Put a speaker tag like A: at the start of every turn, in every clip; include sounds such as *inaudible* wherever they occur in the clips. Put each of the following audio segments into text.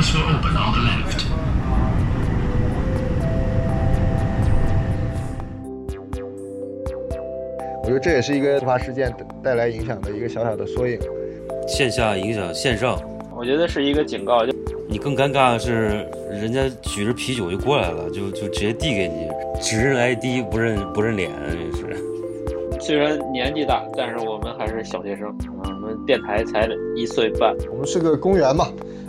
A: on the left.
B: 我觉得这也是一个突发事件带来影响的一个小小的缩影。
C: 线下影响线上，
D: 我觉得是一个警告，就
C: 你更尴尬的是人家举着啤酒就过来了，就就直接递给你，只认 ID 不认不认脸，啊这是。
D: 虽然年纪大，但是我们还是小学生啊，我们电台才一岁半。
B: 我们是个公园嘛，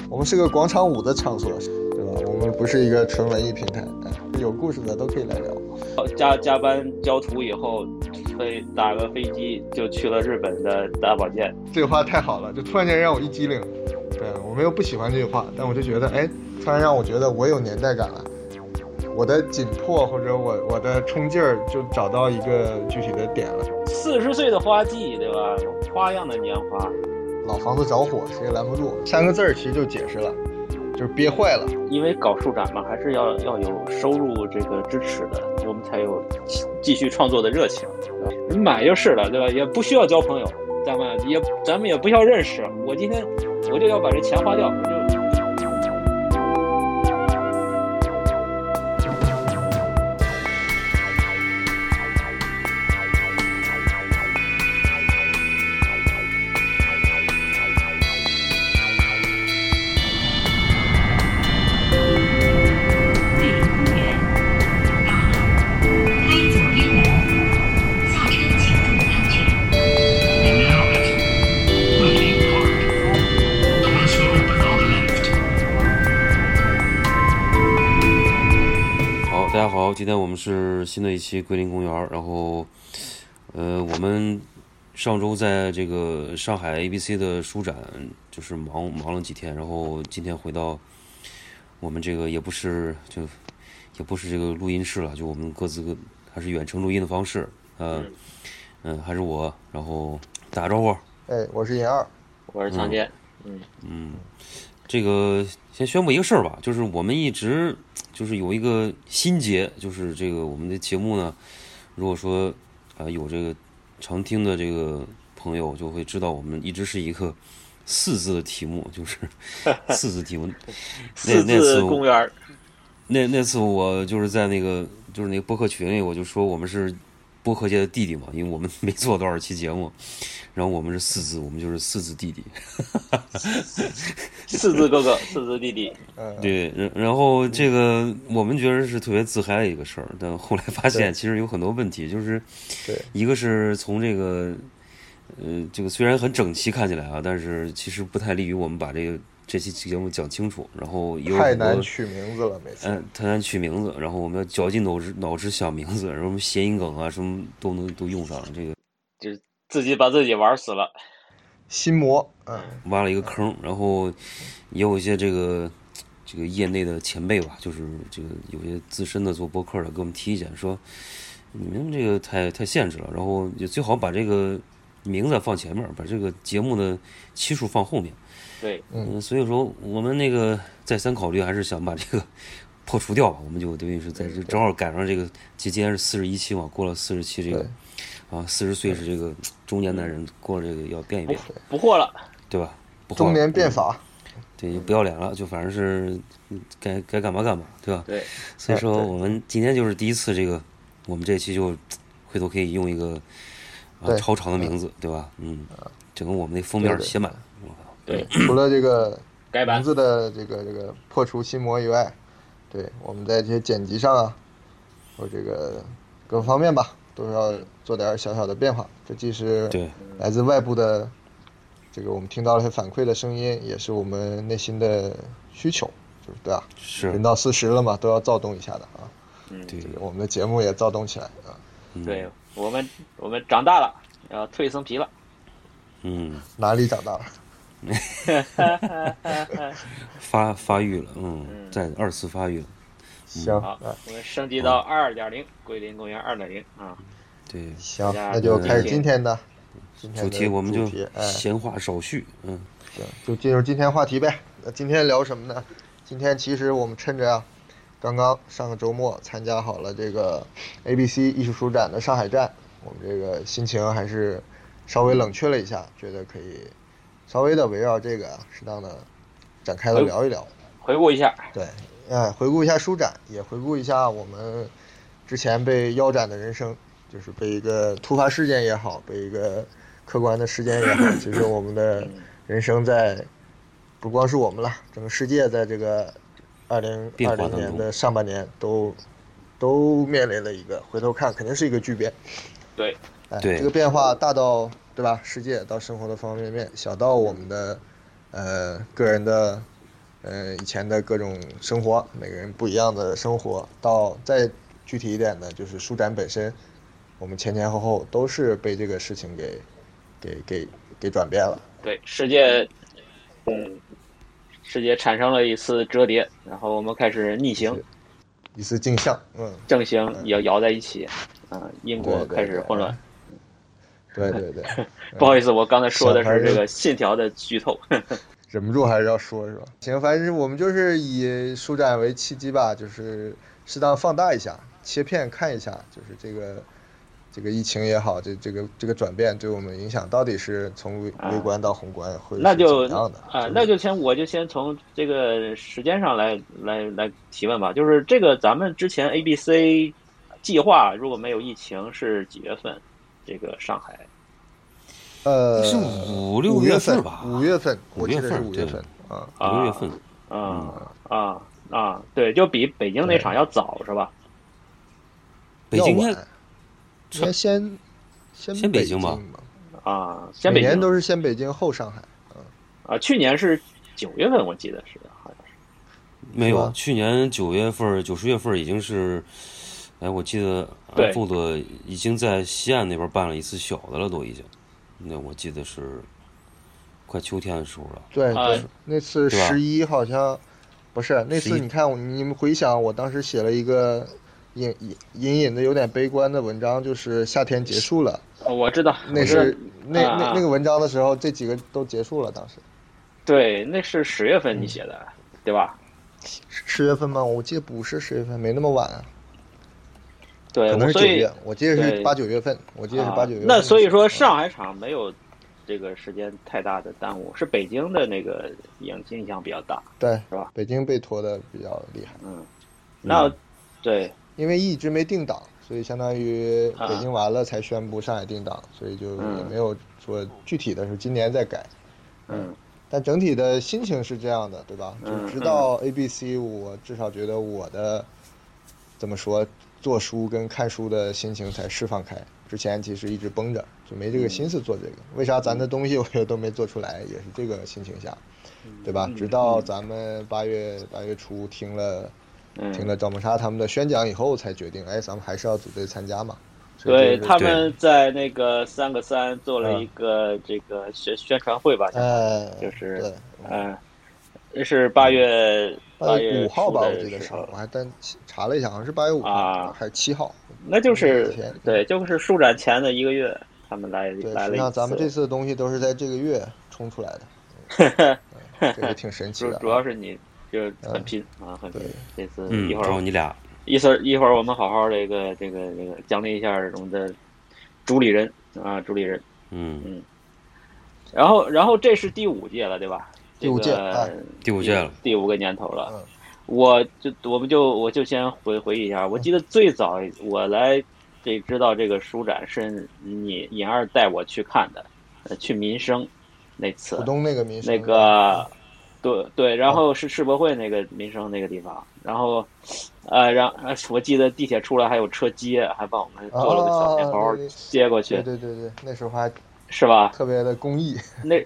B: 我们是个广场舞的场所，对吧？我们不是一个纯文艺平台，哎有故事的都可以来聊。
D: 加加班交图以后，飞打个飞机就去了日本的大保健。
B: 这句话太好了，就突然间让我一激灵。对我没有不喜欢这句话，但我就觉得，哎，突然让我觉得我有年代感了。我的紧迫或者我我的冲劲儿就找到一个具体的点了。
D: 四十岁的花季，对吧？花样的年华，
B: 老房子着火，谁也拦不住。三个字儿其实就解释了，就是憋坏了。
D: 因为搞书展嘛，还是要要有收入这个支持的，我们才有继继续创作的热情。对吧买就是了，对吧？也不需要交朋友，咱们也咱们也不需要认识。我今天我就要把这钱花掉，我就
E: 桂林公园大开左右门，下车请注意安全。
A: And now at Woodley Park. Doors will open on the left.
C: 好，大家好，今天我们是新的一期桂林公园儿，然后，呃，我们上周在这个上海 ABC 的书展就是忙忙了几天，然后今天回到我们这个也不是就也不是这个录音室了，就我们各自各还是远程录音的方式，呃，嗯、还是我，然后打个招呼，
B: 哎，我是银二，
D: 我是强奸。嗯，
C: 这个先宣布一个事儿吧，就是我们一直就是有一个心结，就是这个我们的节目呢，如果说啊、呃有这个常听的这个朋友就会知道，我们一直是一个四字的题目，就是
D: *laughs*
C: 四字题目。那
D: 四
C: 那
D: 字
C: 次
D: 公园儿，
C: 那那次我就是在那个就是那个播客群里，我就说我们是播客界的弟弟嘛，因为我们没做多少期节目，然后我们是四字，我们就是四字弟弟。
D: 四字哥哥，四字弟弟。
B: 嗯，
C: 对，然然后这个我们觉得是特别自嗨的一个事儿，但后来发现其实有很多问题，就是
B: 对
C: 一个是从这个呃这个虽然很整齐看起来啊，但是其实不太利于我们把这个这期节目讲清楚，然后也有
B: 太
C: 很
B: 难
C: 多
B: 取名字了，每次。
C: 嗯，太难取名字，然后我们要绞尽脑汁脑汁想名字，然后谐音梗啊什么都能都用上，这个
D: 自己把自己玩死了。
B: 心魔，嗯，
C: 挖了一个坑，然后也有一些这个这个业内的前辈吧，就是这个有些资深的做播客的给我们提意见，说你们这个太太限制了，然后也最好把这个名字放前面，把这个节目的期数放后面。
D: 对，
B: 嗯
C: 嗯，所以说我们那个再三考虑，还是想把这个 *laughs* 破除掉吧。我们就等于是在这正好赶上这个，今今天是四十一期嘛，过了四十期这个啊，四十岁是这个中年男人过了这个要变一变，
D: 不惑了。
C: 对吧？不
B: 哎中
C: 晃
B: 年变法，
C: 对，就不要脸了，就反正是嗯该该干嘛干嘛，对吧？
D: 对，
C: 所以
B: 哎
C: 说
B: 对
C: 我们今天就是第一次这个，我们这期就回头可以用一个啊
B: 对
C: 超长的名字，对吧？嗯，整个我们那封
B: 对
C: 面
B: 对
C: 写满，我靠
B: 除了这个
D: 改版
B: 名字的这个这个破除心魔以外，对我们在这些剪辑上啊，或这个各方面吧，都要做点小小的变化。这既是
C: 对
B: 来自外部的这个我们听到了一些反馈的声音，也是我们内心的需求，就是对啊，人
C: 是，
B: 到四十了嘛，都要躁动一下的啊。
C: 对
B: 这个我们的节目也躁动起来啊，
D: 对我们，我们长大了，然后蜕层皮了。
C: 嗯，
B: 哪里长大了？
C: 发发育了，嗯，在二次发育了，嗯
B: 行，
D: 好
B: 啊，，
D: 我们升级到二点零，桂林公园二点零啊。
C: 对，
B: 行，那就开始今天的今天
C: 主
B: 的
C: 题我们就
B: 主题哎，
C: 闲话少叙，嗯，
B: 行，就进入今天话题呗。那今天聊什么呢？今天其实我们趁着啊，刚刚上个周末参加好了这个 ABC 艺术书展的上海站，我们这个心情还是稍微冷却了一
C: 哎
B: 下，觉得可以稍微的围绕这个啊适当的展开的聊一聊。
D: 回顾一下，
B: 对，哎，回顾一下书展，也回顾一下我们之前被腰斩的人生，就是被一个突发事件也好，被一个客观的事件也好，其实我们的人生在不光是我们了，整个世界在这个二零
C: 变
B: 二
C: 化
B: 零
C: 当中
B: 年的上半年都都面临了一个回头看肯定是一个巨变。
D: 对，
B: 哎，
C: 对
B: 这个变化大到对吧？世界到生活的方方面面，小到我们的呃个人的呃以前的各种生活，每个人不一样的生活，到再具体一点的，就是书展本身，我们前前后后都是被这个事情给给给给转变了。
D: 对，世界，嗯，世界产生了一次折叠，然后我们开始逆行
B: 是，一次镜像，嗯，
D: 正行也摇在一起，啊、英国
B: 对对
D: 开始混乱。
B: 对对对，嗯
D: 不好意思，我刚才说的
B: 小孩
D: 是
B: 儿
D: 这个《信条》的剧透。
B: 忍不住还是要说是吧？行，反正我们就是以舒展为契机吧，就是适当放大一下，切片看一下，就是这个这个疫情也好，这这个这个转变对我们影响到底是从微
D: 啊
B: 微观到宏观会是
D: 那就
B: 怎么样的
D: 啊，那就先我就先从这个时间上来来来提问吧，就是这个咱们之前 A、B、C 计划如果没有疫情是几月份？这个上海
B: 呃
C: 是五六
B: 五
C: 月份
B: 份
C: 吧
B: 五月份，
C: 五
B: 我记得
C: 月
B: 是
C: 份
B: 五月
C: 对
B: 份啊，
D: 啊
C: 五六月份，
D: 啊啊啊，对，就比北京那场要早是吧？
C: 北京应
B: 要
C: 该
B: 晚应该先先
C: 先北
B: 北
C: 京吧
B: 吧，
D: 啊，先
B: 每
D: 北
B: 年
D: 京
B: 都是先北京后上海，
D: 啊，去年是九月份，我记得是好像是
C: 没
B: 是
C: 有
B: 吧，
C: 去年九月份儿、九十月份儿已经是，哎，我记得
D: 对
C: F 的已经在西岸那边办了一次小的了，都已经。那我记得是快秋天的时候了。
B: 对
D: 啊
B: 对，那次
C: 对吧
B: 十一好像不是那次，
C: 11
B: 你看我你们回想，我当时写了一个隐隐隐隐的有点悲观的文章，就是夏天结束了，
D: 哦我知道，
B: 那
D: 我知道
B: 是那
D: 啊啊
B: 那那个文章的时候，这几个都结束了，当时
D: 对，那是十月份你写的，对吧？
B: 是十月份吗？我记得不是十月份，没那么晚啊，
D: 对，
B: 可能是
D: 我所
B: 九
D: 以
B: 月，我记得是
D: 对
B: 八九月份，我记得是
D: 啊
B: 八九月份的事情。啊
D: 那所以说上海场没有这个时间太大的耽误，是北京的那个影影响比较大。
B: 对
D: 是吧
B: 北京被拖的比较厉害，
D: 嗯，那、对
B: 因为一直没定档，所以相当于
D: 啊
B: 北京完了才宣布上海定档，所以就也
D: 嗯
B: 没有说具体的是今年再改。
D: 嗯
B: 但整体的心情是这样的，对吧？就
D: 嗯
B: 直到 A、B、C，我至少觉得我的怎么说，做书跟看书的心情才释放开。之前其实一直绷着，就没这个
D: 嗯
B: 心思做这个。为啥咱的东西我觉得都没做出来，也是这个心情下，
D: 嗯
B: 对吧？直到咱们八月八月初听了听
D: 嗯，
B: 了赵梦莎他们的宣讲以后，才决定，哎，咱们还是要组队参加嘛。所以
D: 对
B: 这个嗯
D: 他们在那个三个三做了一个这个宣宣传会吧，
B: 呃，
D: 就是
B: 对
D: 嗯，这是
B: 嗯
D: 八月
B: 八
D: 月
B: 月五号吧，
D: 初
B: 我
D: 的
B: 记得
D: 时
B: 是，
D: 候
B: 我还单查了一下，好像是八月五号、
D: 啊
B: 还是七号。
D: 那就是
B: 天
D: 对，就是书展前的一个月，他们来
B: 对，
D: 来
B: 实
D: 了
B: 际
D: 一
B: 上咱们这
D: 次。
B: 次的东西都是在这个月冲出来的，
D: *laughs*
B: 嗯这个嗯挺神奇
D: 主
B: 的。啊
D: 主要是你就是很拼啊，很拼。这次
C: 嗯，
D: 一会
C: 然后
D: 儿
C: 你俩
D: 一会儿一会儿我们好好这个这个这个奖励一下我们的主理人啊，主理人。
C: 嗯
D: 然后然后这是第五届了，对吧？
B: 第五届
D: 这个
B: 哎
C: 第五届了，
D: 第五个年头了。
B: 嗯
D: 我就我们就我就先回回忆一下，我记得最早我来这知道这个书展是你尹二带我去看的，呃，去民生那次
B: 浦东那个民生啊
D: 那个，对对，然后是世博会那个民生那个地方，然后呃，让呃我记得地铁出来还有车接，还帮我们做了个小面包
B: 啊对对
D: 接过
B: 对
D: 去，
B: 对对对，那时候还
D: 是吧？
B: 特别的公益，
D: 那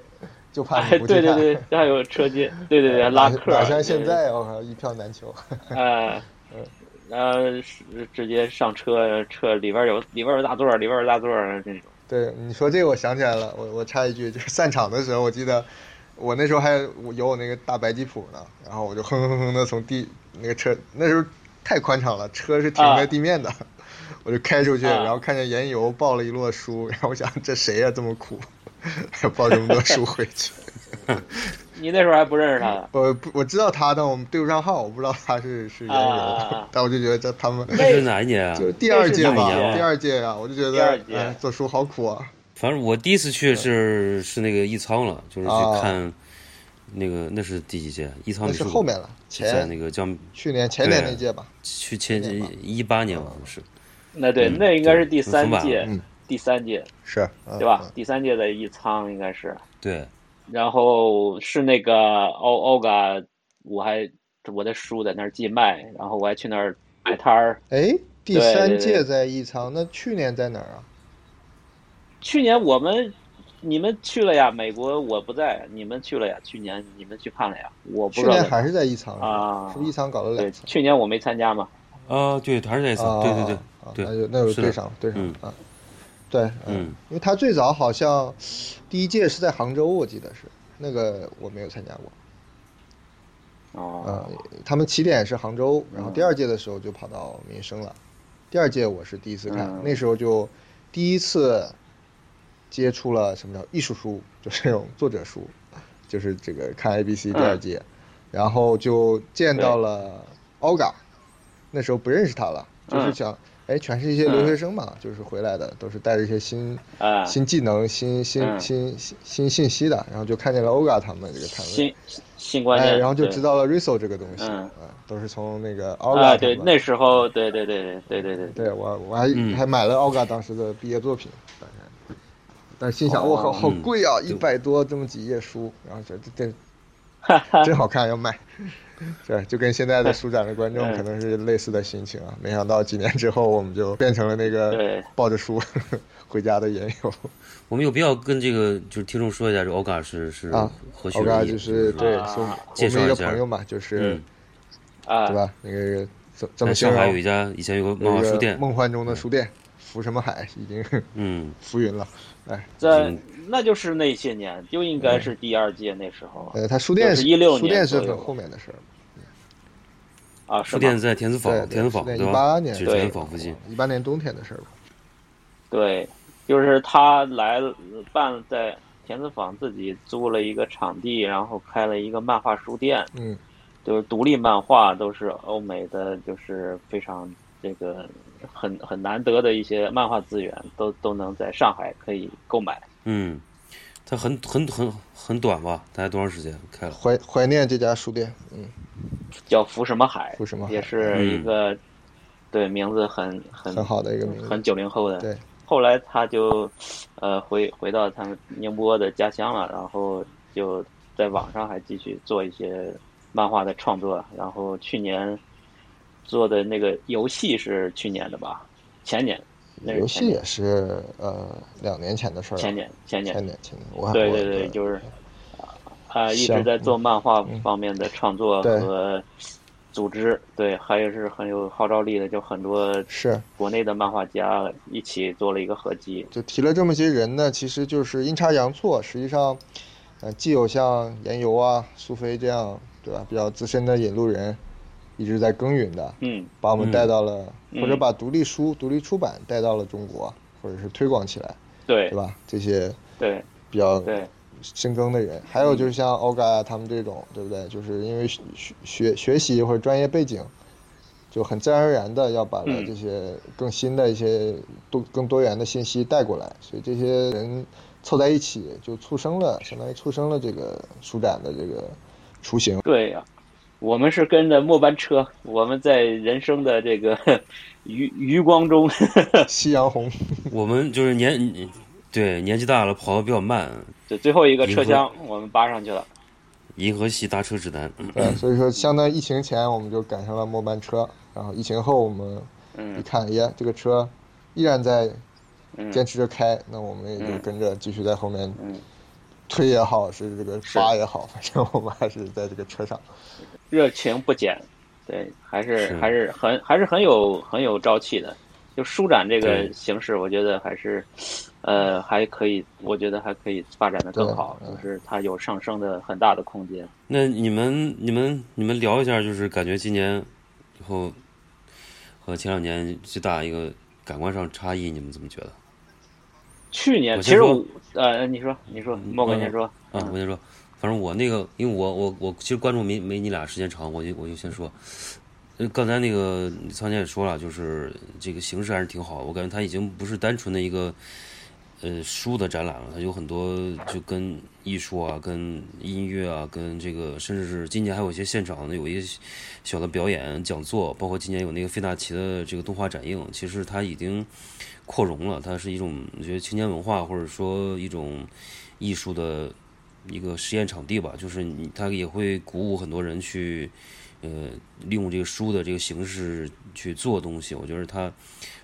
B: 就怕
D: 哎，
B: 你不去
D: *laughs* 对
B: 看。哎
D: 对对，还有车接，对对对，拉客，
B: *laughs* 哪像现在，嗯我靠，一票难求。 *laughs*
D: 呃，呃，是直接上车，车里边有里边有大座儿，里边有大座儿啊那种。
B: 对，你说这个我想起来了，我我插一句，就是散场的时候，我记得我那时候还有有我那个大白吉普呢，然后我就哼哼哼的从地那个车那时候太宽敞了，车是停在地面的，我就开出去，
D: 啊
B: 然后看见盐油抱了一摞书，然后我想这谁呀、这么苦， *laughs* 抱这么多书回去？ *laughs*
D: 你那时候还不认识他呢，
B: 我不我知道他，但我们对不上号，我不知道他是是盐油，
D: 啊
B: 但我就觉得这他们
C: 这是哪一年啊？
B: 就第二届
C: 那
B: 吧
C: 是哪年，
B: 第二届啊，我就觉
D: 第二
B: 得
D: 届
B: 哎，做书好苦啊。
C: 反正我第一次去是是那个艺仓了，就是去看那个那是第几届？一仓
B: 啊那
C: 美
B: 是
C: 术
B: 后面了，
C: 在
B: 前
C: 那个江
B: 去年前年
C: 对
B: 那届吧，
C: 去前
B: 前年吧
C: 一八年
B: 啊
C: 吧，好像是
D: 那对，
C: 嗯
D: 那应该是第三
C: 很晚
D: 届
C: 了，
B: 嗯
D: 第三届
B: 是，嗯
D: 对吧？？第三届的一仓应该是，
C: 对，
D: 然后是那个欧欧嘎，我还我的书在那儿寄卖，然后我还去那儿摆摊儿。
B: 哎，第
D: 对
B: 三
D: 对
B: 届
D: 对
B: 在宜昌，那去年在哪儿啊？
D: 去年我们你们去了呀，美国我不在，你们去了呀，去年你们去看了呀，我不
B: 去
D: 知道
B: 年
D: 在哪
B: 还是在宜昌
D: 啊
B: 是不是宜昌搞了
D: 对，
B: 两次？
D: 去年我没参加嘛，
C: 啊，对，还是那一次，
B: 啊，
C: 对对对
B: 啊
C: 对
B: 那就那就是对
C: 的
B: 上了，对上了
C: 嗯
B: 啊。对，嗯，
C: 嗯
B: 因为他最早好像第一届是在杭州，我记得是那个我没有参加过。
D: 哦，
B: 呃，他们起点是杭州，然后第二届的时候就跑到民生了。第二届我是第一次看，
D: 嗯
B: 那时候就第一次接触了什么叫艺术书，就是这种作者书，就是这个看 ABC
D: 嗯
B: 第二届，然后就见到了 Olga，那时候不认识他了，就是
D: 嗯
B: 想，哎，全是一些留学生嘛，就是回来的，都是带着一些新
D: 啊，
B: 新技能、新新
D: 嗯
B: 新新新信息的，然后就看见了 Olga 他们这个摊位。
D: 新新观
B: 哎，
D: 念，
B: 然后就
D: 对
B: 知道了 Riso 这个东西，
D: 嗯
B: 啊，都是从那个 Olga
D: 啊，
B: 他
D: 对，
B: 们
D: 那时候，对对对对对对对，
B: 对我我还、
C: 嗯
B: 还买了 Olga 当时的毕业作品，但是但是心想，
D: 哦
B: 我靠，好
C: 嗯
B: 贵啊，一
C: 对
B: 百多这么几页书，然后觉得这
D: *laughs*
B: 真好看，要买。对，就跟现在的书展的观众
D: 嗯
B: 可能是类似的心情啊。没想到几年之后，我们就变成了那个
D: 对
B: 抱着书回家的研友。
C: 我们有必要跟这个就是听众说一下，这 Oga 是是
B: 啊
C: 何许
B: Olga
C: 人
B: 就
C: 也？
B: 是对，
D: 啊
B: 是我们
C: 介绍
B: 一个
C: 一下
B: 朋友嘛，就是
C: 嗯，
D: 啊
B: 对，吧？那个怎怎么
C: 在
B: 形
C: 上海有
B: 容
C: 一？家以前有个漫
B: 有
C: 画
B: 一
C: 啊书
B: 个
C: 店，
B: 梦幻中的书店，浮什么海已经 *laughs*
C: 嗯，
B: 浮云了。哎，
D: 在
C: 嗯
D: 那就是那些年，就
B: 嗯
D: 应该是第二届那时候
B: 呃，他书店是
D: 就是16
B: 书店
D: 年
B: 是
D: 左右
B: 很后面的事儿，
D: 啊，是
C: 书
D: 吗
C: 店在田子
B: 对
C: 坊，
B: 对
C: 田子坊
B: 书店
C: 对吧？
B: 18年
C: 是
D: 对
C: 田子坊附近，
B: 一八年冬天的事儿吧。
D: 对，就是他来了办在田子坊自己租了一个场地，然后开了一个漫画书店，
B: 嗯，
D: 就是独立漫画都是欧美的，就是非常这个很很难得的一些漫画资源，都都能在上海可以购买。
C: 嗯，它很很很很短吧？大概多长时间开
B: *laughs*
C: 了？
B: 怀怀念这家书店，嗯，
D: 叫福什么海，
B: 福什么海
D: 也是一个、对名字很很
B: 很好的一个名
D: 很
B: 字。
D: 九零后的。
B: 对，
D: 后来他就，呃，回回到他们宁波的家乡了，然后就在网上还继续做一些漫画的创作，然后去年做的那个游戏是去年的吧，前年，那
B: 游
D: 是
B: 戏
D: 前年
B: 也是呃两年前的事儿了，
D: 前年前年
B: 前年前年，我还
D: 对
B: 我
D: 对对，就是啊、一
B: 行
D: 直在做漫画方面的创作
B: 嗯对
D: 和组织，对，还有是很有号召力的，就很多
B: 是
D: 国内的漫画家一起做了一个合集，
B: 就提了这么些人呢，其实就是阴差阳错。实际上，呃，既有像言由啊、苏菲这样，对吧，比较资深的引路人，一直在耕耘的，
D: 嗯
B: 把我们
C: 嗯
B: 带到了，
D: 嗯
B: 或者把独立书、独立出版带到了中国，或者是推广起来，
D: 对
B: 对吧？这些
D: 对
B: 比较
D: 对嗯
B: 深耕的人，还有就是像 Olga 啊他们这种，对不对？就是因为学学学习或者专业背景，就很自然而然的要把
D: 嗯
B: 这些更新的一些多更多元的信息带过来，所以这些人凑在一起，就促生了，相当于促生了这个书展的这个雏形。
D: 对呀、我们是跟着末班车，我们在人生的这个 *laughs* 余余光中， *laughs*
B: 夕阳红，
C: 我们就是年对年纪大了，跑的比较慢，
D: 就最后一个
C: 银河
D: 车厢我们扒上去了，
C: 《银河系搭车指南》嗯
B: 对，呃所以说相当于疫情前我们就赶上了末班车，然后疫情后我们一
D: 嗯
B: 看，耶，这个车依然在
D: 嗯
B: 坚持着开，那我们也就跟着继续在后面
D: 嗯，
B: 推也好，是这个扒也好，反正我们还是在这个车上。
D: 热情不减，对，还是
C: 是
D: 还是很还是很有很有朝气的。就舒展这个
C: 对
D: 形式，我觉得还是，呃，还可以，我觉得还可以发展的
B: 对
D: 更好，就是它有上升的很大的空间。
C: 那你们、你们、你们聊一下，就是感觉今年以后和前两年最大一个感官上差异，你们怎么觉得？
D: 去年
C: 我
D: 其
C: 先
D: 实
C: 说
D: 我，呃，你说你说，莫哥
C: 嗯
D: 先说，
C: 啊，我先说，反正我那个，因为我我我其实关注没没你俩时间长，我就我就先说，呃，刚才那个仓姐也说了，就是这个形式还是挺好，我感觉它已经不是单纯的一个呃书的展览了，它有很多就跟艺术啊、跟音乐啊、跟这个，甚至是今年还有一些现场的有一些小的表演、讲座，包括今年有那个费纳奇的这个动画展映，其实它已经扩容了，它是一种我觉得青年文化或者说一种艺术的一个实验场地吧，就是你它也会鼓舞很多人去。呃，利用这个书的这个形式去做东西，我觉得它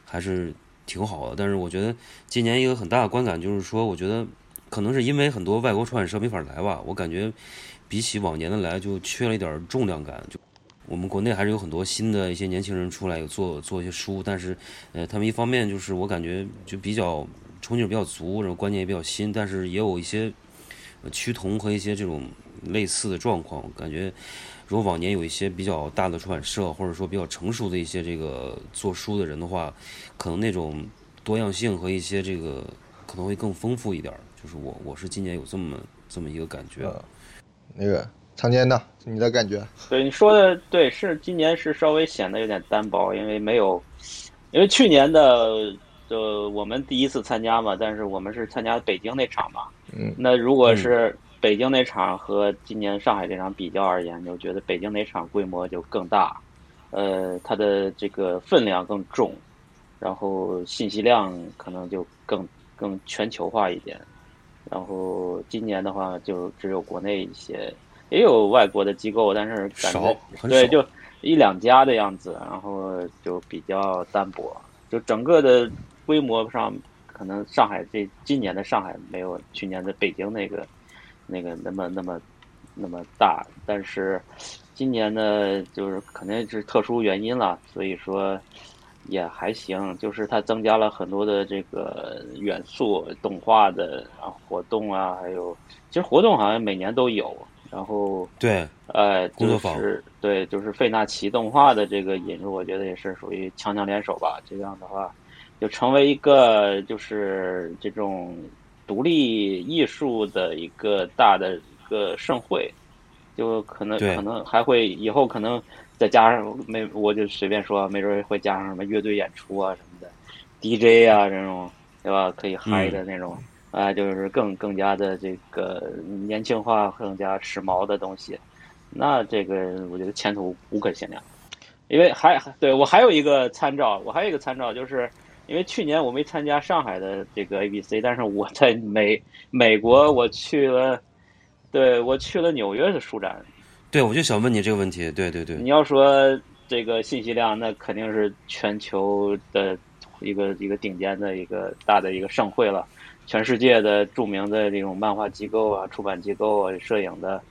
C: 还是挺好的。但是我觉得今年一个很大的观感就是说，我觉得可能是因为很多外国出版社没法来吧，我感觉比起往年的来就缺了一点儿重量感。就我们国内还是有很多新的一些年轻人出来有做做一些书，但是呃，他们一方面就是我感觉就比较冲劲比较足，然后观念也比较新，但是也有一些呃趋同和一些这种类似的状况，我感觉。如果往年有一些比较大的出版社，或者说比较成熟的一些这个做书的人的话，可能那种多样性和一些这个可能会更丰富一点儿。就是我我是今年有这么这么一个感觉。
B: 嗯那个常见的，你的感觉？
D: 对你说的对，是今年是稍微显得有点单薄，因为没有，因为去年的就我们第一次参加嘛，但是我们是参加北京那场嘛。
B: 嗯
D: 那如果是北京那场和今年上海这场比较而言，就觉得北京那场规模就更大，呃，它的这个分量更重，然后信息量可能就更更全球化一点。然后今年的话，就只有国内一些，也有外国的机构，但是感
C: 少
D: 觉
C: 很
D: 对
C: 少
D: 就一两家的样子，然后就比较单薄，就整个的规模上，可能上海这今年的上海没有去年的北京那个那个那么那么那么大，但是今年呢，就是肯定是特殊原因了，所以说也还行，就是它增加了很多的这个元素、动画的啊活动啊，还有其实活动好像每年都有，然后
C: 对，
D: 呃，
C: 工作
D: 就
C: 坊
D: 是对，就是费纳奇动画的这个引入，我觉得也是属于强强联手吧。这样的话，就成为一个就是这种独立艺术的一个大的一个盛会，就可能
C: 对
D: 可能还会以后可能再加上没，我就随便说，没准会加上什么乐队演出啊什么的，DJ 啊这种，对吧？可以嗨的那种。啊、就是更更加的这个年轻化、更加时髦的东西，那这个我觉得前途无可限量。因为还对我还有一个参照，我还有一个参照，就是因为去年我没参加上海的这个 ABC，但是我在美美国我去了，对我去了纽约的书展。
C: 对我就想问你这个问题。对对对
D: 你，要说这个信息量，那肯定是全球的一个一个顶尖的一个大的一个盛会了。全世界的著名的这种漫画机构啊、出版机构啊、摄影的，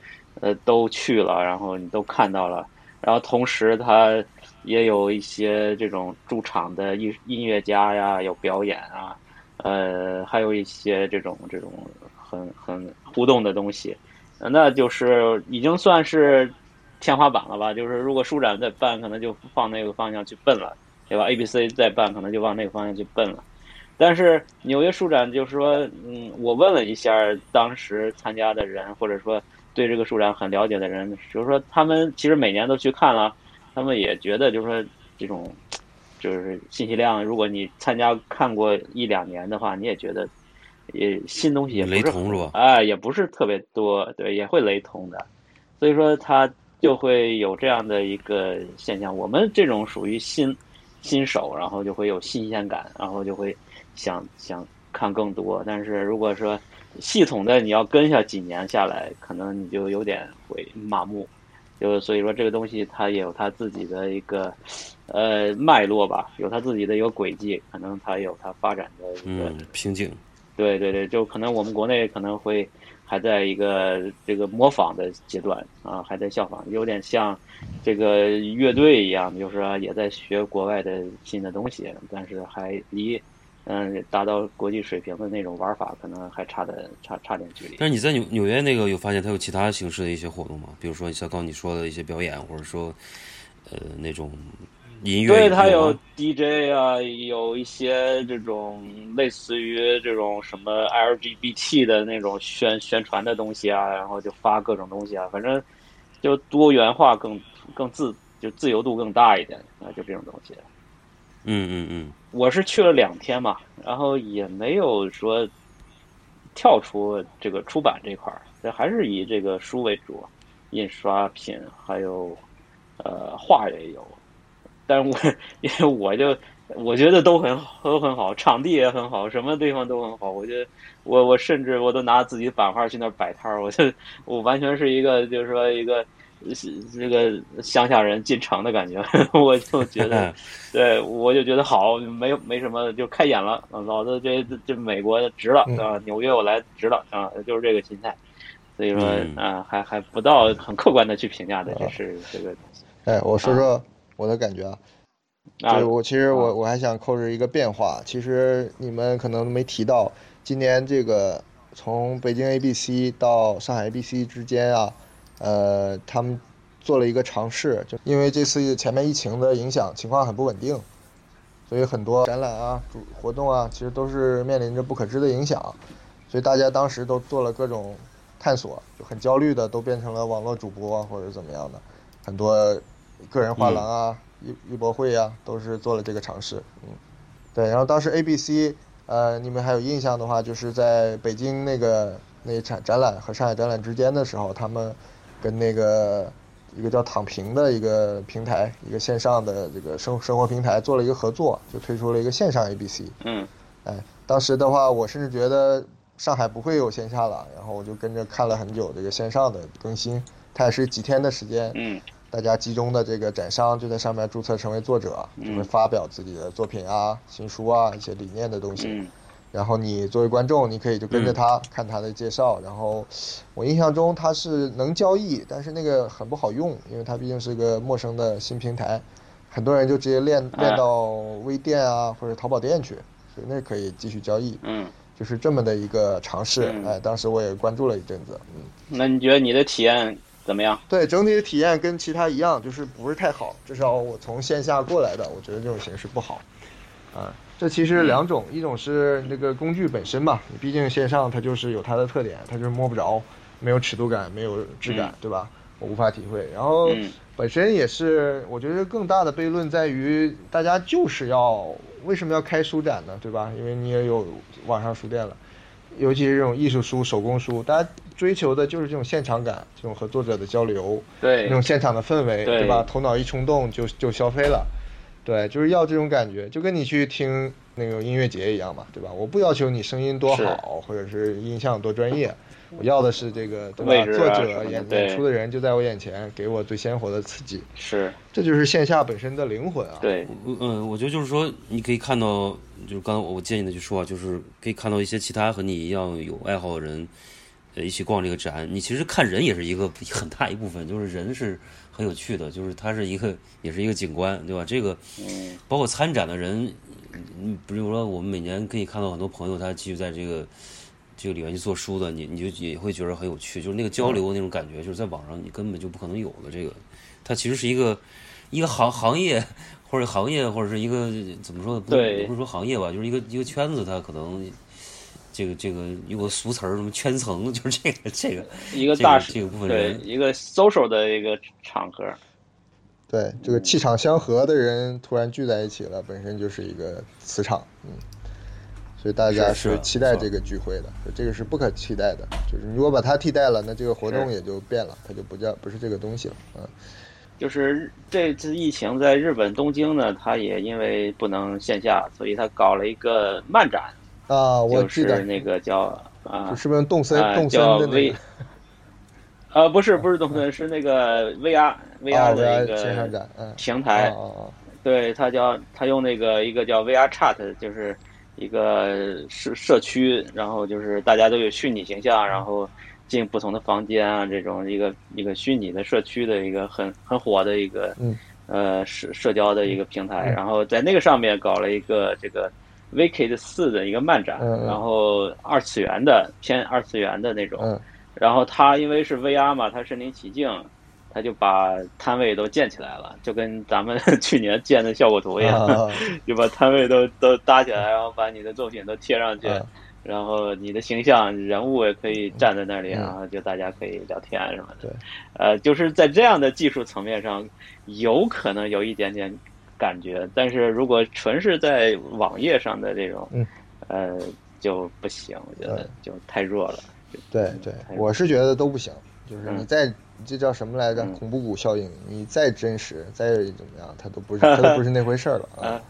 D: 呃，都去了，然后你都看到了。然后同时，它也有一些这种驻场的艺音乐家呀，有表演啊，呃，还有一些这种这种很很互动的东西，呃那就是已经算是天花板了吧？就是如果书展再办，可能就放那个方向去奔了，对吧？A、B、C 再办，可能就往那个方向去奔了。但是纽约书展就是说，嗯，我问了一下当时参加的人，或者说对这个书展很了解的人，就是说他们其实每年都去看了，他们也觉得就是说这种就是信息量，如果你参加看过一两年的话，你也觉得也新东西也不
C: 雷
D: 是
C: 同是吧？
D: 啊，也不是特别多，对，也会雷同的，所以说它就会有这样的一个现象。我们这种属于新新手，然后就会有新鲜感，然后就会想想看更多。但是如果说系统的你要跟下几年下来，可能你就有点会麻木。就所以说这个东西它也有它自己的一个呃脉络吧，有它自己的一个轨迹，可能它有它发展的一个
C: 嗯，瓶颈。
D: 对对对，就可能我们国内可能会还在一个这个模仿的阶段啊，还在效仿，有点像这个乐队一样，就是说也在学国外的新的东西，但是还离嗯达到国际水平的那种玩法，可能还差的差差点距离。
C: 但是你在纽纽约那个有发现它有其他形式的一些活动吗？比如说像刚刚你说的一些表演，或者说呃那种音乐
D: 对，
C: 有吗。
D: 它有 DJ 啊，有一些这种类似于这种什么 LGBT 的那种宣宣传的东西啊，然后就发各种东西啊，反正就多元化更更自就自由度更大一点啊，就这种东西。
C: 嗯嗯
D: 我是去了两天嘛，然后也没有说跳出这个出版这块儿，这还是以这个书为主，印刷品还有呃画也有，但是我 *laughs* 因为我就我觉得都很好，都很好，场地也很好，什么地方都很好。我觉得我我甚至我都拿自己版画去那儿摆摊儿，我就我完全是一个就是说一个。是这个乡下人进城的感觉， *laughs* 我就觉得
C: *laughs* 嗯，
D: 对，我就觉得好，没有没什么，就开眼了。啊老子这这这美国值了
B: 嗯
D: 啊，纽约我来值了啊，就是这个心态。所以说
C: 嗯
D: 啊，还还不到很客观的去评价的，
B: 嗯
D: 这是这个
B: 哎，我说说我的感觉啊，
D: 啊
B: 对，，我其实我我还想扣着一个变化，其实你们可能没提到，今年这个从北京 ABC 到上海 ABC 之间啊，呃，他们做了一个尝试，就因为这次前面疫情的影响，情况很不稳定，所以很多展览啊、主活动啊，其实都是面临着不可知的影响，所以大家当时都做了各种探索，就很焦虑的都变成了网络主播啊，或者怎么样的，很多个人画廊啊、艺艺博会啊，都是做了这个尝试。嗯，对，然后当时 ABC，呃，你们还有印象的话，就是在北京那个那展展览和上海展览之间的时候，他们跟那个一个叫躺平的一个平台，一个线上的这个生生活平台做了一个合作，就推出了一个线上 ABC。
D: 嗯
B: 哎，当时的话，我甚至觉得上海不会有线下了，然后我就跟着看了很久这个线上的更新，它也是几天的时间，
D: 嗯
B: 大家集中的这个展商就在上面注册成为作者，就会
D: 嗯
B: 发表自己的作品啊、新书啊一些理念的东西。
D: 嗯
B: 然后你作为观众，你可以就跟着他、看他的介绍。然后我印象中它是能交易，但是那个很不好用，因为它毕竟是个陌生的新平台，很多人就直接练
D: 哎
B: 练到微店啊或者淘宝店去，所以那可以继续交易，
D: 嗯。
B: 就是这么的一个尝试。
D: 嗯
B: 哎，当时我也关注了一阵子，嗯。
D: 那你觉得你的体验怎么样？
B: 对，整体的体验跟其他一样，就是不是太好。至少我从线下过来的，我觉得这种形式不好。啊，这其实两种，一种是那个工具本身嘛，你毕竟线上它就是有它的特点，它就是摸不着，没有尺度感，没有质感，
D: 嗯
B: 对吧？我无法体会。然后
D: 嗯
B: 本身也是，我觉得更大的悖论在于，大家就是要为什么要开书展呢？对吧？因为你也有网上书店了。尤其是这种艺术书、手工书，大家追求的就是这种现场感，这种和作者的交流，
D: 对
B: 那种现场的氛围，
D: 对
B: 对吧？头脑一冲动就就消费了，对，就是要这种感觉，就跟你去听那个音乐节一样嘛，对吧？我不要求你声音多
D: 是
B: 好，或者是音像多专业，我要的是这个对吧？
D: 位置啊
B: 作
D: 什么
B: 者
D: 的
B: 演
D: 对
B: 演出的人就在我眼前，给我最鲜活的刺激，
D: 是，
B: 这就是线下本身的灵魂啊。
D: 对，
C: 嗯嗯，我觉得就是说，你可以看到，就是刚才我我建议的去说啊，就是可以看到一些其他和你一样有爱好的人，呃，一起逛这个展。你其实看人也是一个很大一部分，就是人是很有趣的，就是它是一个也是一个景观，对吧？这个
D: 嗯
C: 包括参展的人，嗯，比如说我们每年可以看到很多朋友，他继续在这个这个里面去做书的，你你就也会觉得很有趣，就是那个交流那种感觉，就是在网上你根本就不可能有的。这个它其实是一个一个行行业或者行业或者是一个怎么说呢？不
D: 对
C: 不是说行业吧，就是一个一个圈子，它可能。这个这个有个俗词儿，什么圈层， *laughs* 就是这个这个
D: 一个
C: 这
D: 大
C: 个
D: 使
C: 这个部分
D: 对
C: 人，
D: 一个 social 的一个场合，
B: 对，这个气场相合的人突然聚在一起了，本身就是一个磁场，嗯，所以大家
C: 是是
B: 期待
C: 没错
B: 这个聚会的，这个是不可替代的。就是你如果把它替代了，那这个活动
D: 是
B: 也就变了，它就不叫不是这个东西了，嗯，
D: 就是这次疫情在日本东京呢，它也因为不能线下，所以它搞了一个漫展，
B: 啊，我
D: 就
B: 记
D: 是
B: 得，
D: 那个叫啊
B: 是不是动森、
D: 啊
B: 动森
D: 叫
B: 的那 *laughs*
D: V，
B: 个嗯
D: 呃不是不是东森，是那个 VR
B: 啊
D: VR 的一
B: 线上
D: 个
B: 展，嗯，
D: 平
B: 啊
D: 台，
B: 啊
D: 对，它叫它用那个一个叫 VR Chat，就是一个社社区，然后就是大家都有虚拟形象，然后进不同的房间啊，这种一个一个虚拟的社区的一个很很火的一个
B: 嗯
D: 呃社社交的一个平台，
B: 嗯
D: 然后在那个上面搞了一个这个 Wicked 四的一个漫展，
B: 嗯嗯
D: 然后二次元的偏二次元的那种
B: 啊，，嗯，
D: 然后它因为是 VR 嘛，它身临其境，它就把摊位都建起来了，就跟咱们 *laughs* 去年建的效果图一样， *laughs*
B: 啊
D: 就把摊位都都搭起来，然后把你的作品都贴上去，
B: 嗯
D: 然后你的形象人物也可以站在那里，
B: 嗯
D: 然后就大家可以聊天什么的。
B: 对，
D: 呃，就是在这样的技术层面上，有可能有一点点感觉。但是如果纯是在网页上的这种，
B: 嗯
D: 呃，就不行，我觉得就太弱了。
B: 对对，
D: 太
B: 我是觉得都不行，就是
D: 嗯
B: 你再这叫什么来着？
D: 嗯
B: 恐怖谷效应，你再真实，再怎么样，它都
D: *laughs*
B: 不是，它都不是那回事儿了啊
D: 啊。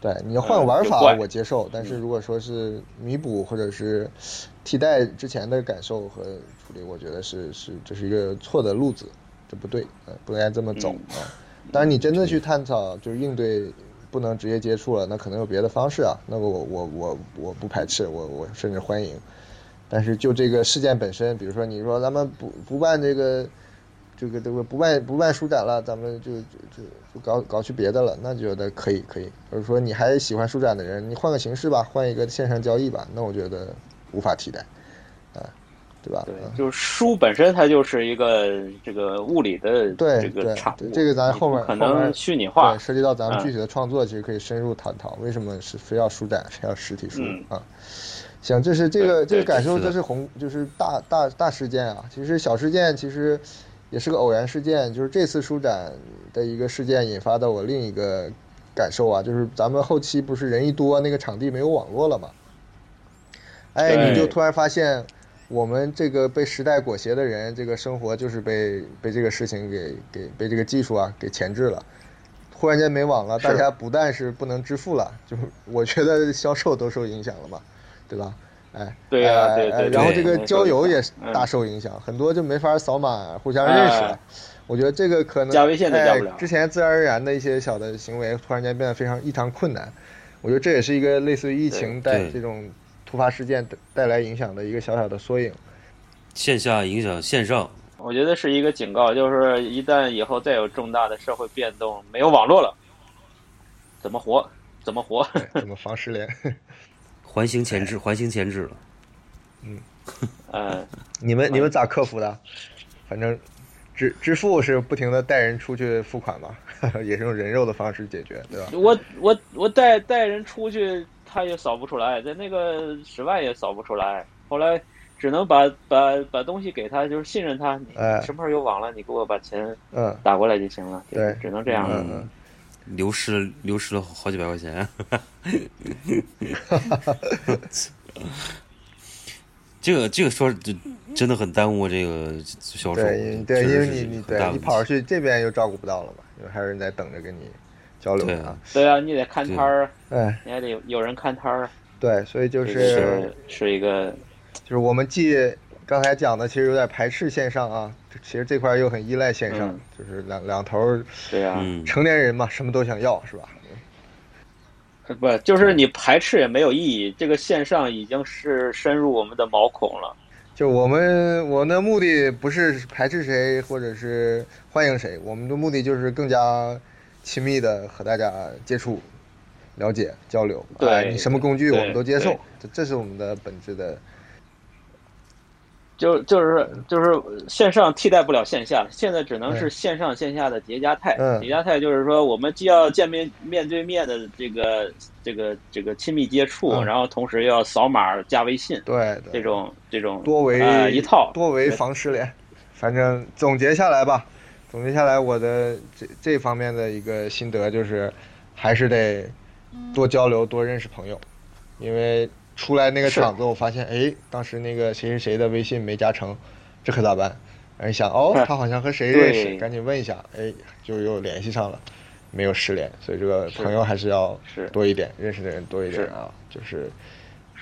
B: 对，你要换玩
D: 嗯就怪嗯
B: 法我接受，但是如果说是弥补或者是替代之前的感受和处理，我觉得是是这是一个错的路子，这不对，呃，不应该这么走
D: 嗯
B: 啊。当然，你真的去探讨就是应对不能直接接触了，那可能有别的方式啊。那个我我我我不排斥，我我甚至欢迎。但是就这个事件本身，比如说你说咱们不不办这个这个这个不办不办书展了，咱们就就就就搞搞去别的了，那觉得可以可以。或者说你还喜欢书展的人，你换个形式吧，换一个线上交易吧，那我觉得无法替代，啊，对吧？
D: 对
B: 嗯，
D: 就是书本身它就是一个这个物理的
B: 对
D: 这个
B: 对
D: 产物，
B: 这个咱
D: 你不
B: 后面
D: 可
B: 后
D: 能
B: 面
D: 虚拟化
B: 对，，涉及到咱们
D: 嗯
B: 具体的创作，其实可以深入探讨为什么是非要书展，非要实体书、
D: 嗯
B: 啊。行，这是这个这
C: 对
B: 个感
C: 是
B: 受，
C: 的
B: 这是宏，就是大大大事件啊。其实小事件其实也是个偶然事件，就是这次书展的一个事件引发的我另一个感受啊，就是咱们后期不是人一多，那个场地没有网络了嘛，哎，
D: 对
B: 你就突然发现。我们这个被时代裹挟的人，这个生活就是被被这个事情给给被这个技术啊给钳制了。忽然间没网了，
D: 是
B: 大家不但是不能支付了，就是我觉得销售都受影响了嘛，对吧？哎，
D: 对啊
B: 哎
D: 对
B: 哎
D: 对对
B: 然后这个
D: 没错
B: 交友也
D: 嗯
B: 大受影响，很多就没法扫码互相认识了。
D: 哎
B: 我觉得这个可能
D: 加微信都加不了
B: 哎之前自然而然的一些小的行为，突然间变得非常异常困难。我觉得这也是一个类似于疫情带
C: 对
B: 这种突发事件带带来影响的一个小小的缩影。
C: 线下影响线上，
D: 我觉得是一个警告，就是一旦以后再有重大的社会变动，没有网络了，怎么活？怎么活？
B: 怎么防失联？ *laughs*
C: 环形前置，环形前置了。
D: 嗯，
B: 你们你们咋克服的？反正支支付是不停的带人出去付款嘛， *laughs* 也是用人肉的方式解决，对吧？
D: 我我我带带人出去，他也扫不出来，在那个室外也扫不出来。后来只能把把把东西给他，就是信任他。你
B: 哎
D: 什么时候有网了，你给我把钱
B: 嗯，
D: 打过来就行了。
B: 对
D: 只能这样了。
C: 嗯，流失了流失了好几百块钱。 *laughs* 这个这个说这真的很耽误这个销售
B: 对，因，对，
C: 确
B: 因
C: 实
B: 为
C: 是
B: 你你
C: 很大
B: 对
C: 问
B: 你
C: 题
B: 跑出去这边又照顾不到了嘛，因为还有人在等着跟你交流
C: 对
B: 呢啊。
D: 对啊，你得看摊儿，
B: 哎，
D: 你还得有有人看摊儿，
B: 对，所以就
D: 这
B: 是
D: 个是是一个
B: 就是我们既刚才讲的其实有点排斥线上啊，其实这块又很依赖线上，
D: 嗯
B: 就是两两头儿
D: 对啊。
C: 嗯， *laughs*
B: 成年人嘛，什么都想要是吧？
D: 不，就是你排斥也没有意义。这个线上已经是深入我们的毛孔了。
B: 就我们我们的目的不是排斥谁或者是欢迎谁，我们的目的就是更加亲密的和大家接触、了解、交流。
D: 对
B: 哎你什么工具
D: 对
B: 我们都接受
D: 对，
B: 这这是我们的本质的。
D: 就就是
B: 嗯
D: 就是线上替代不了线下，现在只能是线上线下的叠加态。
B: 嗯
D: 叠加态就是说，我们既要见面面对面的这个这个这个亲密接触，
B: 嗯
D: 然后同时又要扫码加微信，
B: 对
D: 这
B: 对，
D: 种这种
B: 多维、
D: 呃一套
B: 多维防失联。反正总结下来吧，总结下来我的这这方面的一个心得就是，还是得多交流、多认识朋友，因为出来那个
D: 是
B: 场子，我发现哎，当时那个谁谁谁的微信没加成，这可咋办？然后一想
D: *laughs*
B: 哦，他好像和谁认识，
D: 对
B: 赶紧问一下，哎，就又联系上了。没有失联，所以这个朋友还是要
D: 是
B: 多一点，认识的人多一点
D: 是
B: 啊，就是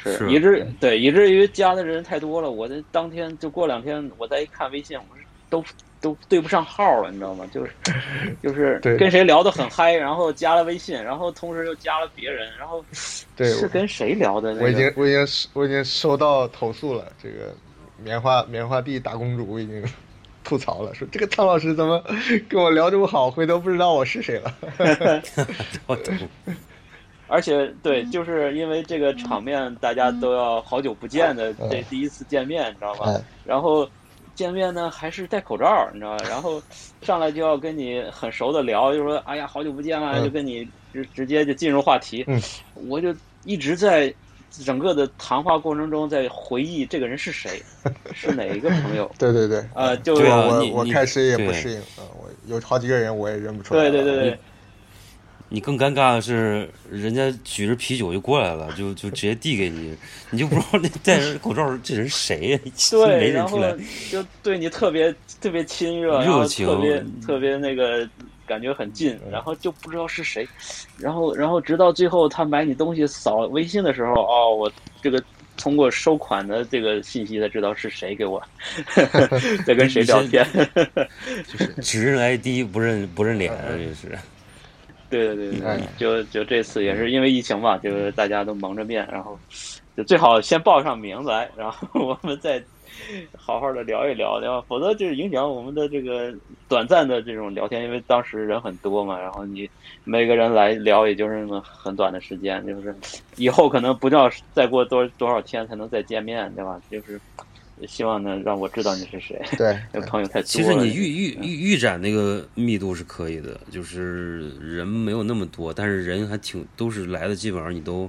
B: 嗯
D: 是
C: 是
D: 以至对以至于加的人太多了，我这当天就过两天，我再一看微信，我是都都对不上号了，你知道吗？
B: *laughs*
D: 就是就是
B: 对
D: 跟谁聊得很嗨，然后加了微信，然后同时又加了别人，然后
B: 对
D: 是
B: 我
D: 跟谁聊的、那个？
B: 我已经我已经是我已经收到投诉了，这个棉花棉花地大公主已经吐槽了，说这个苍老师怎么跟我聊这么好，回头不知道我是谁了。
C: 我懂
D: *laughs* 而且对，就是因为这个场面，大家都要好久不见的，
B: 嗯
D: 这第一次见面，你知道吗
B: 嗯？
D: 然后见面呢还是戴口罩，你知道吧？然后上来就要跟你很熟的聊，就说哎呀好久不见了，
B: 嗯
D: 就跟你直直接就进入话题
B: 嗯。
D: 我就一直在整个的谈话过程中在回忆这个人是谁，是哪一个
B: *laughs*
D: 朋友
B: 对对对，
D: 啊、呃就
C: 对啊
B: 我
C: 你
B: 我
C: 你
B: 开始也不嗯
C: 对
B: 适应啊，我有好几个人我也认不出来
D: 对
B: 了。
D: 对对对，
C: 你更尴尬的是，人家举着啤酒就过来了，就就直接递给你， *laughs* 你就不知道那戴着口罩这人谁
D: *laughs*
C: 呀？没
D: 对，
C: 认
D: 然
C: 出
D: 后
C: 来。
D: 就对你特别特别亲热，
C: 热
D: 然后
C: 情嗯
D: 特别特别那个感觉很近，然后就不知道是谁，然后然后直到最后他买你东西扫微信的时候，哦，我这个通过收款的这个信息才知道是谁给我 *laughs* 在跟谁聊天，
C: 只认 ID 不认不认脸啊，这是。
D: 对对对
B: 哎
D: 对，就就这次也是因为疫情嘛，就是大家都蒙着面，然后就最好先报上名字来，然后我们再好好的聊一聊，对吧？否则就是影响我们的这个短暂的这种聊天，因为当时人很多嘛，然后你每个人来聊也就是那么很短的时间，就是以后可能不知道再过多多少天才能再见面，对吧？就是希望呢让我知道你是谁，
B: 对，
D: 因为朋友太多了。嗯
C: 其实你预预预预展那个密度是可以的，就是人没有那么多，但是人还挺都是来的，基本上你都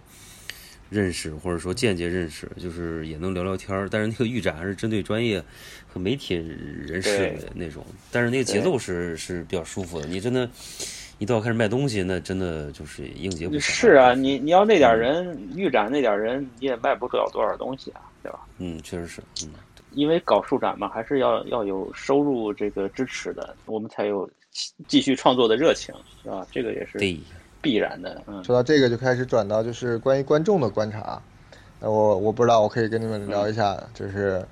C: 认识，或者说间接认识，就是也能聊聊天儿。但是那个预展还是针对专业和媒体人士
D: 对
C: 的那种，但是那个节奏是是比较舒服的。你真的，一到开始卖东西，那真的就是应接不嗯暇。
D: 是啊，，你你要那点人预展那点人，你也卖不了多少东西啊，对吧？
C: 嗯，确实是，嗯，
D: 因为搞数展嘛，还是要要有收入这个支持的，我们才有继续创作的热情，是吧？这个也是
C: 对，
D: 必然的，嗯，
B: 说到这个就开始转到就是关于观众的观察。啊那我我不知道，我可以跟你们聊一下，就是，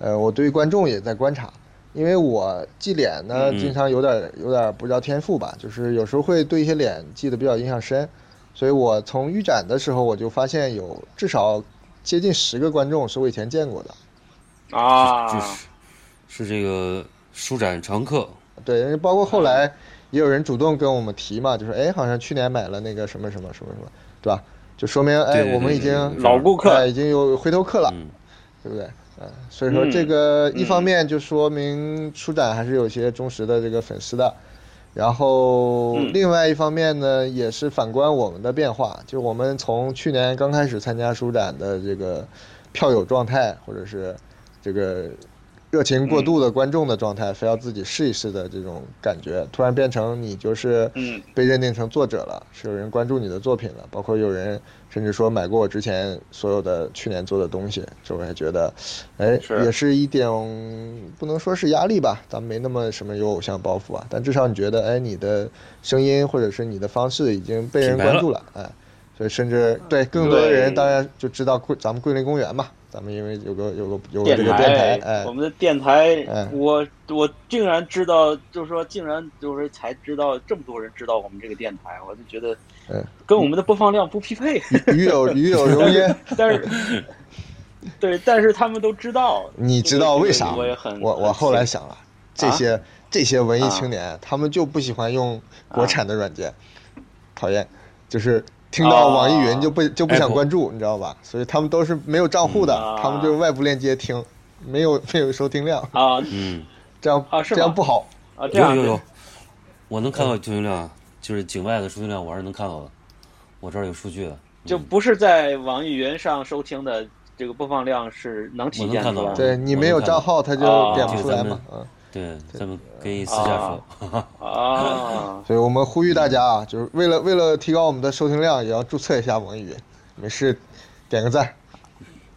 B: 呃，我对于观众也在观察，因为我记脸呢，
C: 嗯
B: 经常有点有点不叫天赋吧，就是有时候会对一些脸记得比较印象深，所以我从预展的时候我就发现有至少接近十个观众是我以前见过的，
D: 啊，
C: 就是是这个舒展常客，
B: 对，因为包括后来也有人主动跟我们提嘛，就说哎，好像去年买了那个什么什么什么什么，对吧？就说明哎，
C: 对对
B: 我们
C: 对
B: 已
C: 对
B: 经
C: 对
D: 老顾客
B: 哎已经有回头客了，
C: 嗯
B: 对不对？嗯，所以说这
D: 嗯
B: 个一
D: 嗯
B: 方面就说明舒展还是有些忠实的这个粉丝的，然后
D: 嗯
B: 另外一方面呢，也是反观我们的变化，就我们从去年刚开始参加舒展的这个票友状态，或者是这个热情过度的
D: 嗯
B: 观众的状态，非要自己试一试的这种感觉，突然变成你就是
D: 嗯
B: 被认定成作者了，是有人关注你的作品了，包括有人甚至说买过我之前所有的去年做的东西，这我也觉得，哎，
D: 是
B: 也是一点不能说是压力吧，咱们没那么什么有偶像包袱啊，但至少你觉得，哎，你的声音或者是你的方式已经被人
C: 品牌了
B: 关注了，哎，所以甚至对更多的人
D: 嗯对
B: 当然就知道桂咱们桂林公园嘛，咱们因为有个有个有个
D: 电
B: 这个
D: 台
B: 电台，，哎
D: 我，们的电台，
B: 哎
D: 我我竟然知道，就是说，竟然就是才知道这么多人知道我们这个电台，我就觉得
B: 嗯，
D: 跟我们的播放量不匹配。
B: 与有与有荣焉，
D: 但是，对，但是他们都知道。
B: 你知道为啥吗？
D: 我也很，
B: 我我
D: 很
B: 后来
D: 气
B: 想了，这些、这些文艺
D: 啊
B: 青年、他们就不喜欢用国产的软件，讨厌，就是听到
D: 啊
B: 网易云就不、就不想
C: Apple
B: 关注，你知道吧？所以他们都是没有账户的，
D: 嗯
B: 他们就是外部链接听，没有没有收听量，
D: 啊
C: 嗯。
B: 这样、
D: 啊是
B: 这
D: 吗
B: 样不好。
D: 啊这
C: 有
D: 样
C: 有有，我能看到出行量啊，就是境外的出行量，我还是能看到的。我这儿有数据的，
D: 就不是在网易云上收听的这个播放量是能体现出
C: 我
D: 来
C: 能看到
D: 的
B: 对你没有账号，他就
D: 啊
B: 点不出来
C: 这个
B: 嘛
C: 咱。
B: 嗯，
C: 对，咱们可以私下说。
D: 啊。
B: 所以我们呼吁大家啊，就是为了为了提高我们的收听量，也要注册一下网易云，没事，点个赞，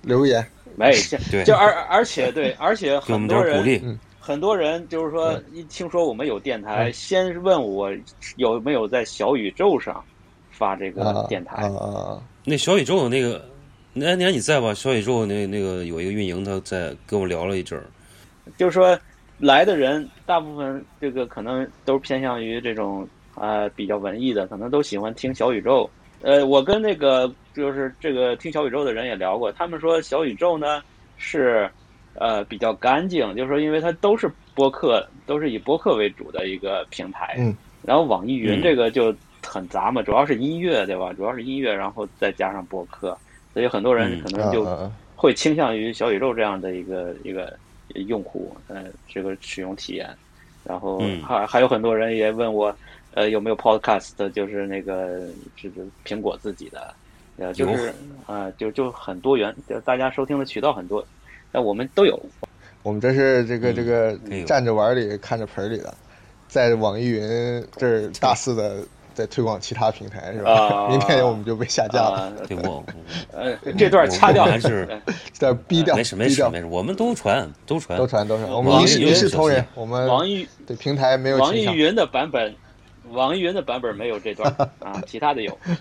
B: 留个言。
D: 没，这
C: 对
D: 就而而且对，而且
C: 给我们点
D: 很多
C: 儿鼓
D: 人
C: 励，
D: 很多人就是说一听说我们有电
C: 嗯
D: 台，先问我有没有在小宇宙上发这个
B: 啊
D: 电
B: 啊
D: 台
B: 啊啊！
C: 那小宇宙那个，那年你在吧？小宇宙那那个有一个运营，他在跟我聊了一阵儿。
D: 就是说来的人大部分这个可能都偏向于这种呃比较文艺的，可能都喜欢听小宇宙。呃，我跟那个就是这个听小宇宙的人也聊过，他们说小宇宙呢是呃比较干净，就是说因为它都是播客，都是以播客为主的一个平台。
B: 嗯
D: 然后网易云
C: 嗯
D: 这个就很杂嘛，主要是音乐对吧？主要是音乐，然后再加上播客，所以很多人
C: 嗯
D: 可
B: 啊
D: 能就
B: 啊啊
D: 会倾向于小宇宙这样的一个一个用户，呃，这个使用体验。然后
C: 嗯
D: 还、还有很多人也问我，呃，有没有 Podcast，就是那个这个苹果自己的，呃，就是啊、呃就就很多元，就大家收听的渠道很多，那我们都有。
B: 我们这是这个
C: 嗯
B: 这个
C: 可以有
B: 站着碗里看着盆里的，在网易云这儿大肆的再推广其他平台是吧？
D: 嗯
B: *laughs*
D: 啊
B: 明天我们就被下架了，
D: 啊，
C: 对我我
D: 呃， *laughs* 这段掐掉
C: 我还是
D: 哎
B: 再逼掉，
C: 没事没
B: 逼
C: 事
B: 掉
C: 没事，我们都传都传
B: 都传都
D: 嗯
B: 传，我们
C: 网
B: 一
C: 易
B: 视
C: 云
B: 一视
C: 手
B: 同
C: 机
B: 仁，我们
D: 网易
B: 对平台没有
D: 网
B: 倾
D: 易
B: 向。
D: 云的版本，网易云的版本没有这段
B: *laughs*
D: 啊，其他的有。嗯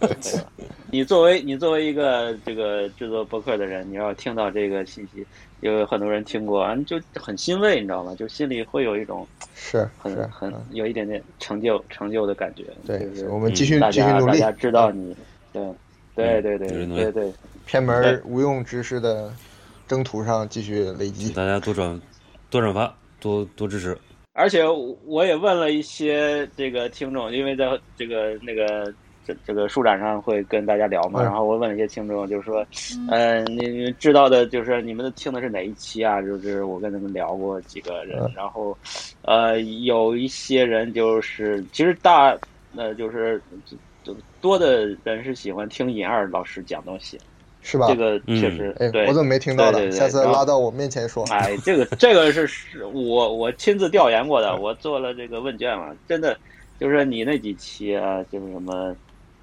D: 对吧你作为你作为一个这个制作博客的人，你要听到这个信息，有很多人听过，啊你就很欣慰，你知道吗？就心里会有一种
B: 是
D: 很
B: 是，
D: 很
B: 嗯
D: 有一点点成就成就的感觉。
B: 对
D: 就，
B: 是
D: 是
B: 我们
C: 嗯
B: 继续
D: 大
B: 继续
D: 家
B: 努
D: 大
B: 力嗯
D: 家。知道你，对对对对
C: 有人努力
D: 对对，
B: 偏
D: 对
B: 门无用知识的征途上继续累积。
C: 大家多转多转发，多多支持。
D: 而且我也问了一些这个听众，因为在这个那个这这个书展上会跟大家聊嘛，
B: 嗯
D: 然后我问了一些听众，就是说，呃，你你知道的，就是你们听的是哪一期啊？就是我跟他们聊过几个人，
B: 嗯
D: 然后，呃，有一些人就是其实大呃就是就就多的人是喜欢听尹二老师讲东西，
B: 是吧？
D: 这个确实、
B: 哎
D: 对，
B: 我怎么没听到
D: 对
B: 呢？
D: 对对
B: 下次
D: 然后
B: 拉到我面前说。
D: *laughs* 哎，这个这个是是我我亲自调研过的，我做了这个问卷嘛，真的就是你那几期啊，就是什么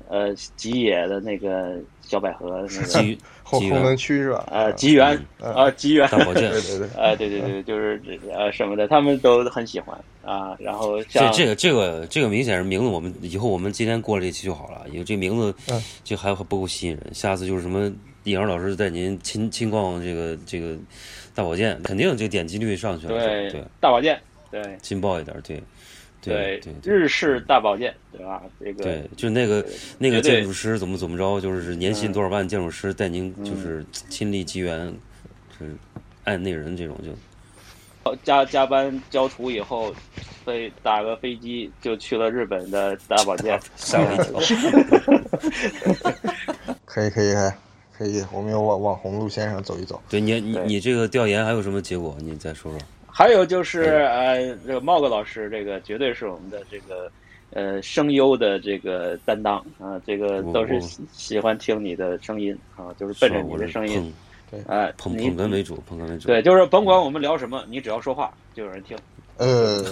D: 呃吉野的那个小百合的那
C: 基
D: 个
C: 于
B: 红
C: 基于
B: 红灯区是吧？
D: 呃
B: 嗯
D: 吉原
B: 嗯
D: 啊吉原 *laughs*
C: 大保健，
B: 对对对，
D: 啊对对对，就是这个呃什么的，他们都很喜欢啊。然后
C: 这
D: 像
C: 这个这个这个明显是名字，我们以后我们今天过了这期就好了，因为这名字
B: 嗯
C: 就还还不够吸引人。下次就是什么尹儿老师带您亲亲逛这个这个大保健，肯定这个点击率上去了，
D: 对
C: 对对，
D: 大保健，对
C: 劲爆一点，对对对对
D: 日式大保健，对吧？这个
C: 对，就那个
D: 对
C: 那个
D: 绝对嗯
C: 建筑师怎么怎么着，就是年薪多少万建筑师带您就是亲历机缘，就是爱那人这种就
D: 加加班交图以后，飞打个飞机就去了日本的大保健，
C: *laughs* 吓我一
D: *laughs*
C: 跳。
B: 可以可以可以可以，我们有往网红路线上走一走。
C: 对你你
D: 对
C: 你这个调研还有什么结果？你再说说。
D: 还有就是呃，这个茂哥老师，这个绝对是我们的这个呃声优的这个担当啊、这个
C: 我
D: 都是
C: 我
D: 喜喜欢听你的声音啊、就是奔着
C: 是吧
D: 你
C: 我
D: 的
C: 是
D: 声音
C: 捧
D: 啊，
C: 捧
D: 你
C: 捧哏为主，捧哏为主。
D: 对，就是甭管我们聊什么，你只要说话就有人听
B: 呃，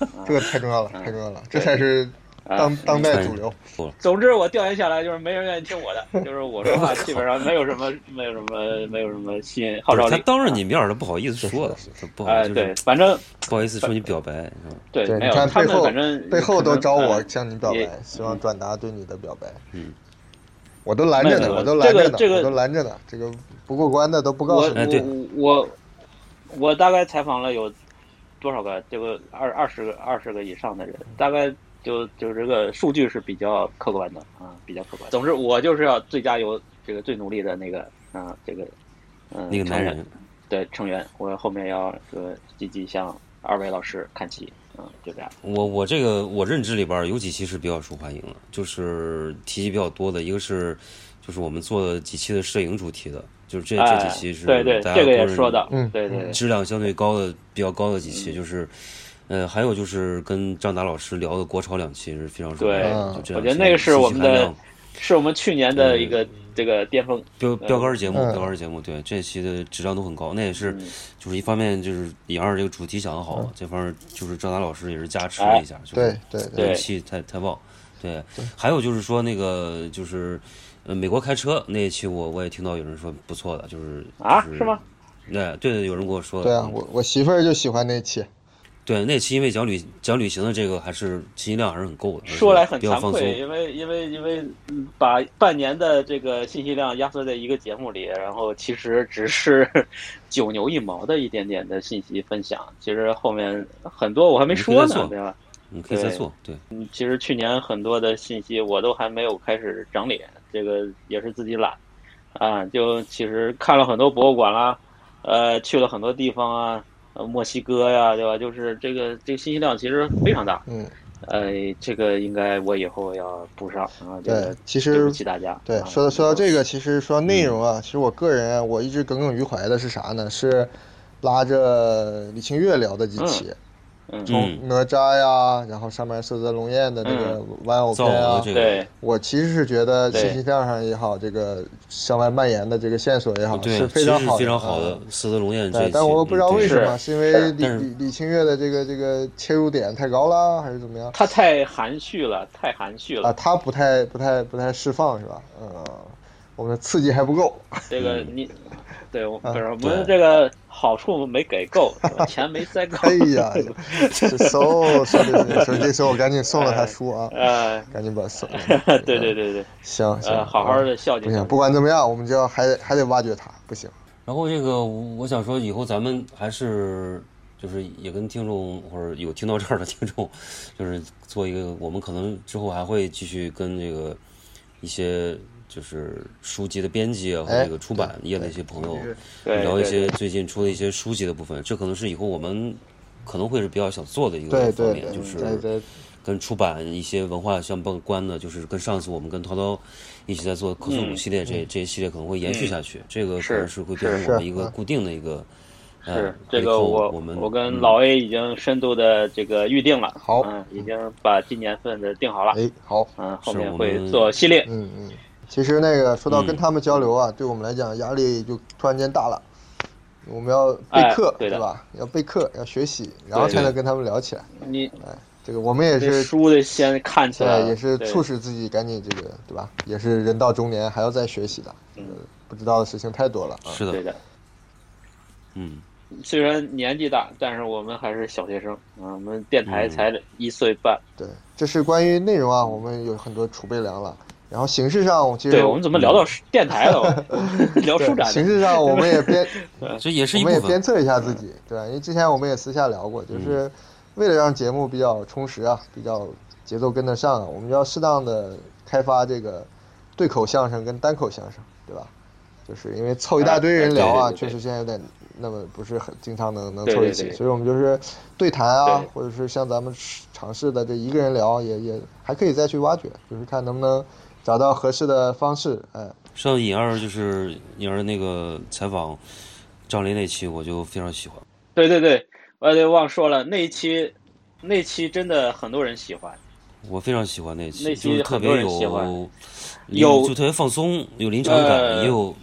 D: 啊
B: 这。个太重要了，
D: 嗯
B: 太重要了，这
D: 对
B: 才是当
D: 啊
B: 当代
C: 哎
B: 主流。
D: 总之，我调研下来就是没人愿意听我的，就是我说话基本上没有什么 *laughs* 没有什么没有什么吸引号
C: 不
D: 召
C: 是他
D: 力。啊
C: 当着你面儿他不好意思说的
B: 是，
C: 不好
D: 哎，
C: 就
D: 对
C: 是，
D: 反正
C: 不好意思说你表白，是吧？
D: 对
B: 对，
D: 没
B: 你
D: 有
B: 看
D: 他
B: 背
D: 们
B: 后
D: 反正
B: 背后都找我
D: 嗯
B: 向你表
D: 也
B: 白，希望转达对你的表白。
C: 嗯，
B: 我都拦着
D: 没
B: 呢，
D: 有
B: 我都拦着呢，
D: 这个这个
B: 我都拦着呢。这个不过关的都不告
D: 我呃
B: 诉
C: 哎
B: 你。
C: 对
D: 我我我大概采访了有多少个？这个二二十个二十个以上的人，大概就就这个数据是比较客观的啊，比较客观。总之，我就是要最加油，这个最努力的那个啊，这个嗯、
C: 那个男
D: 成
C: 人
D: 员，对成员，我后面要这个积极向二位老师看齐啊，就这样。
C: 我我这个我认知里边儿有几期是比较受欢迎的，就是提及比较多的，一个是就是我们做的几期的摄影主题的，就是这这
D: 哎，
C: 几期是
D: 对对，
C: 大家
D: 这个也
C: 都是
D: 说到，
B: 嗯
D: 对对对，
C: 质量相对高的比较高的几期，就是呃还有就是跟张达老师聊的国潮两期是非常受欢迎的，
B: 对
C: 就这
D: 我
C: 两
D: 觉得
C: 期
D: 那个是
C: 信
D: 我
C: 息
D: 们
C: 含
D: 的
C: 量
D: 是我们去年的一个这个巅峰。
C: 标标杆儿节目，
B: 嗯
C: 标杆儿节目，对这期的质量都很高。那也是
D: 嗯，
C: 就是一方面就是尹二这个主题想得好，这方面就是赵达老师也是加持
D: 哎
C: 了一下，就是
B: 嗯对对对，
D: 对
C: 人气太太旺。对，还有就是说那个就是，呃，美国开车那一期我我也听到有人说不错的，就是
D: 啊
C: 就是
D: 吗？
C: 对对对，有人跟我说的。
B: 对啊，
C: 嗯
B: 我我媳妇儿就喜欢那期。
C: 对那期因为讲旅讲旅行的这个还是信息量还是很够的，
D: 说来很
C: 比较
D: 惭
C: 放
D: 愧，
C: 松。
D: 因为因为因为嗯把半年的这个信息量压缩在一个节目里，然后其实只是 *laughs* 九牛一毛的一点点的信息分享，其实后面很多我还没说
C: 你可以再做，
D: 呢对吧？
C: 你可以再做，对，
D: 嗯，其实去年很多的信息我都还没有开始整理，这个也是自己懒啊，就其实看了很多博物馆啦，呃，去了很多地方啊，呃墨西哥呀，对吧？就是这个这个信息量其实非常大，
B: 嗯，
D: 呃，这个应该我以后要补上啊。这
B: 对
D: 个，
B: 其
D: 对
B: 实
D: 不起大家。
B: 对
D: 啊，
B: 说到说到这个，其实说到内容啊，其实我个人啊，我一直耿耿于怀的是啥呢？是拉着李清月聊的几期，
D: 嗯
C: 嗯，
B: 哪吒呀，然后上面色泽龙焰的这个玩偶
C: 造
B: 片啊，
C: 偶的这个，
D: 对
B: 我其实是觉得
D: 对
B: 信息量上也好，这个向外蔓延的这个线索也好，嗯
C: 对，
B: 是非
C: 其实
B: 常
C: 是
B: 好
C: 非常
B: 的嗯
C: 好的。四德龙焰这一
B: 对，
C: 期，
B: 但我不知道
C: 嗯对
B: 为什
D: 是
B: 么，是因为李
C: 但是
B: 李李清月的这个这个切入点太高啦，还是怎么样？
D: 他太含蓄了，太含蓄
B: 啊，
D: 了。
B: 他不太不太不太释放是吧？嗯，我们的刺激还不够。
D: 这个你，对
B: 啊
D: 我不是我
C: 对
D: 们这个好处没给够，是吧钱没塞够。
B: *laughs* 哎呀，是搜搜这所以这时候我赶紧送了他书啊，
D: *laughs* 呃，
B: 赶紧把它送
C: *laughs*
B: 了。
D: 对对对对，
B: 行嗯
D: 呃，
B: 行，
D: 好好的孝
B: 不
D: 敬他
B: 行，。不管怎么样，我们就要还得还得挖掘他，不行。
C: 然后这个我我想说，以后咱们还是就是也跟听众或者有听到这儿的听众，就是做一个，我们可能之后还会继续跟这个一些就是书籍的编辑啊和
B: 哎
C: 这个出版业的一些朋友
D: 对
C: 聊一
D: 对
C: 些最近出的一些书籍的部分，这可能是以后我们可能会是比较想做的一
B: 对
C: 个方
B: 对
C: 面，
B: 对，
C: 就是
B: 对对
C: 跟出版一些文化相关的，就是跟上次我们跟涛涛一起在做科
D: 嗯
C: 索鲁系列，这这一系列可能会延续下去，这个可能是会变成我们一个固定的一个。呃
D: 嗯是这个
C: 回扣
D: 我
C: 我们嗯
D: 我跟老 A 已经深度的这个预定了，
B: 好
D: 嗯，已经把今年份的定好了，
B: 哎，好，
D: 嗯，后
C: 是
D: 面
C: 我
D: 会
C: 们
D: 做系列，
B: 嗯嗯。其实那个说到
C: 嗯
B: 跟他们交流啊，对我们来讲压力就突然间大了。我们要备
D: 哎
B: 课，
D: 对的
B: 是吧？要备课，要学习，然后
D: 对
B: 才能跟他们聊起来。
D: 你
B: 这个我们也
D: 这
B: 嗯是
D: 书得先看起来，
B: 对，也是
D: 对
B: 促使自己赶紧这个，对吧？也是人到中年还要再学习的，
D: 嗯
B: 呃不知道的事情太多了啊。
C: 是
D: 对
C: 的，
D: 的。
C: 嗯，
D: 虽然年纪大，但是我们还是小学生，嗯，我们电台才一岁半，
B: 对，这是关于内容啊，我们有很多储备粮了。然后形式上，我其实
D: 对我们怎么聊
B: 嗯
D: 到电台了？
B: *laughs*
D: 我聊
B: 对
D: 书展
B: 形
D: 了，
B: 式上我们也编，
C: 这也是
B: 我
C: 一
B: 们也
C: 部
B: 鞭
C: 分。
B: 策一下自己，对吧？因为之前我们也私下聊过，
D: 嗯
B: 就是为了让节目比较充实啊，比较节奏跟得上啊，我们要适当的开发这个对口相声跟单口相声，对吧？就是因为凑一大堆人聊啊，
D: 哎对对对
B: 确实现在有点那么不是很经常能能
D: 对
B: 凑一
D: 对
B: 起，
D: 对
B: 所以我们就是对谈啊
D: 对，
B: 或者是像咱们尝试的这一个人聊也也还可以再去挖掘，就是看能不能找到合适的方式，哎，
C: 上尹二就是尹二那个采访张琳那期，我就非常喜欢。
D: 对对对，我得忘说了，那一期，那期真的很多人喜欢，
C: 我非常喜欢那期，
D: 那期
C: 就是特别
D: 很多人喜
C: 有
D: 欢，有
C: 就特别放松，有临场感，
D: 呃
C: 也有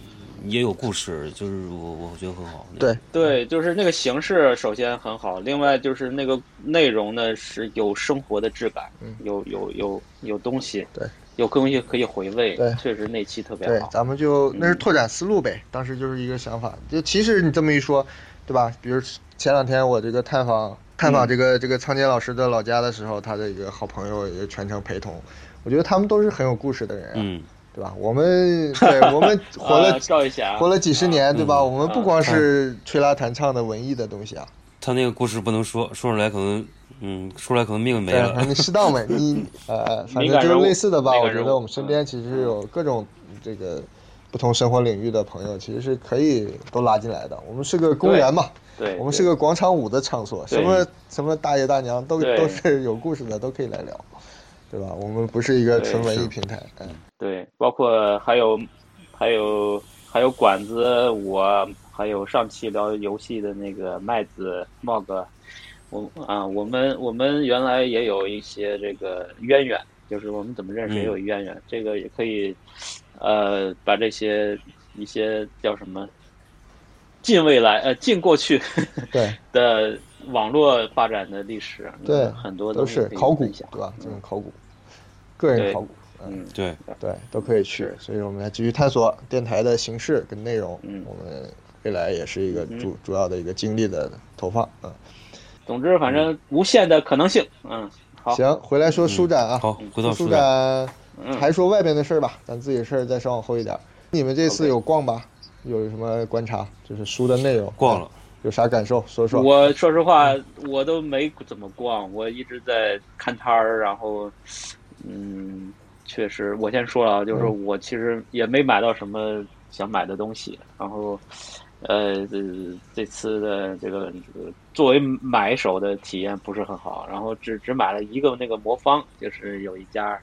C: 也有故事，就是我我觉得很好。那个
B: 对，
D: 对，就是那个形式首先很好，另外就是那个内容呢是有生活的质感，
B: 嗯
D: 有有有有东西，
B: 对，
D: 有东西可以回味，
B: 对
D: 确实那期特别
B: 对
D: 好，，嗯
B: 咱们就那是拓展思路呗。当时就是一个想法，就其实你这么一说，对吧？比如前两天我这个探访探
D: 嗯
B: 访这个、这个仓坚老师的老家的时候，他的一个好朋友也全程陪同，我觉得他们都是很有故事的人啊，
C: 嗯，
B: 对吧？我们对我
D: *laughs*
B: 们活了、
D: 啊赵一霞，
B: 活了几十年，对吧？
C: 嗯
B: 我们不
D: 啊
B: 光是吹拉弹唱的文艺的东西啊，
C: 他那个故事不能说，说出来可能，嗯，说出来可能命没
B: 对，
C: 了
B: 反。正适当呗，你呃，反
D: 敏
B: 正
D: 感
B: 就是
D: 人物
B: 类似的吧。
D: 敏感
B: 我觉
D: 人
B: 得
D: 物
B: 我们身边其实有各种这个不同生活领域的朋友，其实是可以都拉进来的。我们是个公园嘛，
D: 对，
B: 我们
D: 对
B: 是个广场舞的场所，什
D: 对
B: 么什么大爷大娘都
D: 对
B: 都是有故事的，都可以来聊，对吧？我们不是一个纯文艺平台，嗯，
D: 对，包括还有还有还有管子，我还有上期聊游戏的那个麦子茂哥，我啊，我们我们原来也有一些这个渊源，就是我们怎么认识
C: 嗯
D: 也有渊源，这个也可以，呃，把这些一些叫什么，近未来呃近过去
B: 对，
D: 的网络发展的历史，啊
B: 对
D: 很多
B: 都
D: 东西
B: 是
D: 可以
B: 考古，
D: 分享
B: 对吧？这种考古，个人
D: 对
B: 考古，嗯。
D: 嗯，
C: 对，
B: 对，都可以去。所以我们来继续探索电台的形式跟内容。
D: 嗯
B: 我们未来也是一个
D: 嗯
B: 主、主要的一个精力的投放啊。
D: 总之反正无限的可能性，嗯，好，
B: 行，回来说书展啊。
C: 嗯好，回到
B: 书
C: 书展，
B: 展
D: 嗯。
B: 还说外边的事儿吧，咱自己的事儿再稍往后一点儿。你们这次
D: OK
B: 有逛吧？有什么观察？就是书的内容
C: 逛了，
B: 有啥感受？说说。
D: 我说实话，我都没怎么逛，我一直在看摊儿，然后，嗯，确实，我先说了啊，就是
C: 嗯
D: 我其实也没买到什么想买的东西，然后，呃，这这次的这个呃作为买手的体验不是很好，然后只只买了一个那个魔方，就是有一家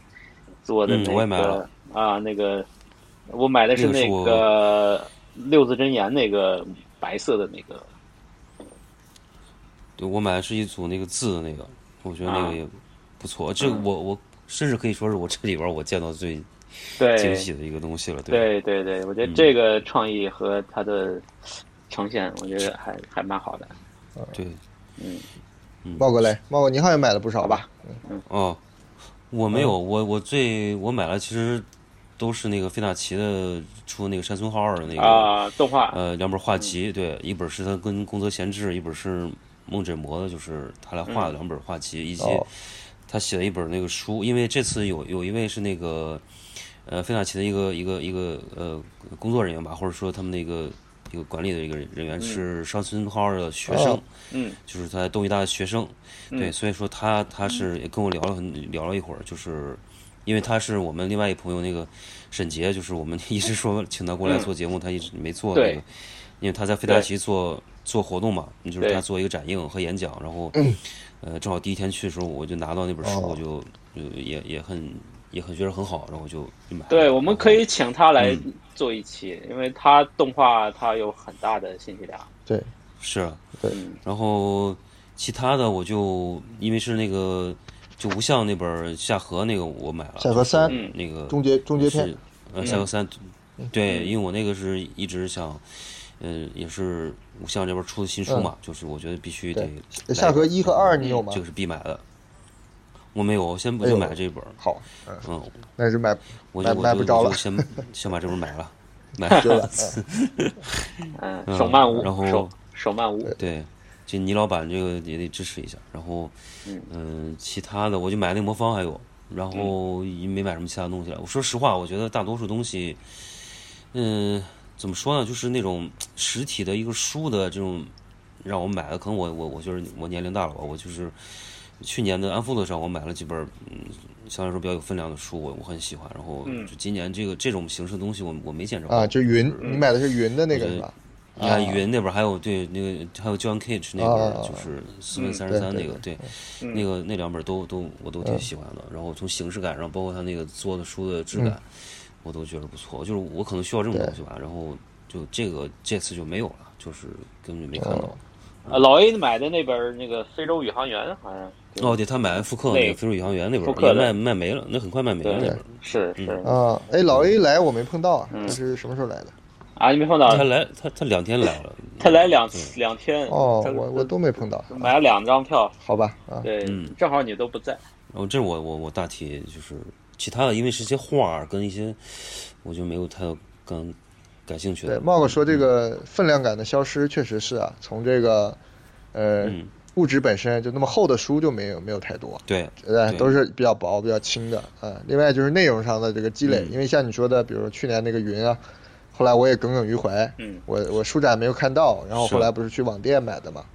D: 做的
C: 嗯
D: 那个、
C: 我也买了
D: 啊，那个我买的是
C: 那个
D: 那
C: 是我
D: 个六字真言那个白色的那个。
C: 对我买的是一组那个字的那个，我觉得那
D: 啊
C: 个也不错。这
B: 啊
D: 嗯
C: 我我甚至可以说是我这里边我见到最
D: 对
C: 惊喜的一个东西了，对吧嗯
D: 对对对，我觉得这个创意和它的呈现，我觉得还还蛮好的。
C: 对，
D: 嗯
B: 茂哥嘞，茂哥你好像买了不少吧？
C: 哦，我没有，
B: 嗯
C: 我我最我买了其实都是那个费纳奇的出的那个山村浩二的那个
D: 啊，动画
C: 呃，两本画集，对，一本是他跟宫泽贤治，一本是梦枕魔的，就是他来画的两本画集，以及
B: 嗯哦
C: 他写了一本那个书。因为这次有有一位是那个呃费纳奇的一个一个一个呃工作人员吧，或者说他们那个一个管理的一个人员是上村浩二的学生，
B: 哦
D: 嗯
C: 就是他在东艺大的学生，对，所以说他他是也跟我聊了很聊了一会儿，就是因为他是我们另外一朋友那个沈杰，就是我们一直说请他过来做节目，他一直没做
D: 嗯对
C: 那个，因为他在费达奇做做活动嘛，就是
D: 对
C: 他做一个展映和演讲，然后呃正好第一天去的时候我就拿到那本书，
B: 哦
C: 我就就也也很也很觉得很好，然后就就买了。
D: 对，我们可以请他来
C: 嗯
D: 做一期，因为他动画他有很大的信息量。
B: 对，
C: 是啊，
B: 对
C: 然后其他的我就因为是那个就无相那本儿夏荷那个我买了，
B: 夏荷三
C: 就是那个
B: 终结终结篇嗯
C: 是，呃夏荷三，对，因为我那个是一直想，呃，也是无相这边出的新书嘛，就是我觉得必须得
B: 嗯对
C: 来
B: 夏荷一和二
C: 嗯
B: 你有吗
C: 这个是必买的，我没有，我先不
B: 哎
C: 就
B: 呦
C: 买这本儿，
B: 好，嗯，
C: 嗯，
B: 那是买
C: 我就
B: 买
C: 我
B: 买
C: 就
B: 不着
C: 我就
B: 了
C: 先先把这本儿买了，
B: *laughs*
C: 买
B: 对
C: 了
B: 吧，？嗯
D: 嗯，
C: 嗯
D: 手漫屋，
C: 然后呃
D: 手手漫屋，
C: 对，这倪老板这个也得支持一下。然后，
D: 嗯
C: 嗯、其他的我就买那魔方还有，然后也没买什么其他东西了。我说实话，我觉得大多数东西，嗯、怎么说呢，就是那种实体的一个书的这种让我买的，可能我我我就是我年龄大了吧，我就是。去年的安福乐上，我买了几本儿，嗯，相对来说比较有分量的书，我我很喜欢。然后
D: 嗯
C: 就今年这个这种形式的东西我，我没见着过
B: 啊，就云，
D: 嗯
B: 你买的是云的那个
C: 我觉
B: 是
C: 得
B: 吧？
C: 啊，云那本儿还有对那个还有 John Cage 那
B: 啊啊
C: 本儿
B: 啊
C: 就是斯文三
B: 对
C: 十三
B: 对
C: 那个对，
D: 嗯
C: 那个那两本儿都都我
B: 嗯
C: 都挺喜欢的。然后从形式感上，包括他那个做的书的质感，我都觉得不错。就是我可能需要这种
B: 嗯对
C: 东西吧。然后就这个这次就没有了，就是根本没看到。
D: 呃老 A 买的那本儿那个《非洲宇航员》好像对
B: 嗯
C: 哦，对他买复刻那
D: 那
C: 个《飞入宇航员》那本
D: 复
C: 儿
D: 刻
C: 也
D: 的
C: 卖卖没了，那很快卖没了那
D: 对
C: 本儿。
D: 是
C: 嗯
D: 是
B: 啊，哎，老 A 来我没碰到啊，
D: 嗯
B: 他是什么时候来的？
D: 啊，你没碰到
C: 他来嗯他他两天来了，
D: 他来两两天
B: 哦
D: 他，
B: 我我都没碰到，
D: 买了两张票，
B: 好吧，啊，
D: 对
C: 嗯，
D: 正好你都不在，
C: 然后这我我我大体就是其他的，因为是一些画儿跟一些，我就没有太感感兴趣
B: 对，
C: 的。
B: 茂哥说这个分量感的消失确实是啊，从这个呃
C: 嗯
B: 物质本身就那么厚的书就没有没有太多，
C: 对
B: 呃，
C: 对
B: 都是比较薄、比较轻的啊。另外就是内容上的这个积累，
C: 嗯
B: 因为像你说的，比如去年那个云啊，后来我也耿耿于怀，
D: 嗯
B: 我我书展没有看到，然后
C: 是
B: 后来不是去网店买的嘛，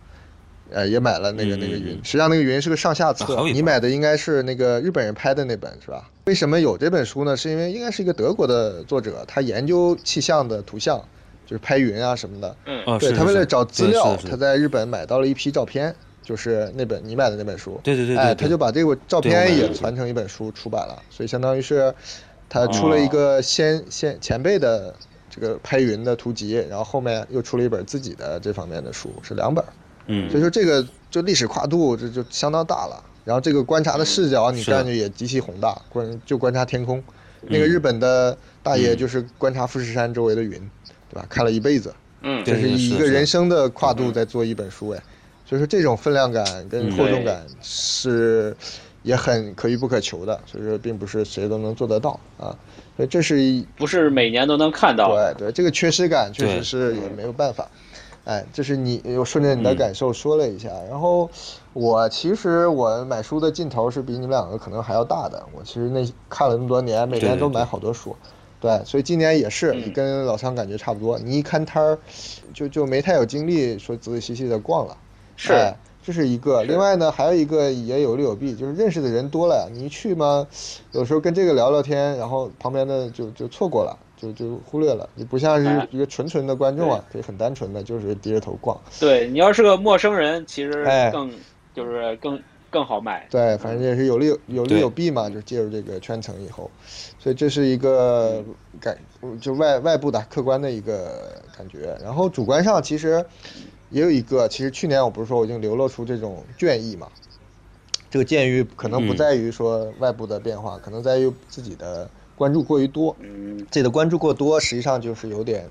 B: 呃，也买了那个
C: 嗯
B: 那个云
C: 嗯，嗯
B: 实际上那个云是个上下
C: 啊还
B: 册
C: 有，一
B: 你
C: 本
B: 买的应该是那个日本人拍的那本是吧？为什么有这本书呢？是因为应该是一个德国的作者，他研究气象的图像，就是拍云啊什么的，
D: 嗯
C: 啊，
B: 对
C: 是
B: 他
C: 是
B: 为
C: 是
B: 了找资
C: 对是
B: 料
C: 的，是
B: 他
C: 的
B: 在日本买到了一批照片，就是那本你买的那本书。
C: 对对对对
B: 哎，
C: 对
B: 他就把这个照
C: 对我买
B: 片
C: 了
B: 也传成一本书出版了，所以相当于是他出
C: 哦
B: 了一个先先前辈的这个拍云的图集，然后后面又出了一本自己的这方面的书，是两本。
C: 嗯
B: 所以说这个就历史跨度这就相当大了。然后这个观察的视角，你
C: 是的
B: 感觉也极其宏大，观就观察天空。那
C: 嗯
B: 个日本的大爷就是观察富士山周围的云，对吧？看了一辈子。
D: 嗯
C: 对
B: 这是以一
C: 是嗯
B: 个
C: 是
B: 人生的跨度在做一本书，哎，所以说这种分量感
C: 嗯
B: 跟厚重感是也很可遇不可求的，所以说并不是谁都能做得到啊。所以这是一
D: 不是每年都能看到的，
B: 对对，这个缺失感确实
C: 对
B: 是也没有办法。哎，这是你我顺着你的感受说了一下，
C: 嗯
B: 然后我其实我买书的劲头是比你们两个可能还要大的。我其实那看了那么多年，每年
C: 对
B: 都
C: 对
B: 买好多书，对，所以今年也是，你
D: 嗯
B: 跟老仓感觉差不多。你一看摊儿，就就没太有精力说仔仔细细的逛了。
D: 是
B: 哎这是一个。另外呢，还有一个也有利有弊，就是认识的人多了，你一去嘛，有时候跟这个聊聊天，然后旁边的就就错过了，就就忽略了。你不像是
D: 哎
B: 一个纯纯的观众啊，可以很单纯的就是低着头逛。
D: 对你要是个陌生人，其实
B: 哎
D: 更就是更更好买，
B: 对，反正这也是有利有有利
C: 对
B: 有弊嘛，就介入这个圈层以后，所以这是一个感，就外外部的客观的一个感觉。然后主观上其实，也有一个，其实去年我不是说我已经流露出这种倦意嘛，这个建议可能不
C: 嗯
B: 在于说外部的变化，可能在于自己的关注过于多，
D: 嗯，
B: 自己的关注过多，实际上就是有点，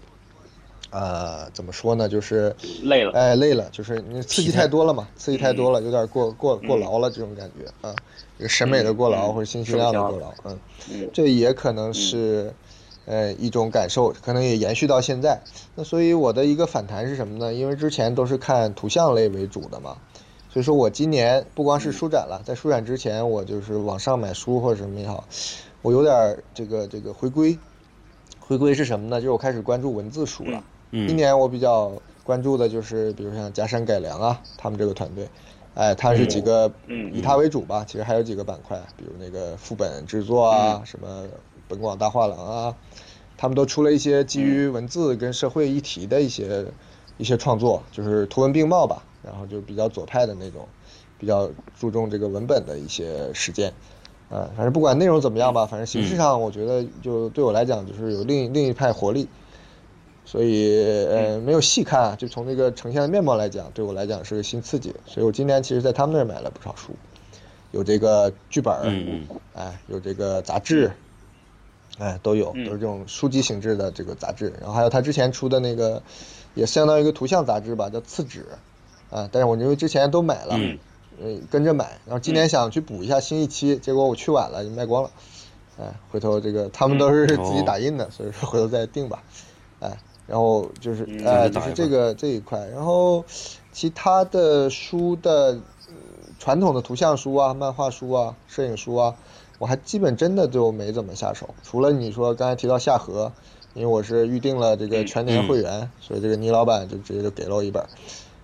B: 呃，怎么说呢，就是
D: 累了，
B: 哎，累了，就是你刺激太多了嘛，刺激太多
D: 嗯
B: 了，有点过过过劳了这种感觉啊，这个审美的过劳
D: 嗯
B: 或者信息量的过劳，嗯，
D: 嗯
B: 这也可能是，呃，一种感受，可能也延续到现在。那所以我的一个反弹是什么呢？因为之前都是看图像类为主的嘛，所以说我今年不光
D: 嗯
B: 是书展了，在书展之前，我就是网上买书或者什么也好，我有点儿这个这个回归，回归是什么呢？就是我开始关注文字书了。
C: 嗯，
B: 今年我比较关注的就是，比如像嘉山改良啊，他们这个团队，哎，他是几个
D: 嗯
B: 以他为主吧，其实还有几个板块，比如那个副本制作
D: 嗯
B: 啊，什么本广大画廊啊，他们都出了一些基于
D: 嗯
B: 文字跟社会议题的一些一些创作，就是图文并茂吧，然后就比较左派的那种，比较注重这个文本的一些实践。啊，反正不管内容怎么样吧，反正形
D: 嗯
B: 式上我觉得就对我来讲就是有另另一派活力，所以呃
C: 嗯
B: 没有细看啊，就从这个呈现的面貌来讲，对我来讲是个新刺激。所以我今年其实在他们那儿买了不少书，有这个剧本儿，
C: 嗯嗯
B: 哎，有这个杂志，哎，都有，
D: 嗯
B: 都是这种书籍形制的这个杂志。然后还有他之前出的那个，也相当于一个图像杂志吧，叫《次纸》，啊，但是我因为之前都买了，
C: 嗯
B: 呃，跟着买，然后今
D: 嗯
B: 年想去补一下新一期，结果我去晚了，就卖光了。哎，回头这个他们都
D: 嗯
B: 是
C: 哦
B: 自己打印的，所以说回头再定吧。哎，然后就是
D: 嗯
B: 哎，
C: 就是
B: 就是
C: 打一
B: 这
C: 块
B: 个这一块，然后其他的书的呃传统的图像书啊、漫画书啊、摄影书啊，我还基本真的就没怎么下手，除了你说刚才提到夏荷，因为我是预定了这个全年会员，所以这个倪老板就直接就给了我一本，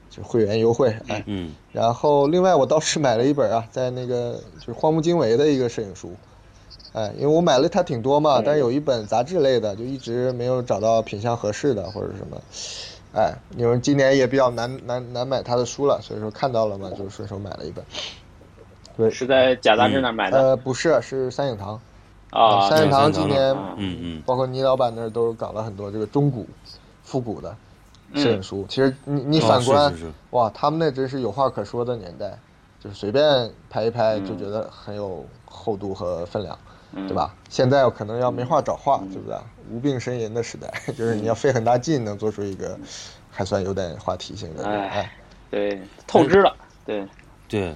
B: 就会员优惠，哎，
C: 嗯
B: 然后另外我倒是买了一本啊，在那个就是荒木经惟的一个摄影书，哎，因为我买了它挺多嘛，但是有一本杂志类的就一直没有找到品相合适的或者什么，哎，因为今年也比较难难难买他的书了，所以说看到了嘛就顺手买了一本。对，
D: 是在假杂志那儿买的
B: 呃，不是，是三影堂
D: 啊，
B: 嗯三
C: 影
B: 影堂今
C: 三影堂
B: 年
D: 啊
C: 嗯嗯
B: 包括倪老板那儿都搞了很多这个中古、复古的
D: 嗯
B: 摄影书。其实你你
C: 哦
B: 反
C: 是
B: 观，
C: 是是
B: 哇，他们那真是有话可说的年代，就是随便拍一拍就觉得很有厚度和分量，对吧？现在可能要没话找话，对不对？无病呻吟的时代， *laughs* 就是你要费很大劲能做出一个还算有点话题性的，
D: 哎
B: 哎，
D: 对，透支了，对，
C: 对，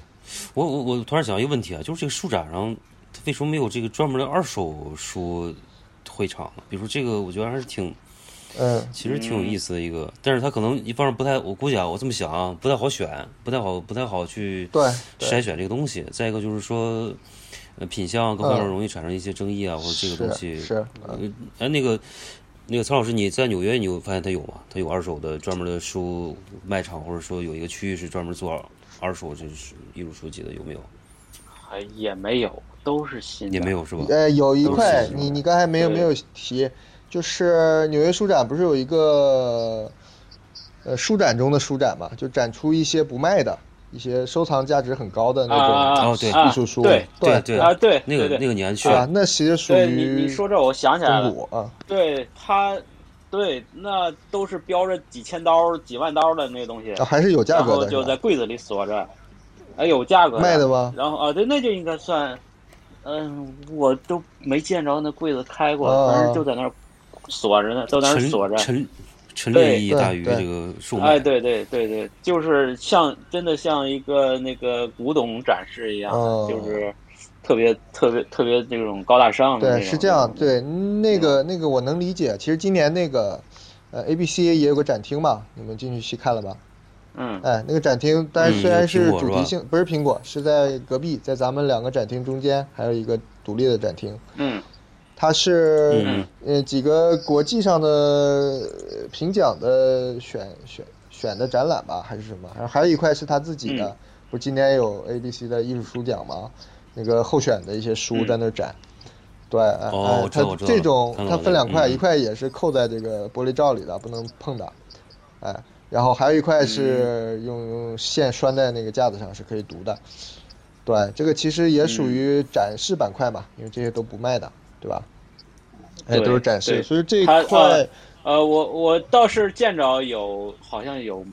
C: 我我我突然想一个问题啊，就是这个书展上，它为什么没有这个专门的二手书会场呢？比如说这个，我觉得还是挺，
B: 嗯。
C: 其实挺有意思的一个，但是它可能一方面不太，我估计啊，我这么想啊，不太好选，不太好，不太好去
B: 对对
C: 筛选这个东西。再一个就是说，呃，品相各方面
B: 嗯
C: 容易产生一些争议啊，或者这个东西
B: 是嗯是
C: 呃哎，那个。那个曹老师，你在纽约，你有发现它有吗？它有二手的专门的书卖场，或者说有一个区域是专门做二手这是艺术书籍的，有没有？
D: 哎也没有，都是新的，
C: 也没有是吧？
B: 呃，有一
C: 都是
B: 块
C: 这，种
B: 你你刚才没有
D: 对
B: 没有提，就是纽约书展不是有一个，呃，书展中的书展嘛，就展出一些不卖的、一些收藏价值很高的那
D: 啊
B: 种
C: 哦对
D: 啊
B: 艺术书，
D: 对
C: 对
B: 对
D: 啊对
C: 那个
D: 对对
C: 那个你还去
B: 啊，那其实属
D: 对你
B: 于
D: 你说这我想起来
B: 中
D: 了，
B: 古啊，
D: 对他，对那都是标着几千刀、几万刀的那个东西，
B: 啊还是有价
D: 然
B: 格
D: 后
B: 的
D: 就是在
B: 吧，
D: 柜子里锁着，哎有价格
B: 卖的吗？
D: 然后啊，对，那就应该算，嗯、我都没见着那柜子开过，
B: 啊
D: 反正就在那儿锁着呢，都在那儿锁
C: 陈
D: 着。
C: 陈陈列意义
B: 对
C: 大于
B: 对
C: 这个售卖，
D: 哎，对对对对，就是像真的像一个那个古董展示一样，
B: 哦
D: 就是特别特别特别那种高大上的那
B: 对，
D: 种
B: 是这样，对，那个那个我能理解。其实今年那个，呃，A B C 也有个展厅嘛，你们进去细看了吧？
D: 嗯
B: 哎，那个展厅，但是虽
C: 嗯
B: 然是
C: 苹果
B: 主
C: 是
B: 题
C: 吧
B: 性，不是苹果，是在隔壁，在咱们两个展厅中间还有一个独立的展厅，
D: 嗯
B: 它是、
C: 嗯
B: 呃几个国际上的呃评奖的选选选的展览吧，还是什么？然后还有一块是他自己的，
D: 嗯
B: 不是今年有 A B C 的艺术书奖吗？那个候选的一些书在那儿展。对，哎
C: 嗯哦
B: 哎
C: 我知
B: 它
C: 道我知道
B: 这
C: 了
B: 种
C: 看到
B: 它
C: 了
B: 分两块，
C: 嗯
B: 一块也是扣在这个玻璃罩里的，不能碰的，哎，然后还有一块是
C: 嗯
B: 用用线拴在那个架子上是可以读的，对，这个其实也
C: 嗯
B: 属于展示板块嘛，因为这些都不卖的，对吧？哎，
D: 对
B: 都是展示，
D: 对呃
B: 所以这一
D: 它
B: 块
D: 呃，我我倒是见着有好像有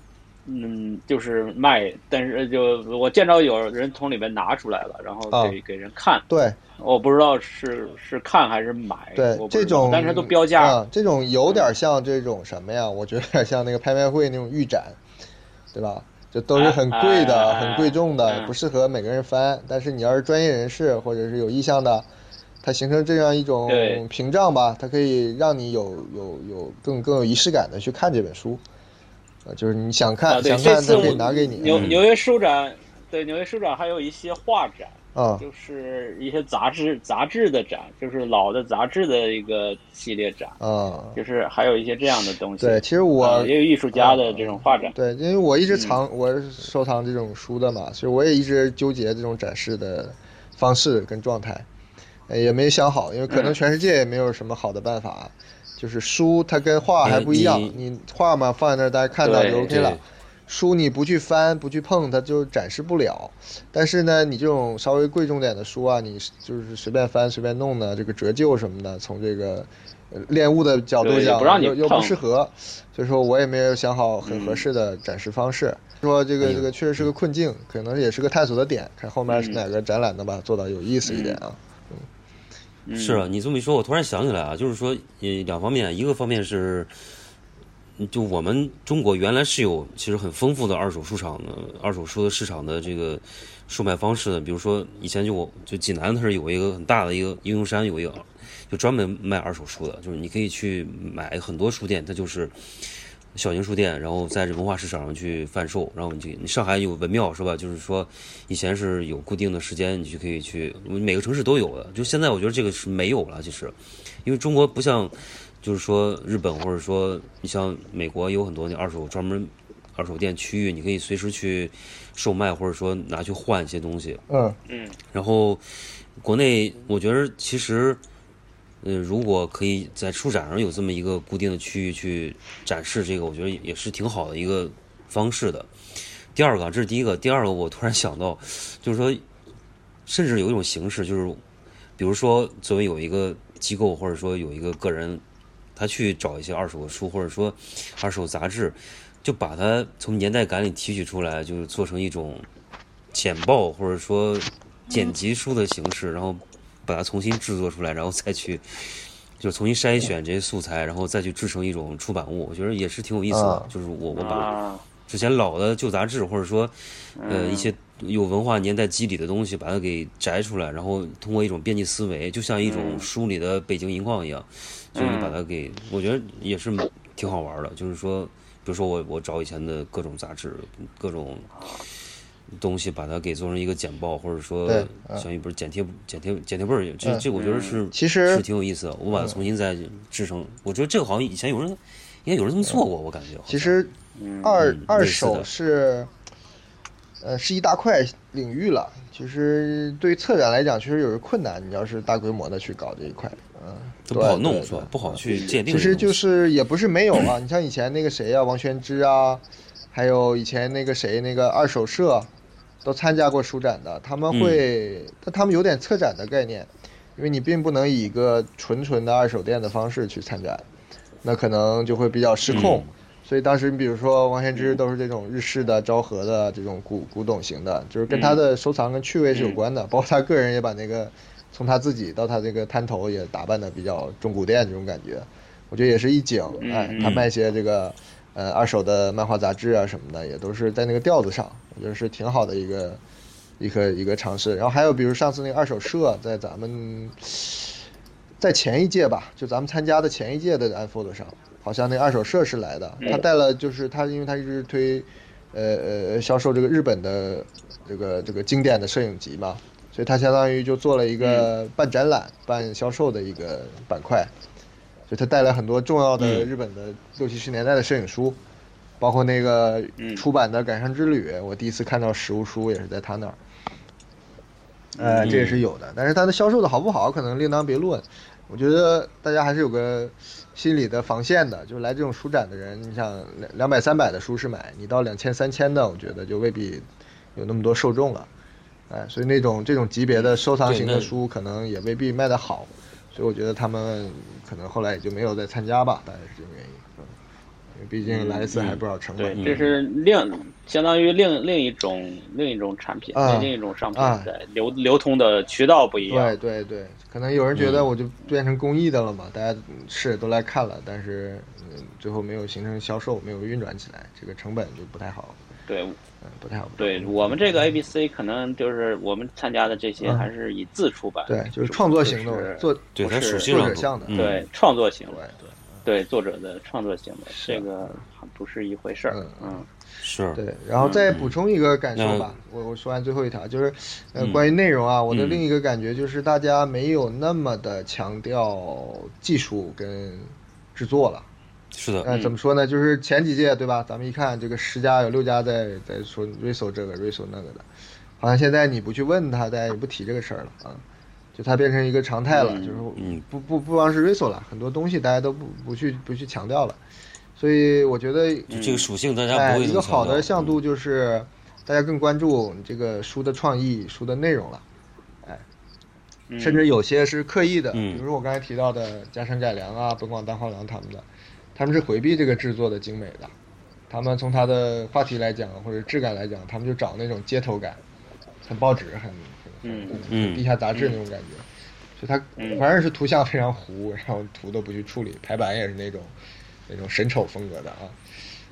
D: 嗯，就是卖，但是呃就我见着有人从里面拿出来了，然后
B: 啊
D: 给、给人看，
B: 对
D: 我不知道是是看还是买，
B: 对
D: 哎我，不知
B: 这
D: 道
B: 种
D: 但是它都标价，
B: 啊，这种有点像这种什么呀？我觉得有点像那个拍卖会那种预展，对吧？就都是很贵的、
D: 哎
B: 很贵重的，
D: 嗯
B: 不适合每个人翻。但是你要是专业人士或者是有意向的，它形成这样一
D: 对
B: 种屏障吧，它可以让你有有有更更有仪式感的去看这本书。啊，就是你想看、
D: 啊对
B: 想
D: 这
B: 看，
D: 次
B: 它可以
D: 我
B: 拿给你
D: 纽
B: 啊
C: 嗯
D: 纽约书展，对纽约书展还有一些画展，
B: 啊
D: 就是一些杂志杂志的展，就是老的杂志的一个系列展，
B: 啊！
D: 就是还有一些这样的东西。
B: 对，其实我、嗯
D: 啊也有艺术家的这种画展。
B: 对，因为我一直藏、我是收藏这种书的嘛，所以我也一直纠结这种展示的方式跟状态，呃也没想好，因为可能全世界也没有什么好的办法。就是书它跟画还不一样，
C: 嗯
B: 你画嘛放在那儿，大家看到就
D: 对
B: OK 了
C: 对。
B: 书你不去翻不去碰，它就展示不了。但是呢，你这种稍微贵重点的书啊，你就是随便翻随便弄呢，这个折旧什么的，从这个呃恋物的角度
D: 对
B: 讲，
D: 不让你
B: 又又不
D: 碰
B: 适合。所以说我也没有想好很合适的展示方
D: 嗯
B: 式。说这
C: 哎
B: 个
C: 呦
B: 这个确实是个困境，可能也是个探索的点，看后面是
D: 嗯
B: 哪个展览能把它做到有意思一点啊。
D: 嗯
C: 是啊，你这么一说，我突然想起来啊，就是说，呃，两方面，一个方面是，就我们中国原来是有其实很丰富的二手书场的，二手书的市场的这个售卖方式的，比如说以前就我就济南它是有一个很大的一个英雄山有一个就专门卖二手书的，就是你可以去买很多书店，它就是。小型书店，然后在这文化市场上去贩售，然后你就你上海有文庙是吧？就是说以前是有固定的时间，你就可以去，每个城市都有的。就现在我觉得这个是没有了，其实，因为中国不像，就是说日本或者说你像美国有很多那二手专门二手店区域，你可以随时去售卖或者说拿去换一些东西。
B: 嗯
D: 嗯，
C: 然后国内我觉得其实，呃，如果可以在书展上有这么一个固定的区域去展示这个，我觉得也是挺好的一个方式的。第二个啊，这是第一个。第二个，我突然想到， *laughs* 就是说，甚至有一种形式，就是比如说，作为有一个机构或者说有一个个人，他去找一些二手的书或者说二手杂志，就把它从年代感里提取出来，就是做成一种简报或者说剪辑书的形式，然后把它重新制作出来，然后再去就重新筛选这些素材，然后再去制成一种出版物。我觉得也是挺有意思的
B: 啊。
C: 就是我我把
D: 啊，
C: 之前老的旧杂志或者说呃
D: 嗯
C: 一些有文化年代积累的东西，把它给摘出来，然后通过一种编辑思维，就像一种
D: 嗯
C: 书里的北京银矿一样，就是
B: 嗯
C: 你把它给，我觉得也是挺好玩的。就是说，比如说我我找以前的各种杂志、各种东西，把它给做成一个简报，或者说
B: 对嗯
C: 像一本简贴简贴简贴本儿一样，这
B: 嗯
C: 这我觉得是
B: 其实
C: 是挺有意思的。我把它重新再制成，我觉得这个好像以前有人应该有人这么做过，我感觉好
B: 嗯
C: 像。
B: 其实
D: 嗯
B: 二
C: 嗯
B: 二
C: 类似
B: 手
C: 的
B: 是，呃，是一大块领域了。其实对于策展来讲，确实有些困难。你要是大规模的去搞这一块，嗯，
C: 都
B: 对
C: 不好弄
B: 对
C: 是吧
B: 对？
C: 不好去界定
B: 其
C: 这
B: 实
C: 个东西。
B: 就是也不是没有啊，你像以前那个谁啊，王宣之啊，还有以前那个谁那个二手社，都参加过书展的，他们会，
C: 嗯
B: 但他们有点策展的概念，因为你并不能以一个纯纯的二手店的方式去参展，那可能就会比较失
C: 嗯
B: 控。所以当时你比如说王宣之都是这种日式的昭和的这种古古董型的，就是
C: 嗯
B: 跟他的收藏跟趣味是有关的，包括他个人也把那个从他自己到他这个摊头也打扮的比较中古店这种感觉，我觉得也是一景。
D: 嗯
B: 哎
D: 嗯，
B: 他卖一些这个呃二手的漫画杂志啊什么的，也都是在那个调子上，我觉得是挺好的一个一个一个尝试。然后还有比如上次那个二手社，在咱们在前一届吧，就咱们参加的前一届的 Unfold 上，好像那个二手社是来的，他带了就是他，因为他一直推，呃呃销售这个日本的这个这个经典的摄影集嘛，所以他相当于就做了一个半展览、半销售的一个板块，所以他带来很多重要的
C: 嗯
B: 日本的六七十年代的摄影书，包括那个
D: 嗯
B: 出版的《赶上之旅》，我第一次看到实物书也是在他那儿。呃，这也是有的，但是它的销售的好不好可能另当别论。我觉得大家还是有个心理的防线的，就是来这种书展的人，你想两两百三百的书是买，你到两千三千的，我觉得就未必有那么多受众了。哎，所以那种这种级别的收藏型的
C: 对那
B: 书，可能也未必卖得好，所以我觉得他们可能后来也就没有再参加吧，大概是这个原因。嗯因为毕竟来一次还不少成
D: 对
B: 本。，
D: 这是另相当于另另一种另一种产品，
B: 啊
D: 另一种商品
B: 啊
D: 在流流通的渠道不一样嗯
B: 对。对对，可能有人觉得我就变成公益的了嘛，大家是都来看了，但是嗯，最后没有形成销售，没有运转起来，这个成本就不太好，
D: 对
B: 嗯，不太好。
D: 对，我们这个 ABC 可能就是我们参加的这些还是以字出版，
B: 嗯对，就是创作型
D: 就是
B: 的，做
C: 对
D: 不
C: 它
D: 是
C: 属性
B: 作
C: 上
B: 者向的，
C: 嗯
D: 对创作型
B: 对
D: 的，
B: 对。
D: 对作者的创作型的，
B: 是
D: 这个不是一回事儿
B: 嗯。
D: 嗯，
C: 是，
B: 对，然后再补充一个感受吧，我我说完最后一条就是，呃，
C: 嗯
B: 关于内容啊，我的另一个感觉就是大家没有那么的强调技术跟制作了。
C: 是的，
B: 呃，怎么说呢？就是前几届对吧？咱们一看这个十家有六家在在说 Riso 这个 Riso 那个的，好像现在你不去问他，大家也不提这个事儿了啊，就它变成一个常态了，就是
C: 嗯
B: 不不不光是 Riso 了，很多东西大家都不不去不去强调了，所以我觉得
C: 就这个属嗯性大家
B: 哎，
C: 不会
B: 一
C: 那
B: 个
C: 么
B: 好
C: 强调嗯
B: 的向度就是大家更关注你这个书的创意、书的内容了，
D: 嗯
B: 甚至有些是刻意的，
C: 嗯
B: 比如说我刚才提到的加山改良啊、本广单花良他们的，他们是回避这个制作的精美的，他们从它的话题来讲或者质感来讲，他们就找那种街头感，很报纸、很很
D: 嗯
C: 嗯
B: 地下杂志那种感觉。就它
D: 嗯
B: 反正是图像非常糊，然后图都不去处理，排版也是那种那种神丑风格的啊。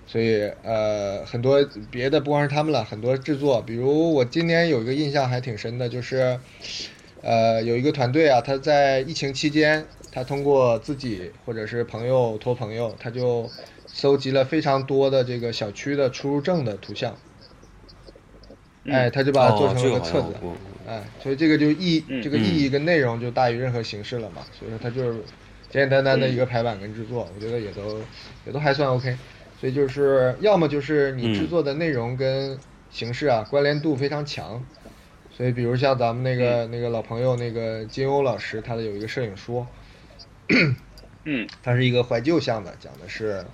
B: 所以呃，很多别的不光是他们了，很多制作，比如我今年有一个印象还挺深的，就是呃有一个团队啊，他在疫情期间，他通过自己或者是朋友托朋友，他就搜集了非常多的这个小区的出入证的图像。
D: 嗯
B: 哎，他就把它
C: 哦
B: 做成
C: 这
B: 了
C: 个
B: 个
C: 好
B: 册
C: 像
B: 子，
C: 我
B: 哎，所以这个就意
D: 嗯
B: 这个意义跟内容就大于任何形式了嘛，所以说它就是简简单单的一个排版跟制作，我觉得也都也都还算 OK。所以就是要么就是你制作的内容跟形式啊、关联度非常强，所以比如像咱们那个、那个老朋友那个金庸老师，他的有一个摄影书，
D: 嗯
B: 它是一个怀旧向的，讲的是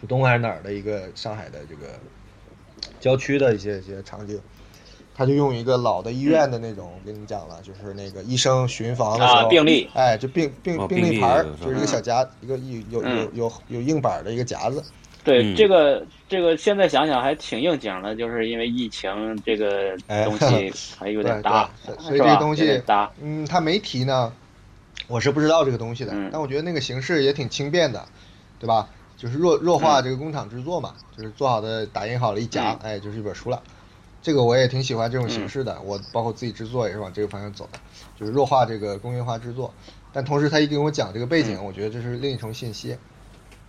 B: 浦东还是哪儿的一个上海的这个郊区的一些一些场景。他就用一个老的医院的那种，我跟你讲了，就是那个医生巡房的时候，
D: 啊病历
B: 哎，就病病
C: 哦
B: 病
C: 病
B: 历
C: 历
B: 牌儿
C: 那个，是
B: 就是一个小夹，一个有有有
D: 嗯
B: 有有硬板儿的一个夹子，
D: 对
C: 嗯
D: 这个这个现在想想还挺应景的，就是因为疫情这个
B: 哎
D: 东西还有点搭，
B: 对对所以
D: 是吧
B: 这个东西
D: 有点搭，
B: 嗯，他没提呢，我是不知道这个东西的，
D: 嗯
B: 但我觉得那个形式也挺轻便的，对吧？就是弱弱化这个工厂制作嘛，就是做好的打印好了一夹，
D: 嗯
B: 哎，就是一本书了。这个我也挺喜欢这种形式的，我包括自己制作也是往这个方向走的，就是弱化这个工业化制作。但同时他一跟我讲这个背
D: 嗯
B: 景，我觉得这是另一重信息，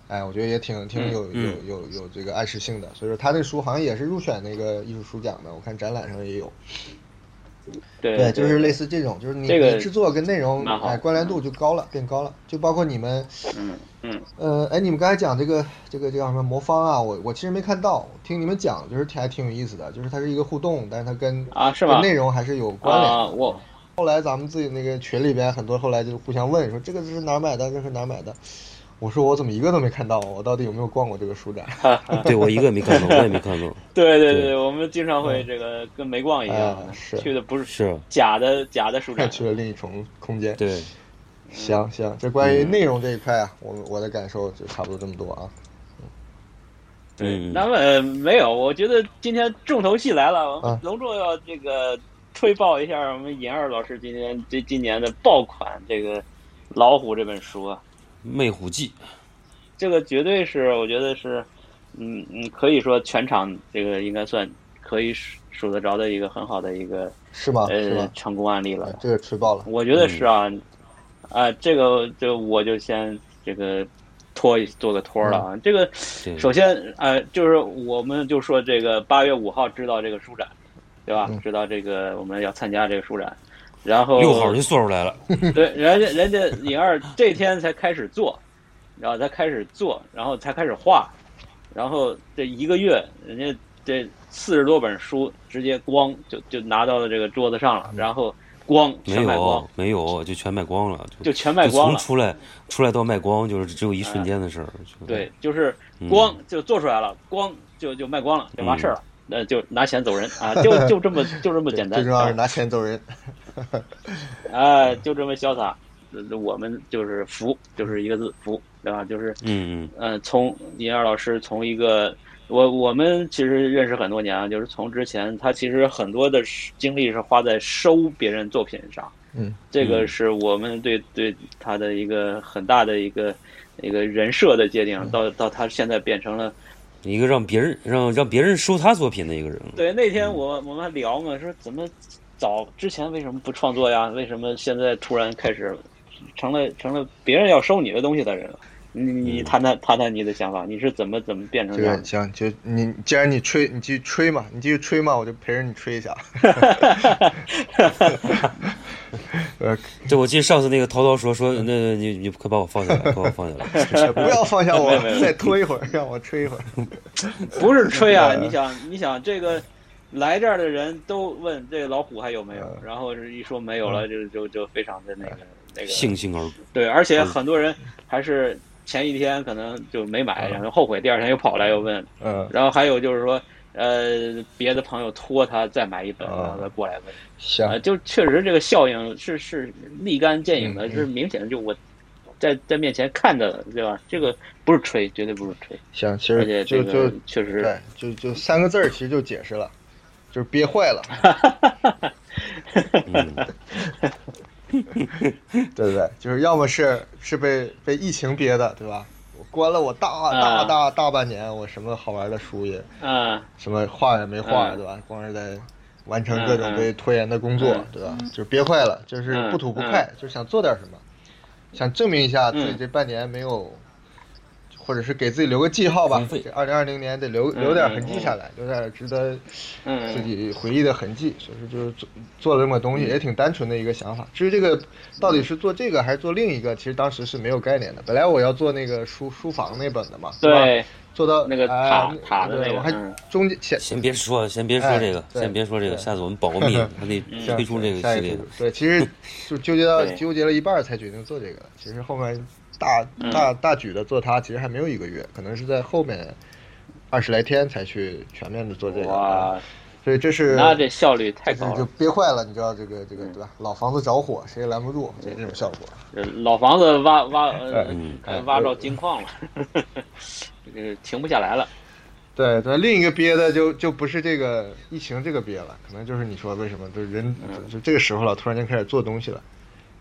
B: 哎，我觉得也挺挺有有
C: 嗯
B: 有有这个暗示性的。所以说他那书好像也是入选那个艺术书奖的，我看展览上也有。
D: 对
B: 对，
D: 对，
B: 就是类似这种，就是你、
D: 这个
B: 你制作跟内容
D: 蛮好
B: 哎关联度就高了，变高了。就包括你们，
D: 嗯嗯
B: 呃，哎，你们刚才讲这个这个叫什么魔方啊，我我其实没看到，听你们讲就是还挺有意思的，就是它是一个互动，但是它跟
D: 啊是
B: 跟
D: 吗
B: 内容还是有关联的。
D: 啊我
B: 后来咱们自己那个群里边很多后来就互相问说这个是哪儿买的，这是哪儿买的。我说我怎么一个都没看到，我到底有没有逛过这个书展？
C: 对我一个也没看到，我也没看到，
D: 对对
C: 对
D: 对，我们经常会这个跟没逛一样
B: 嗯啊，是
D: 去的不是
C: 是，
D: 假的假的
B: *laughs*
D: 书展，
B: 去了另一重空间。 *laughs*
C: 对，
B: 行行，这关
D: 嗯
B: 于内容这一块啊，我我的感受就差不多这么多啊。
C: 嗯，
D: 那么呃没有，我觉得今天重头戏来了，我
B: 啊
D: 们隆重要这个吹爆一下我们尹二老师今天这今年的爆款这个《老虎》这本书啊，
C: 魅虎记，
D: 这个绝对是我觉得是，嗯嗯，可以说全场这个应该算可以数数得着的一个很好的一个
B: 是吗？啊是嗯
D: 呃
B: 吗？
D: 成功案例了
B: 啊。这个吹爆了。
D: 我觉得是啊，啊，这个就我就先这个托一做个托了啊。
B: 嗯
D: 这个
C: 对，
D: 首先呃，就是我们就说这个八月五号知道这个书展，对吧？
B: 嗯
D: 知道这个我们要参加这个书展，然后
C: 六号就算出来了，
D: 对，人家人家尹二这天才开始做，然后才开始做，然后才开始画，然后这一个月，人家这四十多本书直接光就就拿到了这个桌子上
C: 嗯
D: 了，然后光
C: 没
D: 全卖光
C: 有，没有，就全卖光了，就
D: 就全卖
C: 就
D: 光
C: 从
D: 了。
C: 出来出来到卖光，就是只有一
B: 哎
C: 瞬间的事儿。就
D: 对，，就是
C: 嗯
D: 光就做出来了，光就就卖光了，就完事儿了，那就拿钱走人啊，就就这么就这么
B: 对
D: 简单。嗯
B: 最
D: 啊
B: 重要是拿钱走人。
D: 哎，就这么潇洒。呃我们就是服，就是一个字服，对吧？就是
C: 嗯
D: 嗯、呃从银二老师从一个我我们其实认识很多年啊，就是从之前他其实很多的时精力是花在收别人作品上，
B: 嗯，
D: 这个
C: 嗯
D: 是我们对对他的一个很大的一个一个人设的界定，到到他现在变成了。
C: 嗯，一个让别人让让别人收他作品的一个人，
D: 对，那天我我们还聊嘛，说怎么早之前为什么不创作呀？为什么现在突然开始成了成了别人要收你的东西的人了？你你谈谈谈谈你的想法，你嗯是怎么怎么变成
B: 这个
D: 这样
B: 很？
D: *laughs*
B: 像，就你既然你吹，你继续吹嘛，你继续吹嘛，我就陪着你吹一下。呃，
C: 这我记得上次那个涛涛说说，那你你快把我放下
B: *laughs*
C: 来，快把我放下来。
B: 不要放下我
D: 没没，没
B: 再拖一会儿，让我吹一会儿。
D: 不是吹 *laughs* 啊！
B: 嗯
D: 你想，你想这个来这儿的人都问这个老虎还有没有，然后是一说没有了，就就就非常的那个那个
C: 悻悻而
D: 对，而且很多人还是前一天可能就没买，然后后悔，第二天又跑来又问，
B: 嗯，
D: 然后还有就是说，呃，别的朋友托他再买一本，
B: 啊
D: 然后再过来问，
B: 行
D: 呃，就确实这个效应是是立竿见影的，
B: 嗯嗯
D: 是明显的，就我在在面前看着的，对吧？这个不是吹，绝对不是吹，
B: 行，其
D: 而
B: 实
D: 且
B: 就
D: 这个
B: 就
D: 确实
B: 对，就就三个字儿，其实就解释了，就是憋坏了，
D: *laughs*
C: 嗯，
B: 对不对？就是要么是是被被疫情憋的，对吧？我关了我大大
D: 啊
B: 大大半年，我什么好玩的书也
D: 啊，
B: 什么画也没画，
D: 嗯
B: 对吧？光是在完成各种
D: 嗯嗯
B: 被拖延的工作
D: 嗯，
B: 对吧？就是憋坏了，就是
D: 嗯
B: 不吐不快，就想做点什么，想证明一下自己
D: 嗯
B: 这半年没有，或者是给自己留个记号吧
C: 荒废。
B: 这二零二零年得留
D: 嗯
B: 留点痕迹下来，留点值得自
D: 嗯，
B: 己回忆的痕迹。所以说就是做做了这么东西，也挺单纯的一个想法。至于这个到底是做这个还是做另一个，其实当时是没有概念的。本来我要做那个书书房那本的嘛，吧
D: 对，
B: 做到
D: 那个
B: 哎
D: 塔塔的
B: 对
D: 那个
B: 我还
D: 嗯
B: 中间前
C: 先别说，先别
B: 哎
C: 说这个，先别说这个，下次我们
B: *laughs*
C: 保个密，还得
B: 下
C: 推出这个
B: 嗯下
C: 系
B: 一
C: 列
B: 步。对，其实就纠结到
D: 对
B: 纠结了一半儿才决定做这个的。其实后面大
D: 嗯
B: 大大举的做它，其实还没有一个月，可能是在后面二十来天才去全面的做这个。啊，
D: 哇，
B: 所以这是
D: 那这效率太
B: 这
D: 高
B: 就
D: 了，嗯
B: 憋坏了，你知道这个这个对吧？老房子着火，谁也拦不住，就是这种效果。
D: 这呃老房子挖挖
B: 哎
D: 呃
C: 嗯
D: 呃挖到金
B: *laughs*
D: 矿了， *laughs* 这个停不下来了，
B: 对对，另一个憋的就就不是这个疫情这个憋了，可能就是你说为什么就是人就就这个时候了，突然间开始做东西了，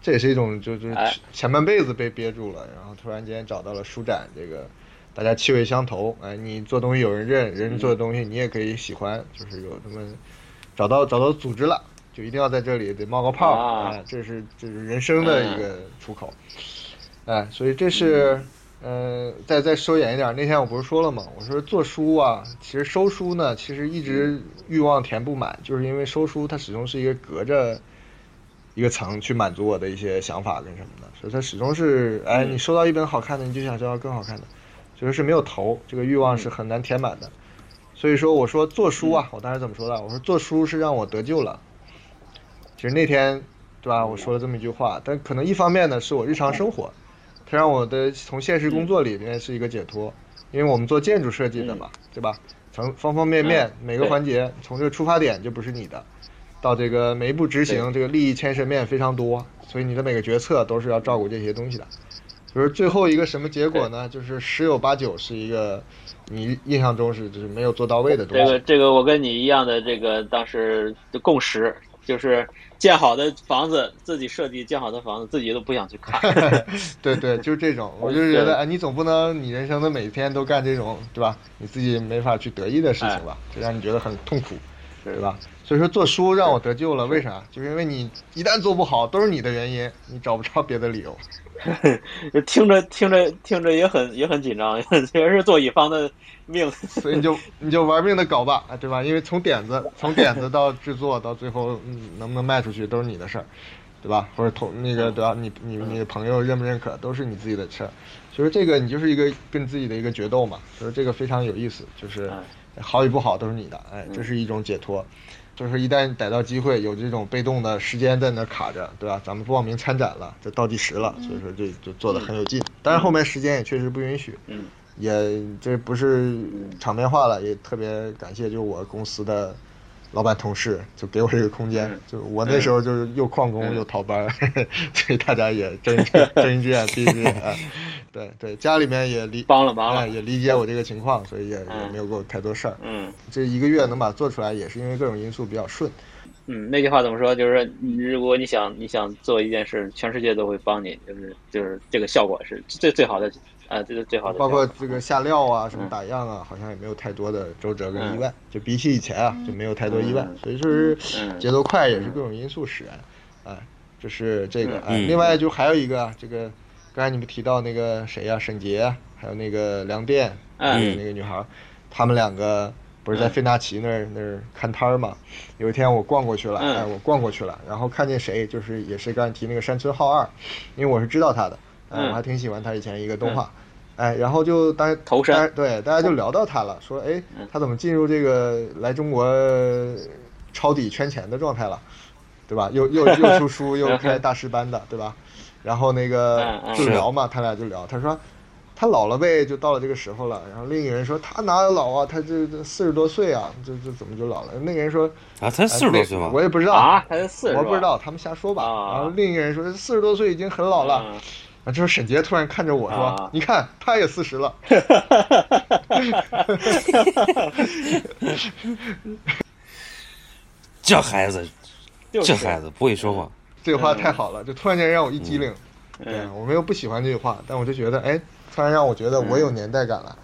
B: 这也是一种就就是
D: 哎
B: 前半辈子被憋住了，然后突然间找到了舒展这个，大家气味相投，哎，你做东西有人认，人做的东西你也可以喜欢，就是有那么找到找到组织了，就一定要在这里得冒个泡
D: 啊
B: 哎这是这是人生的一个出口，哎，所以这是。呃，再再收敛一点。那天我不是说了吗？我说做书啊，其实收书呢，其实一直欲望填不满，就是因为收书它始终是一个隔着一个层去满足我的一些想法跟什么的，所以它始终是，哎，你收到一本好看的，你就想收到更好看的，就是是没有头，这个欲望是很难填满的。所以说，我说做书啊，我当时怎么说的？我说做书是让我得救了。其实那天，对吧？我说了这么一句话，但可能一方面呢，是我日常生活，它让我的从现实工作里面是一个解脱，因为我们做建筑设计的嘛，对吧？从方方面面每个
D: 对
B: 环节，从这个出发点就不是你的，到这个每一步执行，这个利益牵涉面非常多，所以你的每个决策都是要照顾这些东西的。就是最后一个什么结果呢？就是十有八九是一个你印象中是就是没有做到位的东
D: 这个
B: 西。
D: 这个，我跟你一样的这个当时的共识就是，建好的房子自己设计，建好的房子自己都不想去看。
B: *laughs* 对对，就是这种， *laughs* 我就是觉
D: 对
B: 得，哎，你总不能你人生的每一天都干这种，对吧？你自己没法去得意的事情吧，这让你觉得很痛苦，
D: 是
B: 对吧？所以说做书让我得救了，为啥？就是因为你一旦做不好，都是你的原因，你找不着别的理由。
D: 就听着听着听着也很也很紧张， *laughs* 全是做乙方的命。
B: 所以你就你就玩命的搞吧，啊对吧？因为从点子从点子到制作到最后、嗯、能不能卖出去都是你的事儿，对吧？或者同那个对吧？你你你的朋友认不认可都是你自己的事儿。所以说这个你就是一个跟自己的一个决斗嘛，所以这个非常有意思，就是好与不好都是你的，哎，这是一种解脱。就是一旦逮到机会，有这种被动的时间在那儿卡着，对吧？咱们报名参展了，这倒计时了，所以说这就做的很有劲。但是后面时间也确实不允许，
D: 嗯，
B: 也这不是场面化了，也特别感谢就我公司的老板同事就给我这个空间
D: 嗯，
B: 就我那时候就是又旷工
D: 嗯
B: 又逃班儿， *laughs* 所以大家也睁一只睁一只眼 *laughs* 闭一只眼。哎对对，家里面也理
D: 帮了忙
B: 哎
D: 了，
B: 也理解我这个情况，所以也也
D: 嗯
B: 没有给我太多事儿。
D: 嗯
B: 这一个月能把它做出来，也是因为各种因素比较顺。
D: 嗯，那句话怎么说？就是说你如果你想你想做一件事，全世界都会帮你，就是就是这个效果是最最好的啊，这是最好的效
B: 包
D: 果。
B: 括这个下料啊，什么
D: 嗯
B: 打样啊，好像也没有太多的周折跟
D: 嗯
B: 意外，就比起以前啊，就没有太多意外，
D: 嗯
B: 所以就是
D: 嗯
B: 节奏快也是各种因素使然，哎，这是这个，哎，
C: 嗯
B: 另外就还有一个啊这个，刚才你们提到那个谁呀、沈杰啊，还有那个梁电，
D: 嗯
B: 还有那个女孩儿，他们两个。不是在费纳奇那儿那儿看摊儿嘛？有一天我逛过去了，
D: 嗯
B: 哎，我逛过去了，然后看见谁，就是也是刚才提那个山村浩二，因为我是知道他的，哎，
D: 嗯
B: 我还挺喜欢他以前一个动画，哎，然后就大家
D: 头山
B: 大家对，大家就聊到他了，说哎，
D: 嗯
B: 他怎么进入这个来中国抄底圈钱的状态了，对吧？又又又出书，
D: *laughs*
B: 又开大师班的，对吧？然后那个
D: 嗯嗯
B: 就是聊嘛，他俩就聊，他说。他老了呗，就到了这个时候了。然后另一个人说：“他哪有老啊？他这这四十多岁啊，这这怎么就老了？”那个人说：“
C: 啊，才
B: 哎
C: 四十多
B: 那
C: 岁嘛，
B: 我也不知道
D: 啊，才四十，
B: 我不知道，他们瞎说吧。
D: 啊
B: 然后另一个人说：“四十多岁已经很老了。”
D: 嗯
B: 啊，这时候沈杰突然看着我说：“
D: 啊
B: 你看，他也四十了。
D: 嗯
C: 这孩子，
D: *laughs* 就是
C: 这孩子不会说话。”
B: 这句话太好了，就突然间让我一激灵。嗯对
D: 嗯，
B: 我们又不喜欢这句话，但我就觉得，哎，突然让我觉得我有年代感了。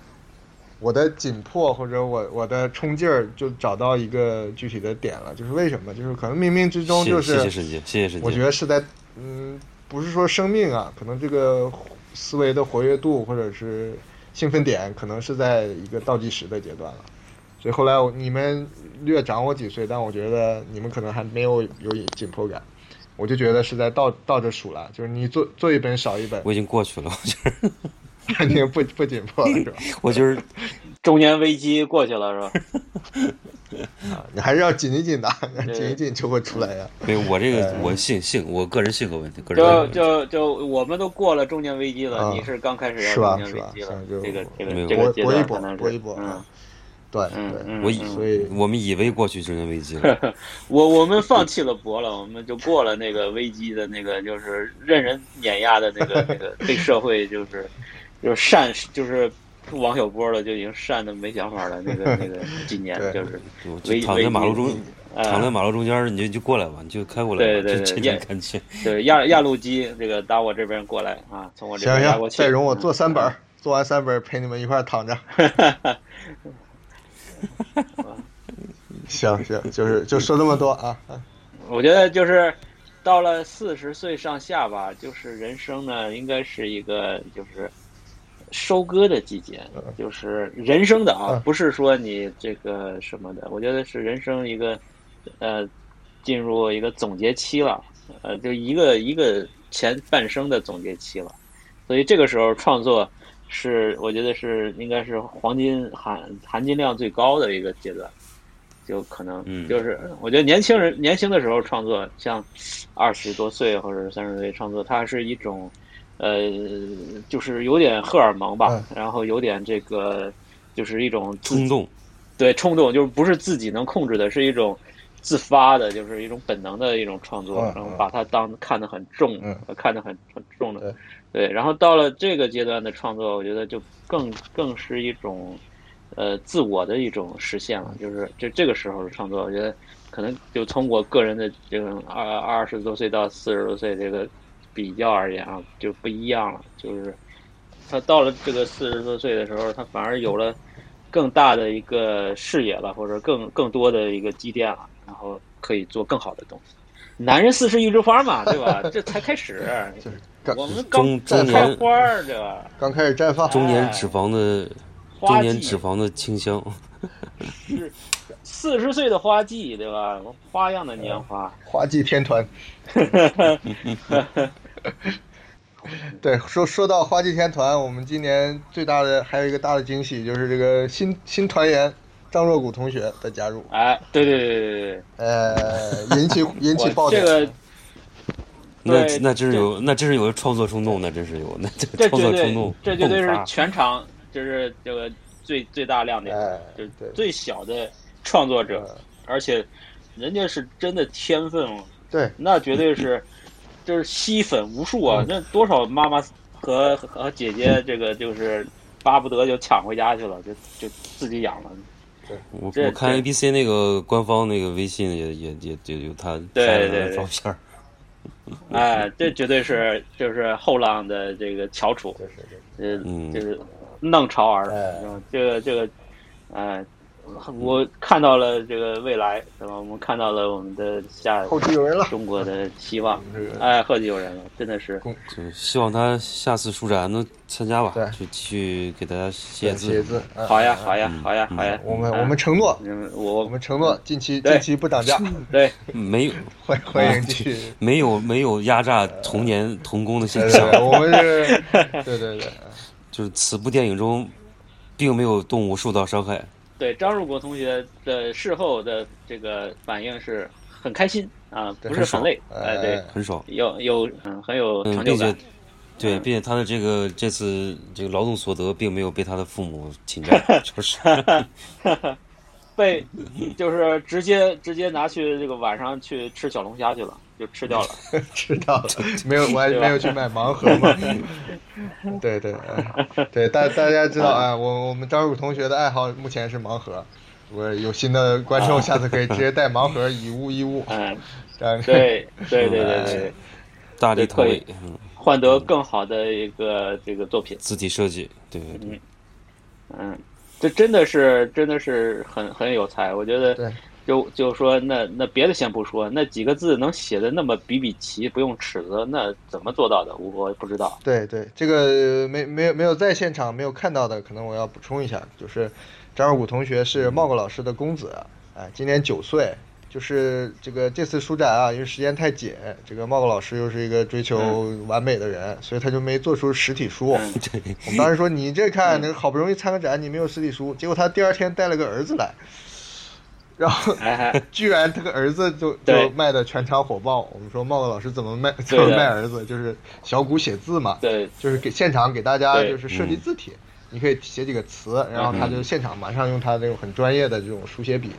B: 我的紧迫或者我我的冲劲儿就找到一个具体的点了，就是为什么？就是可能冥冥之中
C: 谢
B: 就
C: 谢谢
B: 是，
C: 沈杰，谢谢沈杰。
B: 我觉得是在，嗯，不是说生命啊，可能这个思维的活跃度或者是兴奋点，可能是在一个倒计时的阶段了。所以后来我你们略长我几岁，但我觉得你们可能还没有有紧迫感，我就觉得是在倒倒着数了，就是你做做一本少一本， *laughs*
C: 我已经过去了，我就是
B: 肯定不不紧迫了是
D: *laughs*
B: 吧？
C: 我就是
D: 中年危机过去
B: *laughs*
D: 了是吧？
B: 啊，你还是要紧一紧的，紧一紧就会出来呀、
C: 没有我这
B: 哎
C: 个我性性我个人性格问题，个人
D: 就
C: 性格问
D: 就就我们都过了中年危机了，
B: 啊
D: 你是刚开始要
B: 是吧
D: 中年危机
B: 是吧
D: 了
B: 像就，
D: 这个这
C: 没
D: 个
C: 有
D: 这
B: 搏
D: 个阶
B: 搏一
D: 段
B: 搏
D: 可能，是
B: 搏一搏，
D: 嗯
B: 啊，对
D: 嗯
B: 对，
D: 嗯，
C: 我
D: 嗯
B: 所以
C: 题。我们以为过去中年危机
D: *laughs*
C: 了，
D: 我我们放弃了搏了，我们就过了那个危机的那个，就是任人碾压的那
B: *laughs*
D: 个那个对社会就是就是善就是王小波了，就已经善的没想法了。那个
B: *laughs*
D: 那个几年
B: 对
D: 就是
C: 我就
D: 危
C: 躺在
D: 危
C: 马路
D: 机
C: 中，躺在
D: 啊，
C: 马路中间，你就就过来吧，你就开过来吧，
D: 对对
C: 这
D: 对
C: 这
D: 也
C: 能看清。
D: 对亚亚路基这个打我这边过来啊，从我这
B: 行
D: 边压过
B: 行，
D: 去。
B: 再容我做
D: *laughs* 嗯
B: 三本儿，做完三本儿陪你们一块儿躺着。行行，就是就说这么多啊，啊
D: 我觉得就是到了四十岁上下吧，就是人生呢，应该是一个就是收割的季节，就是人生的啊
B: 嗯，
D: 不是说你这个什么的，我觉得是人生一个呃进入一个总结期了，呃，就一个一个前半生的总结期了，所以这个时候创作。是，我觉得是应该是黄金含含金量最高的一个阶段，就可能
C: 嗯
D: 就是我觉得年轻人年轻的时候创作，像二十多岁或者三十岁创作，它是一种呃，就是有点荷尔蒙吧，
B: 嗯
D: 然后有点这个就是一种自
C: 冲动，
D: 对冲动，就是不是自己能控制的，是一种自发的，就是一种本能的一种创作，
B: 嗯
D: 然后把它当看得很重，
B: 嗯
D: 呃看得很很重的
B: 对，
D: 对。然后到了这个阶段的创作，我觉得就更更是一种呃自我的一种实现了，就是这这个时候的创作，我觉得可能就从我个人的这种二二十多岁到四十多岁这个比较而言啊，就不一样了，就是。他到了这个四十多岁的时候，他反而有了更大的一个视野了，或者更更多的一个积淀了，然后可以做更好的东西。男人四十一枝
B: *laughs*
D: 花嘛，对吧？这才开始，
B: 就是刚
D: 我们
C: 中
D: 刚
C: 中
D: 开
C: 年
D: 花儿，对吧？
B: 刚开始绽放，
C: 中年脂肪的
D: 哎花
C: 中
D: 季
C: 年脂肪的清香，
D: 是四十岁的花季，对吧？花样的年华，
B: 花季天团。 *laughs* 对，说说到花季天团，我们今年最大的还有一个大的惊喜就是这个新新团员张若谷同学的加入，
D: 哎，对对对对对
B: 呃，引
D: *laughs*
B: 起引起
D: 对，
B: 爆
D: 我
B: 点。
D: 这个
C: 那
D: 对
C: 那真是
D: 这
C: 有，那真是有创作冲动，那真是有，那这
D: 这
C: 创
D: 绝
C: 作冲
D: 对
C: 动，
D: 这绝对
C: 迸
D: 是
C: 发
D: 全场就是这个最最大亮点，
B: 哎
D: 就是
B: 对
D: 最小的创作者
B: 呃
D: 而且人家是真的天分，
B: 对，
D: 那绝对是就是吸粉无数
C: 嗯
D: 啊！那多少妈妈和和姐姐，这个就是巴不得就抢回家去了，就就自己养了。
C: 我
D: 这
C: 我看
D: 这
C: A B C 那个官方那个微信也也也也有他
D: 对
C: 晒的
D: 对对
C: 照片儿，嗯
D: 哎，这绝对是就是后浪的这个翘楚，
B: 就是这
D: 呃，
C: 嗯
D: 就是弄潮儿，
B: 哎
D: 嗯这个这个，哎，我看到了这个未来，对吧？我们看到了我们的下
B: 个后继有人了，
D: 中国的希望
B: 我，们这个
D: 哎，后继有人了，真的是，
C: 就希望他下次书展能参加吧
B: 对，
C: 就去给大家写
B: 写
C: 字。
B: 字，嗯
D: 好呀，好呀，好呀，
C: 嗯
D: 好呀，
B: 我们
D: 哎
B: 我们承诺，
D: 嗯，
B: 我
D: 我
B: 们承诺近期
D: 对
B: 近期不涨价，
D: 对
C: 没有
B: 欢欢迎
C: 啊
B: 继续。
C: 没有没有压榨童年童工的
B: 对
C: 现
B: 对
C: 象，
B: 对，我们 *laughs* 是，对对对，
C: *laughs* 就是此部电影中并没有动物受到伤害。
D: 对，张如国同学的事后的这个反应是很开心啊，
B: 对
D: 不是很累，
B: 很爽
D: 哎，对
B: 哎，
C: 很少。
D: 有有嗯，很有
C: 嗯，
D: 成就
C: 并
D: 感
C: 且。对，
D: 嗯
C: 并且他的这个这次这个劳动所得并没有被他的父母侵
D: *laughs*
C: 占，就是
D: 被就是直接直接拿去这个晚上去吃小龙虾去了，就吃掉了。
B: *laughs* 知道了，没有，我还没有去买盲盒嘛。对对，哎对大大家知道啊，我我们张汝同学的爱好目前是盲盒。如果有新的观 *laughs* 众，下次可以直接带盲盒以物易物，
D: 嗯，
B: 这样
D: 对对对对
B: 哎
D: 对，
C: 大力投
D: 对
C: 喂
D: 可，
C: 嗯，
D: 换得更好的一个这个作品。
C: 字体设计，对对对，
D: 嗯，这真的是真的是很很有才，我觉得
B: 对
D: 就就说那那别的先不说，那几个字能写的那么比比齐，不用尺子，那怎么做到的？我不知道。
B: 对对，这个没没有没有在现场没有看到的，可能我要补充一下，就是张二谷同学是茂哥老师的公子，哎，今年九岁。就是这个这次书展啊，因为时间太紧，这个茂哥老师又是一个追求完美的人，所以他就没做出实体书。 *laughs*
D: 嗯
B: 我们当时说你这看，那个好不容易参个展，你没有实体书，结果他第二天带了个儿子来，然后 *laughs*
D: 哎，哎
B: 居然他个儿子就
D: 对
B: 就卖的全场火爆。我们说茂哥老师怎么卖怎
D: 对的
B: 么卖儿子，就是小谷写字嘛，
D: 对
B: 就是给现场给大家
D: 对嗯
B: 就是设计字体，你可以写几个词，然后他就现场马上用他那种很专业的这种书写笔，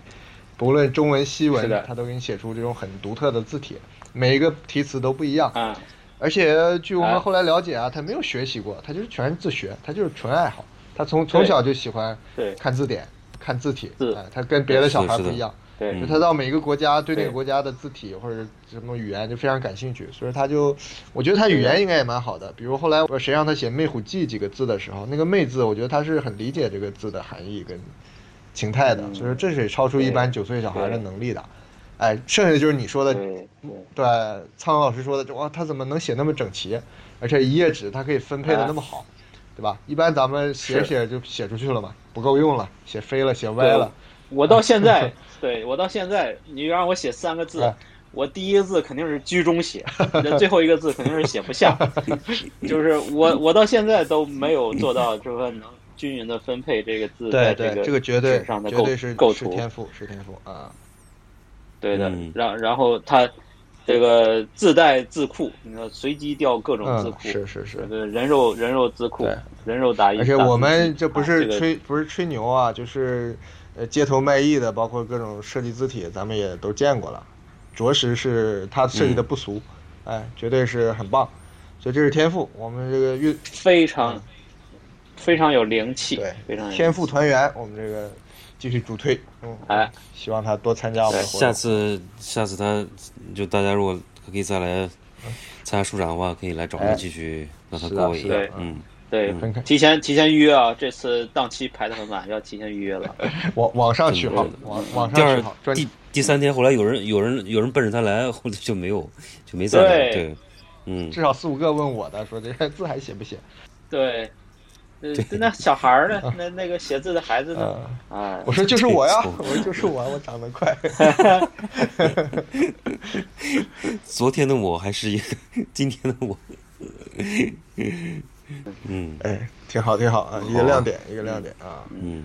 B: 不论中文西
D: 是
B: 文
D: 的，
B: 他都给你写出这种很独特的字体，每一个题词都不一样。
D: 啊，
B: 而且据我
D: 啊
B: 们后来了解啊，他没有学习过，他就是全是自学，他就是纯爱好，他从从
D: 对
B: 小就喜欢
D: 对
B: 看字典、看字体，
D: 字
B: 哎他跟别的小孩
C: 是的
B: 不一样。
D: 对
B: 就他到每一个国家对那
D: 嗯对
B: 个国家的字体或者什么语言就非常感兴趣，所以他就，我觉得他语言应该也蛮好的。比如后来我谁让他写“魅虎记”几个字的时候，那个“魅”字，我觉得他是很理解这个字的含义跟情态的，
D: 嗯
B: 所以说这是超出一般九岁小孩的能力的。哎，剩下就是你说的，
D: 对对。
B: 对，苍老师说的，哇，他怎么能写那么整齐，而且一页纸它可以分配的那么好，对吧？一般咱们写着
D: 啊是
B: 写着就写出去了嘛，不够用了，写飞了，写歪了，
D: 我到现
B: *laughs*
D: 在，对我到现在，你让我写三个字，
B: 哎
D: 我第一个字肯定是居
B: *laughs*
D: 中写，那最后一个字肯定是写不下。就是我我到现在都没有做到，就是说能均匀的分配这个字在
B: 对对，
D: 这
B: 个绝对
D: 纸上的
B: 绝
D: 构
B: 对是
D: 构
B: 是
D: 图，
B: 天赋，是天赋啊！
D: 对的
C: 嗯。
D: 然然后它这个自带字库，你说随机调各种字
B: 嗯，
D: 库，
B: 是是
D: 这
B: 是。
D: 个人肉人肉字库
B: 对，
D: 人肉打印。
B: 而且我们这
D: 啊这
B: 不是吹、不是吹牛啊，就是呃街头卖艺的，包括各种设计字体，咱们也都见过了，着实是他设计
D: 嗯
B: 的不俗，哎，绝对是很棒，所以这是天赋。我们这个运
D: 非常非常有灵气，
B: 嗯对
D: 非常有
B: 天赋团圆，我们这个继续主推，嗯，
D: 哎，
B: 希望他多参加我们的活
C: 下
B: 动。
C: 次下次他就大家如果可以再来参加书展的话，可以来找他
B: 哎
C: 继续让他
B: 是的
C: 过一
B: 是
C: 下
D: 的，
C: 嗯，
D: 对，
B: 分开
D: 提前提前预约啊，这次档期排的很满，要提前预约了。
B: *laughs* 网网上取好
C: 对对，
B: 网网
C: 第
B: 上取
C: 二
B: 嗯好，专
C: 第第三天，后来有人有人有人奔着他来， *laughs* 后来就没有就没再来。
D: 对
C: 对，嗯，
B: 至少四五个问我的，说这个字还写不写？
D: 对，呃，那小孩儿呢？那那个写字的孩子呢？
C: 嗯
B: 呃，
D: 啊，
B: 啊 *laughs* 我说就是我
D: *laughs*
B: 呀，
C: 对
B: 我说就是我，我长得快。
C: 昨天的我还是一个， *laughs* 今天的我，嗯
B: *laughs* 哎，挺好，挺好啊，一个亮点，一个亮点啊。
D: 哦
C: 嗯，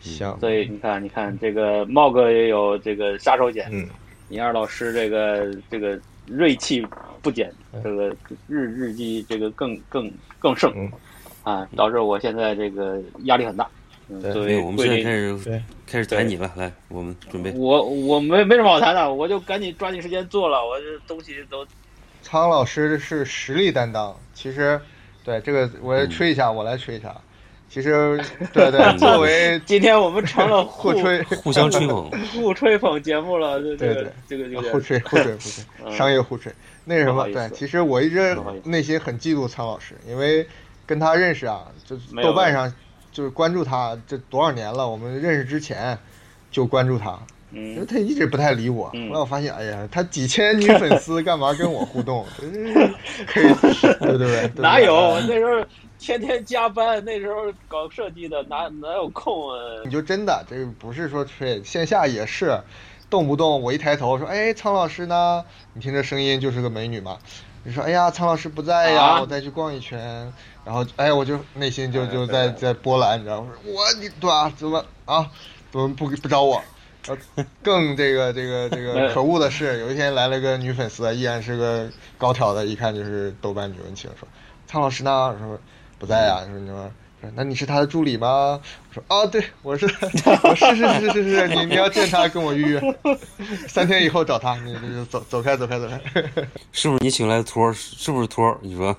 B: 行，
D: 所以你看，你看这个茂哥也有这个杀手锏，
B: 嗯，
D: 尹二老师这个这个锐气不减，这个日日积这个更更更盛
B: 嗯
D: 啊，导致我现在这个压力很大。嗯
B: 对
D: 作
C: 对，
D: 为
C: 我们
D: 桂
C: 现在开
D: 林
C: 始
F: 对
C: 开始谈你了，来，我们
B: *laughs*
C: 准备。
D: 我我没没什么好谈的，我就赶紧抓紧时间做了，我这东西都
B: 苍老师是实力担当，其实对这个我来吹一下，我来吹一下。其实对
D: *laughs*
B: 对，作为
D: 今天我们成
B: *laughs*
D: 了
B: 互吹。
C: 互相吹捧， *laughs*
D: 互吹捧节目了，这
B: 对
D: 这个这个有点
B: 互吹互吹互吹，
D: *laughs* 嗯
B: 商业互吹。那什
D: 不
B: 么，
D: 好意
B: 对
D: 思，
B: 其实我一直
D: 不好意思
B: 内心很嫉妒苍老师，因为跟他认识啊，就是
D: 没有
B: 豆瓣上就是关注他这多少年了，我们认识之前就关注他，因为
D: 嗯，
B: 他一直不太理我。
D: 嗯
B: 后来我发现，哎呀，他几千女粉丝干嘛跟我互动？ *laughs* 真是可以，对对对，对不对
D: 哪有？我那时候天天加班，那时候搞设计的哪哪有空啊？
B: 你就真的这个不是说吹，线下也是，动不动我一抬头说，哎，苍老师呢？你听这声音就是个美女嘛。你说，哎呀，苍老师不在呀，
D: 啊
B: 我再去逛一圈。然后，哎，我就内心就就在在波澜，你知道吗？我说我你对吧？怎么啊？怎么不不找我？然后更这个这个这个可恶的是，有一天来了个女粉丝，依然是个高挑的，一看就是豆瓣女文青，说苍老师呢？我说不在呀、说你说说那你是他的助理吗？我说啊，对，我是我是是是是是，你你要见他跟我预约， *laughs* 三天以后找他，你你走走开走开走开。
C: 是不是你请来的托儿？是不是托儿？你说，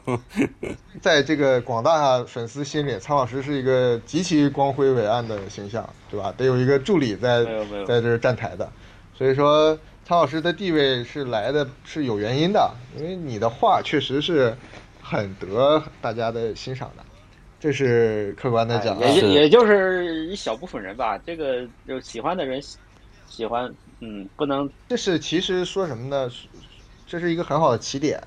B: 在这个广大粉丝心里，苍老师是一个极其光辉伟岸的形象，对吧？得有一个助理在
D: 没有没有
B: 在这儿站台的，所以说苍老师的地位是来的是有原因的，因为你的话确实是很得大家的欣赏的，这是客观的讲啊。
D: 哎也
C: 是
D: 也就是一小部分人吧，这个就是喜欢的人喜喜欢，嗯，不能
B: 这是其实说什么呢？这是一个很好的起点，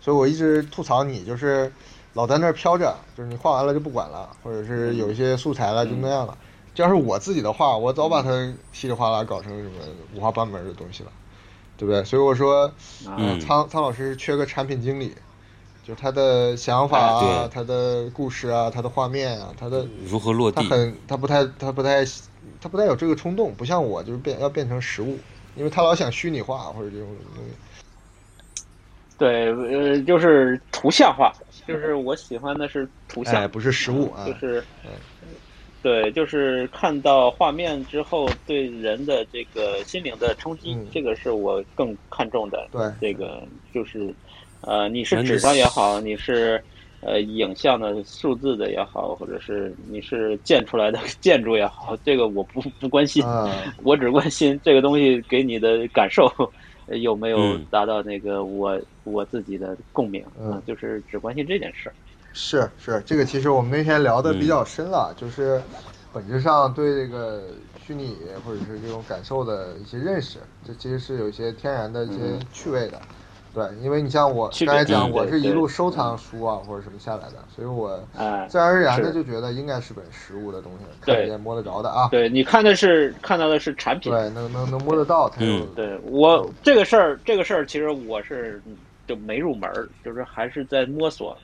B: 所以我一直吐槽你，就是老在那儿飘着，就是你画完了就不管了，或者是有一些素材了就那样了。这要是我自己的话，我早把它稀里哗啦搞成什么五花八门的东西了，对不对？所以我说，
D: 啊，
C: 嗯
B: 苍苍老师缺个产品经理，就是他的想法啊
C: 哎对，嗯
B: 他的故事啊，他的画面啊，他的
C: 如何落
B: 他
C: 地？
B: 很他不太他不太他不太有这个冲动，不像我就是变要变成实物，因为他老想虚拟化或者这种东
D: 哎
B: 西。
D: 对，呃，就是图像化，就是我喜欢的是图像，
B: 哎，不是实物啊
D: 就，是
B: 嗯，
D: 对，就是看到画面之后对人的这个心灵的冲击，
B: 嗯
D: 这个是我更看重的。
B: 对
D: 这个就是，呃，你
C: 那
D: 是
C: 你
D: 纸张也好，你是呃影像的、数字的也好，或者是你是建出来的 *laughs* 建筑也好，这个我不不关心，
B: 啊，
D: 我只关心这个东西给你的感受。呃有没有
C: 嗯
D: 达到那个我、我自己的共鸣？
B: 嗯
D: 啊就是只关心这件事儿。
B: 是是，这个其实我们那天聊的比较深了，就是本质上对这个虚拟或者是这种感受的一些认识，这其实是有一些天然的一些趣味的。对，因为你像我
D: 嗯趣
B: 刚才
D: 味
B: 讲，
D: 嗯
B: 我
D: 对
B: 是一
D: 对
B: 路收藏书啊或者什么下来的，所以我
D: 哎，
B: 自然而然的
D: 是
B: 就觉得应该是本实物的东西，看
D: 对
B: 得见摸得着的 *laughs* 啊。
D: 对，你看的是看到的是产品，
B: 对，能能能摸得到才有。
D: 对我这个事儿，这个事儿其实我是就没入门儿，就是还是在摸索，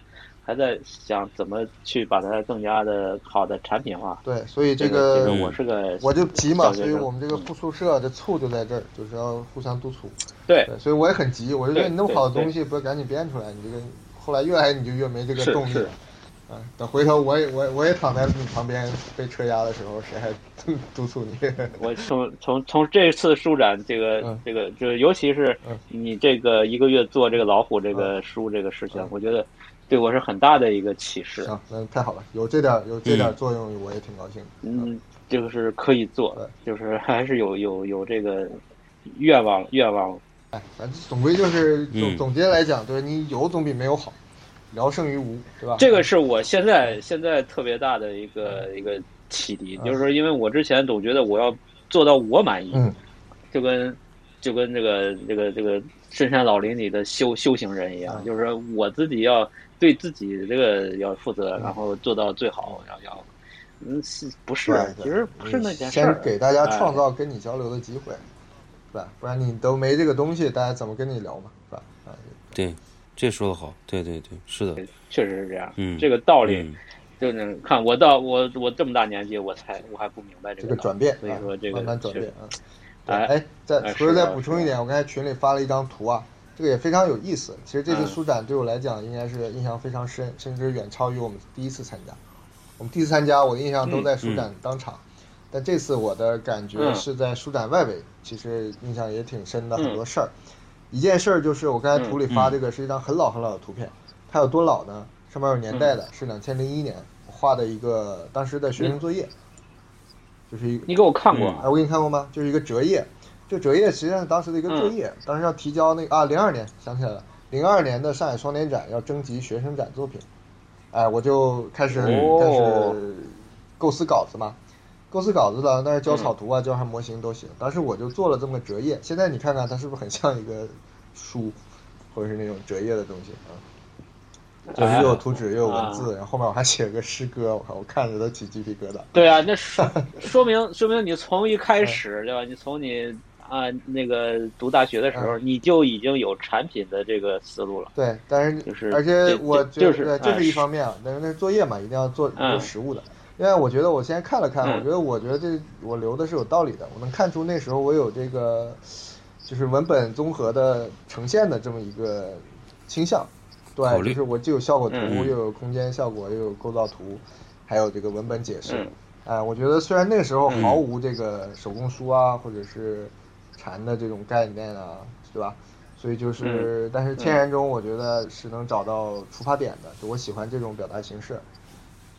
D: 还在想怎么去把它更加的好的产品化。
B: 对，所以这
D: 个
B: 个
D: 其实我是个
B: 我就急嘛，
D: 小学
B: 所以
D: 生
B: 我们这个
D: 嗯
B: 副宿舍这醋就在这儿，就是要互相督促。
D: 对
B: 对，所以我也很急，我就觉得
D: 对
B: 你那么好的东西，不要赶紧编出来，你这个后来越来你就越没这个
D: 是
B: 动力
D: 是
B: 了。啊，等回头我也我也我也躺在你旁边被车压的时候，谁还 *laughs* 督促你？ *laughs*
D: 我从从从这次书展，这个、
B: 嗯
D: 这个就是尤其是
B: 嗯
D: 你这个一个月做这个老虎这个书这个事
B: 嗯
D: 情，我觉得对我是很大的一个启示。
B: 行，那太好了，有这点有这点作用，我也挺高兴的。
D: 嗯，就是可以做，就是 *laughs* 还是有有有这个愿望愿望。
B: 哎，反正总归就是总
C: 嗯
B: 总结来讲，就是你有总比没有好，聊胜于无，对吧？
D: 这个是我现在现在特别大的一个一个启迪，
B: 嗯
D: 就是说因为我之前总觉得我要做到我满意，
B: 嗯
D: 就跟就跟这个这个这个深山老林里的修修行人一样，
B: 嗯
D: 就是说我自己要对自己这个要负
B: 嗯
D: 责，然后做到最好，要要。嗯，是不是
B: 对？对
D: 其实不是那件事
B: 先
D: 儿。啊
B: 给大家创造跟你交流的机会，是吧？不然你都没这个东西，大家怎么跟你聊嘛，是吧？啊，
C: 对，这说的好，对对对，是的，
D: 确实是这样。
C: 嗯
D: 这个道理，
C: 嗯，
D: 就能看我到我我这么大年纪，我才我还不明白这
B: 这
D: 个
B: 个
D: 道
B: 转
D: 理
B: 变，
D: 所以说这
B: 啊
D: 个
B: 慢慢转
D: 确实
B: 变啊。对
D: 哎
B: 哎，再
D: 哎
B: 除了再
D: 是的
B: 补充一点，我刚才群里发了一张图啊，这个也非常有意思。其实这次
D: 嗯
B: 书展对我来讲应该是印象非常深，甚至远超于我们第一次参加。我们第三家我的印象都在书展当场，但这次我的感觉
D: 嗯
B: 是在书展外围，其实印象也挺深的，
D: 嗯
B: 很多事儿。一件事儿就是我刚才图里发这个是一张很老很老的图片，它有多老呢？上面有年代的，
D: 嗯
B: 是两千零一年我画的一个当时的学生作业，就是一个
D: 你给我看过
B: 哎，
D: 啊？
B: 我给你看过吗？就是一个折页，这折页实际上是当时的一个
D: 嗯
B: 作业，当时要提交那个啊，零二年想起来了，零二年的上海双年展要征集学生展作品，哎，我就开始、
D: 哦
B: 开始构思稿子嘛，构思稿子了，但是交草图啊，交上模型都行。当时我就做了这么个折页，现在你看看它是不是很像一个书，或者是那种折页的东西啊？
D: 哎
B: 就是又有图纸又有文
D: 啊
B: 字，然后后面我还写了个诗歌，我靠，我看着都起鸡皮疙瘩。
D: 对啊，
B: *laughs*
D: 那说说明说明你从一开
B: 嗯
D: 始对吧？你从你啊那个读大学的时
B: 嗯
D: 候，你就已经有产品的这个思路了。
B: 对，但是
D: 就是
B: 而且
D: 这
B: 我
D: 这
B: 觉得
D: 就是
B: 对这
D: 哎
B: 是一方面啊，但是那作业嘛，一定要做
D: 嗯
B: 有实物的。因为我觉得我现在看了看，
D: 嗯
B: 我觉得我觉得这我留的是有道理的，我能看出那时候我有这个就是文本综合的呈现的这么一个倾向。
C: 考
B: 对，
C: 虑
B: 就是我既有效果图，
D: 嗯
B: 又有空间效果，又有构造图，还有这个文本解释。
D: 嗯
B: 哎，我觉得虽然那个时候毫无这个手工书啊，或者是禅的这种概念啊，对吧？所以就是，但是天然中我觉得是能找到出发点的，就我喜欢这种表达形式，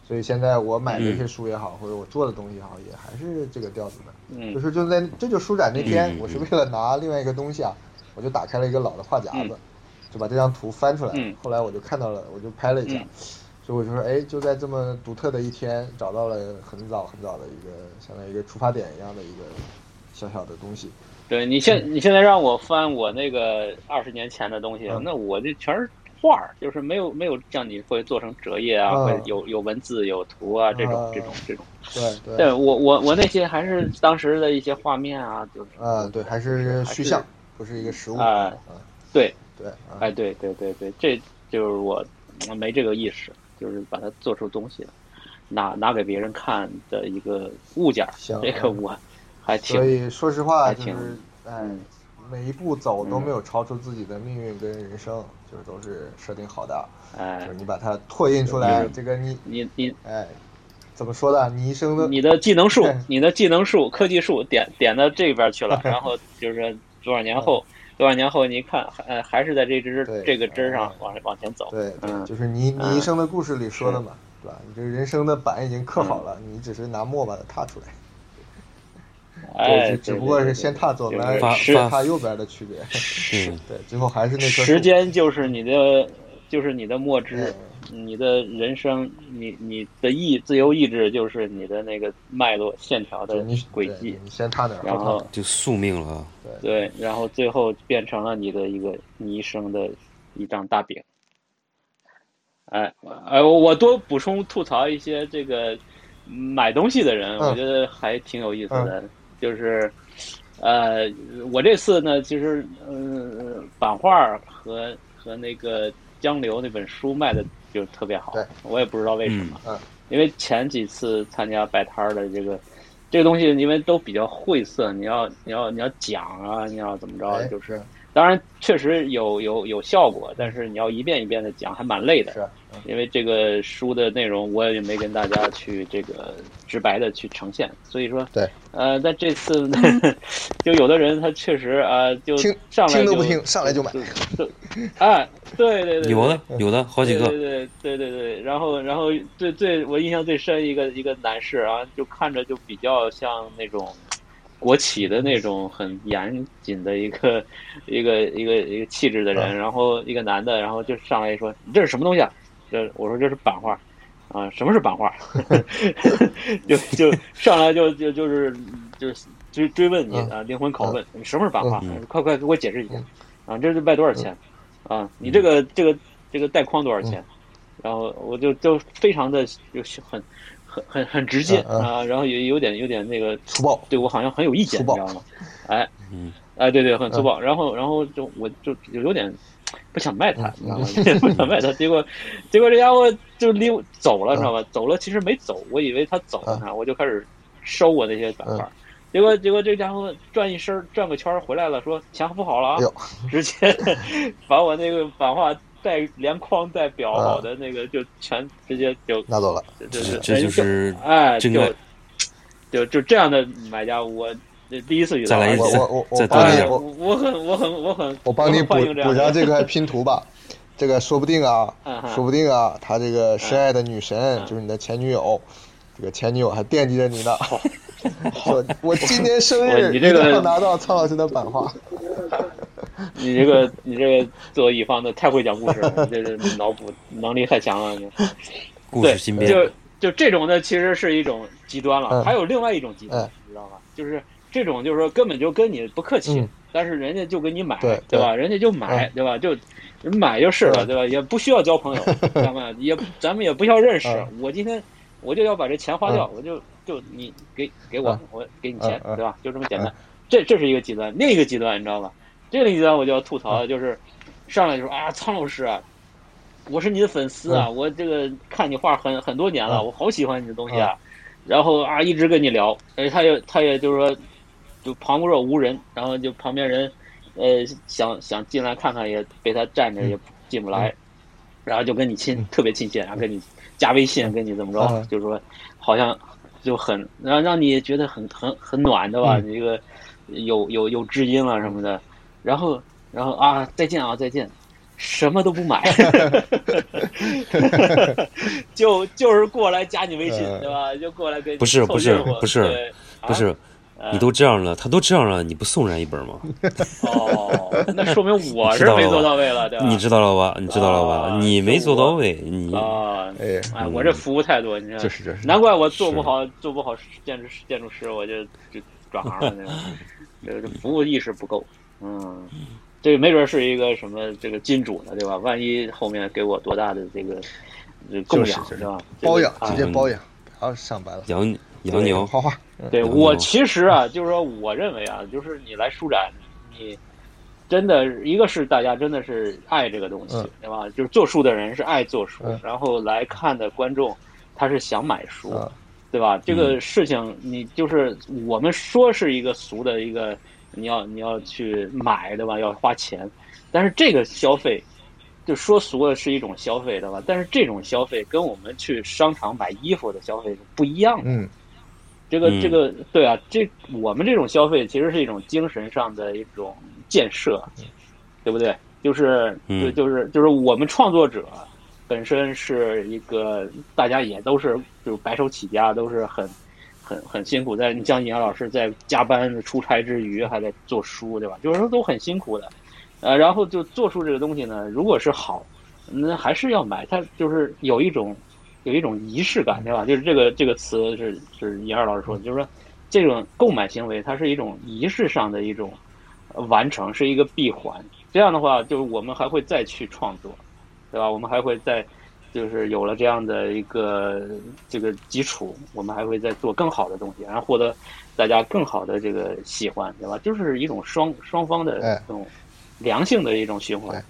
B: 所以现在我买这些书也好，或者我做的东西也好，也还是这个调子的。
D: 嗯
B: 就是就在这就书展那天
C: 嗯，嗯
B: 我是为了拿另外一个东西啊，我就打开了一个老的画夹子
D: 嗯，
B: 就把这张图翻出来
D: 嗯。
B: 后来我就看到了，我就拍了一下
D: 嗯，
B: 所以我就说，哎，就在这么独特的一天，找到了很早很早的一个相当于一个出发点一样的一个小小的东西。
D: 对你现你现在让我翻我那个二十年前的东西，
B: 嗯
D: 那我这全是画儿，就是没有没有像你会做成折页啊，
B: 嗯
D: 会有有文字有图啊这种
B: 嗯
D: 这种这种。
B: 对
D: *laughs*
B: 对。
D: 对我我我那些还是当时的一些画面啊，就是
B: 啊，对，还是
D: 还
B: 虚
D: 是
B: 像，不是一个实物。
D: 哎
B: 嗯
D: 对，
B: 对，啊
D: 哎，对对对对，这就是我嗯没这个意识，就是把它做出东西来，拿拿给别人看的一个物件儿。
B: 行啊
D: 这个我还挺
B: 嗯所以说实话
D: 还
B: 就
D: 挺
B: 是，哎
D: 嗯，
B: 每一步走都没有超出自己的命运跟人生，就是都是设定好的，就
D: 哎
B: 是，你把它拓印出来，
D: 嗯
B: 这个你，
D: 你你
B: 哎，怎么说呢？你一生的
D: 你的技能树
B: 对，
D: 你的技能树、科技树点点到这边
B: *laughs*
D: 去了，然后就是多少年后，多少年后你一看，呃，还是在这枝
B: 嗯对
D: 这个枝上
B: 嗯
D: 往往前走。
B: 对，
D: 嗯
B: 就是你你一
D: 嗯
B: 生的故事里说的嘛，对吧？你这人生的板已经刻
D: 嗯
B: 好了，你只是拿墨把它踏出来，
D: 哎，
B: 对，只
D: 对
B: 只不过是先踏左
D: 哎对
B: 边
D: 对
C: 发
D: 时
B: 儿，踏右边的区别，
C: 对，
B: 对，最后还是那棵
D: 时
B: 树。哎
D: 间就是你的，就是你的墨汁，你的人生，你你的意自由意志就是你的那个脉络线条
B: 就
D: 的
B: 你
D: 轨
B: 对
D: 迹，
B: 你先踏哪儿，
D: 然后
C: 就宿命了啊。
D: 对，然后最后变成了你的一个你一生的一张大饼。哎，哎，我我多补充吐槽一些这个嗯买东西的人，我
B: 嗯
D: 觉得还挺有意思的。就是，呃，我这次呢，其实呃，版画儿和和那个江流那本书卖的就特别好
B: 对，
D: 我也不知道为什么。
B: 嗯嗯
D: 因为前几次参加摆摊儿的这个这个东西，因为都比较晦涩，你要你要你要讲啊，你要怎么着，
B: 哎
D: 就是当然确实有有有效果，但是你要一遍一遍的讲，还蛮累的。
B: 是，嗯
D: 因为这个书的内容我也没跟大家去这个直白的去呈现，所以说
B: 对，嗯
D: 呃，但这次呢， *laughs* 就有的人他确实啊、呃就
B: 听
D: 上来
B: 听都
D: 就
B: 不听上来就买，
D: 就就哎，对对对，
C: 有的有的好几
D: 对
C: 个，
D: 对对对对对，然后然后最最我印象最深一个一个男士啊，就看着就比较像那种国企的那种很严谨的一个一个一个一个气质
C: 嗯
D: 的人，然后一个男的，然后就上来说你这是什么东西啊？这我说这是版画。啊，什么是版画？ *laughs* 就就上来就就就是就是追追问你
B: 嗯
D: 啊，灵魂拷问，你什么是版画？
C: 嗯
D: 快快给我解释一下啊！这是卖多少钱？啊，你这个这个这个带框多少钱？
B: 嗯
D: 然后我就就非常的就是很很很很直接
B: 嗯嗯
D: 啊，然后也有点有点那个
B: 粗暴，
D: 对我好像很有意见，
B: 粗暴嗯
D: 你知道吗？哎，
C: 嗯，
D: 哎，对对，很粗暴。然后然后就我就就有点不想卖他，你
B: 嗯
D: 知道吗？不想卖他，结果结果这家伙就溜走
B: 嗯
D: 了，知道吧？走了，其实没走，我以为他走了呢，我就开始收我那些板块
B: 嗯。
D: 结果结果这家伙转一身儿转个圈儿回来了，说钱付好了
B: *laughs*
D: 啊
B: 哎，呦，
D: 直接把我那个版画带连框带表
B: 啊
D: 好的那个就全直接就
B: 拿走了。
D: 就
C: 这
D: 就
C: 这就是
D: 哎，就
C: 真的
D: 就就这样的买家，我这第一次遇
C: 再
D: 到。
C: 来一
B: 我
C: 次
B: 我我我
C: 再
B: 帮
C: 多来
D: 哎
B: 你
C: 点，
D: 我
B: 我
D: 我很我很我很
B: 我帮你
D: 很
B: 补
D: 欢迎这样
B: 补
D: 的 *laughs*
B: 上这块拼图吧。这个说不定啊，
D: 嗯哼
B: 说不定啊，他这个深爱的女神
D: 嗯
B: 就是你的前女友，这个前女友还惦记着你呢。 *laughs* 说我今年生日，
D: 哇你这个
B: 一定要拿到苍老师的版画。
D: 你这个你这个作为乙方的太会讲故事了，你这是脑补能力太强了。你
C: 故
D: 对，
C: 事新编，
D: 就就这种的其实是一种极端了，
B: 嗯
D: 还有另外一种极端，
B: 嗯
D: 你知道吗？就是这种就是说根本就跟你不客气，
B: 嗯
D: 但是人家就跟你买，
B: 对
D: 吧？人家就买，对吧？就人买就是了，
B: 嗯
D: 对吧？也不需要交
B: *laughs*
D: 朋友，知道吗？也咱们也不需要认识，
B: 嗯
D: 我今天我就要把这钱花掉，我就就你给给我，
B: 嗯
D: 我给你钱，
B: 嗯嗯
D: 对吧？就这么简单。这这是一个极端，另一个极端你知道吧？这个极端我就要吐槽的就是，上来就说啊，苍老师啊，我是你的粉丝啊，我这个看你画很很多年了，
B: 嗯
D: 我好喜欢你的东西啊，然后啊一直跟你聊，而他也他也就是说，就旁若无人，然后就旁边人，呃想想进来看看也被他站
C: 嗯
D: 着也进不来，然后就跟你亲
B: 嗯
D: 特别亲切，然后跟你加微信，跟你怎么着，
C: 啊
B: 嗯
D: 就是说好像就很让让你觉得很很很暖的吧，
B: 嗯
D: 你这个有有有知音了什么的，然后然后啊再见啊再见，什么都不
C: *laughs*
D: 买， *laughs* 就就是过来加你微信
B: 嗯
D: 对吧？就过来跟你
C: 不是
D: 凑
C: 不是
D: 热乎
C: 不是
D: 对
C: 不是。
D: 啊
C: 你都这样了，他都这样了，你不送人家一本吗？
B: *laughs*
D: 哦，那说明我
C: 知
D: 是
C: 道了
D: 没做到位了，对吧？
C: 你知道了吧？你知道了吧？
D: 啊
C: 你没
D: 是
C: 做
D: 我
C: 到位，你
D: 啊，
B: 哎，
D: 哎，我这服务态度，你知道
B: 这是这是
D: 难怪我做不
C: 是
D: 好做不好建筑师建筑师，我就就转行了呢。
B: *laughs*
D: 这这服务意识不够，嗯，这没准是一个什么这个金主呢，对吧？万一后面给我多大的这个这供养，
B: 就是
D: 对吧？
B: 包养，
D: 这个
B: 直
D: 啊
B: 接包养，不要上班了。
C: 养养牛，
B: 画画，嗯
D: 对
C: 养
D: 我
C: 牛
D: 其实啊，就是说，我认为啊，就是你来舒展，你真的一个是大家真的是爱这个东西，
B: 嗯
D: 对吧？就是做书的人是爱做书，
B: 嗯
D: 然后来看的观众他是想买书，
B: 嗯
D: 对吧？这个事情你就是我们说是一个俗的一个，你要你要去买，对吧？要花钱，但是这个消费。就说俗了是一种消费，对吧？但是这种消费跟我们去商场买衣服的消费是不一样的。
B: 嗯，
D: 这个
C: 嗯
D: 这个对啊，这我们这种消费其实是一种精神上的一种建设，对不对？就是
C: 嗯
D: 就就是就是我们创作者本身是一个大家也都是就是白手起家，都是很很很辛苦。在你像尹阳老师在加班出差之余还在做书，对吧？就是说都很辛苦的，呃，然后就做出这个东西呢，如果是好，那还是要买，它就是有一种有一种仪式感，对吧？就是这个这个词是是尹二老师说的，就是说这种购买行为，它是一种仪式上的一种呃完成，是一个闭环。这样的话，就是我们还会再去创作，对吧？我们还会再就是有了这样的一个这个基础，我们还会再做更好的东西，然后获得大家更好的这个喜欢，对吧？就是一种双双方的
B: 哎
D: 这种良性的一种循环
B: 哎。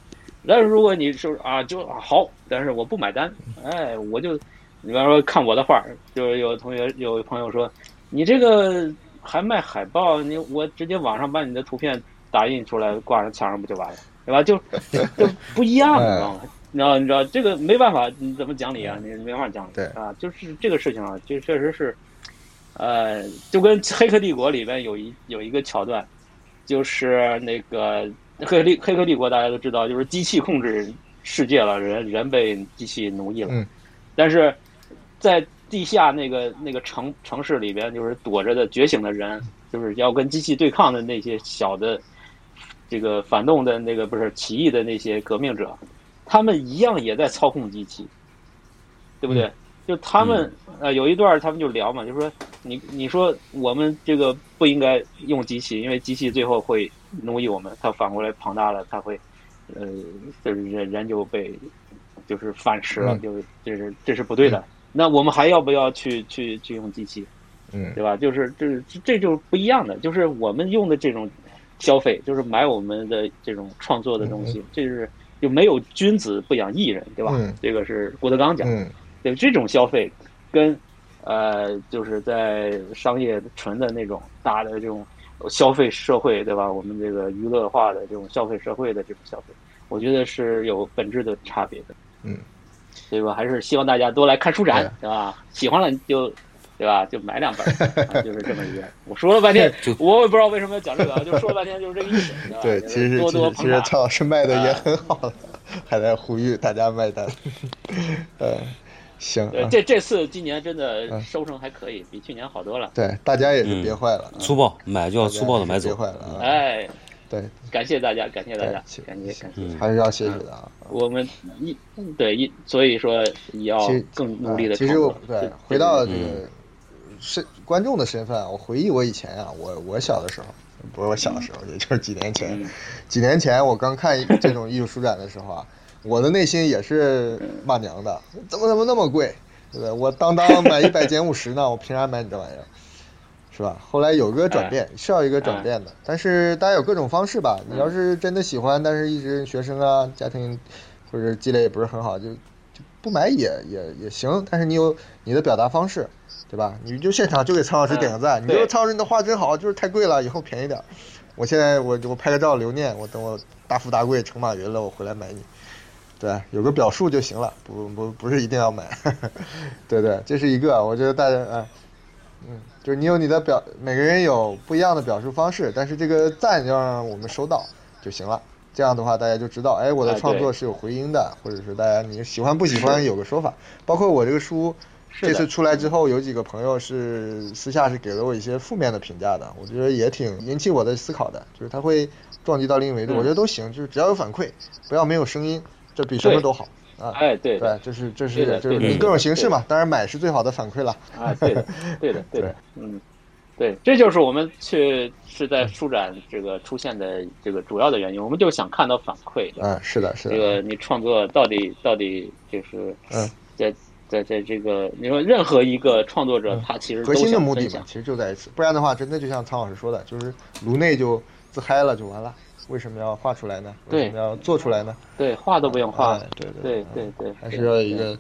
D: 但是如果你就是啊，就啊好，但是我不买单，哎，我就你比方说看我的画，就是有同学有朋友说，你这个还卖海报，你我直接网上把你的图片打印出来挂上墙上不就完了，对吧？就就不一样，你知道吗？你知道，你知道这个没办法，你怎么讲理啊？你没法讲理。
B: 对
D: 啊，就是这个事情啊，就确实是，呃，就跟《黑客帝国》里面有一有一个桥段，就是那个《黑客帝黑客帝国》，大家都知道，就是机器控制世界了，人人被机器奴役了。
B: 嗯
D: 但是在地下那个那个城城市里边，就是躲着的觉醒的人，就是要跟机器对抗的那些小的这个反动的那个不是起义的那些革命者，他们一样也在操控机器，对不对？就他们呃有一段儿他们就聊嘛，就说你你说我们这个不应该用机器，因为机器最后会奴役我们，它反过来庞大了，它会呃就是人人就被就是反噬了，
B: 嗯
D: 就是这是这是不对的。那我们还要不要去去去用机器？
B: 嗯
D: 对吧？就是这这就是不一样的，就是我们用的这种消费，就是买我们的这种创作的东西，这是就没有君子不养艺人，对吧？
B: 嗯
D: 这个是郭德纲讲的，
B: 嗯
D: 对这种消费跟呃就是在商业纯的那种大的这种消费社会，对吧？我们这个娱乐化的这种消费社会的这种消费，我觉得是有本质的差别的。
B: 嗯，
D: 所以我还是希望大家多来看书展，对吧？喜欢了就，对吧？就买两本
B: *laughs*
D: 儿，啊就是这么一个。我说了半天
C: 就，
D: 我也不知道为什么要讲这个，啊就说了半天就是这个意思，吧
B: 对，
D: 就
B: 其实
D: 多
B: 其实
D: 多
B: 其
D: 捧
B: 实
D: 场。
B: 蔡老师卖的也很好了， *laughs* 还在呼吁大家卖单。 *laughs* 呃，行
D: 对，
B: 啊，
D: 这这次今年真的
B: 嗯
D: 收成还可以，比去年好多了。
B: 对，大家也是
C: 嗯
B: 憋坏了啊，
C: 粗暴买就要
B: 大家
C: 粗暴的
B: 也是
C: 买
B: 憋
C: 走。
B: 坏了啊，
D: 哎，
B: 对
D: 感谢大家，感谢大
B: 对
D: 家，，
B: 其
D: 感谢感谢。
C: 嗯
B: 还是要谢谢的啊。
D: 我们一对一，所以说要
B: 其实
D: 更努力
B: 啊
D: 的。
B: 其实我对回到这
C: 嗯
B: 个是观众的身份啊，我回忆我以前啊，我我小的时候，不是我小的时候，也就是几年前，
D: 嗯
B: 几年前我刚看这种艺术书展的时候啊，我的内心也是骂娘的，怎么怎么那么贵，对不对？我当当买一百减五十呢，我凭啥买你这玩意儿？是吧？后来有个转变，是要有一个转变的，但是大家有各种方式吧。你要是真的喜欢，但是一直学生啊，家庭或者积累也不是很好，就就不买也也也行。但是你有你的表达方式，对吧？你就现场就给苍老师点个赞，
D: 嗯
B: 你就
D: 对
B: 苍老师你的画真好，就是太贵了，以后便宜点儿。我现在我我拍个照留念，我等我大富大贵成马云了，我回来买你。对，有个表述就行了，不不不是一定要买。 *laughs* 对对，这是一个，我觉得大家哎，嗯，就是你有你的表，每个人有不一样的表述方式，但是这个赞要让我们收到就行了。这样的话，大家就知道，哎，我的
D: 哎
B: 创作
D: 对
B: 是有回音的，或者是大家你喜欢不喜欢有个说法。包括我这个书，
D: 是
B: 这
D: 的
B: 次出来之后，有几个朋友是私下是给了我一些负面的评价的，我觉得也挺引起我的思考的，就是他会撞击到另一维度，
D: 嗯
B: 我觉得都行，就是只要有反馈，不要没有声音，这比什么
D: 对
B: 都好啊。
D: 哎，对
B: 对
D: 的，
B: 这是这
D: 对
B: 是
D: 的
B: 就是
D: 对的
B: 你各种形式嘛，当然买是最好的反馈了。
D: 啊，对
B: *laughs*
D: 的，对的，对的，嗯，对，这就是我们去是在书展这个出现的这个主要的原因，我们就想看到反馈，对吧
B: 嗯，是的，是
D: 这
B: 的，
D: 个你创作到底到底就是
B: 嗯
D: 在在在这个你说任何一个创作者
B: 嗯
D: 他其实
B: 核
D: 都
B: 心的
D: 想
B: 目的
D: 分
B: 嘛
D: 享，，
B: 其实就在此，不然的话，真的就像苍老师说的，就是颅内就自嗨了就完了。为什么要画出来呢？为
D: 对
B: 什么要做出来呢？
D: 对，话都不用画
B: 哎，对
D: 对
B: 对
D: 对对，
B: 还是要有一个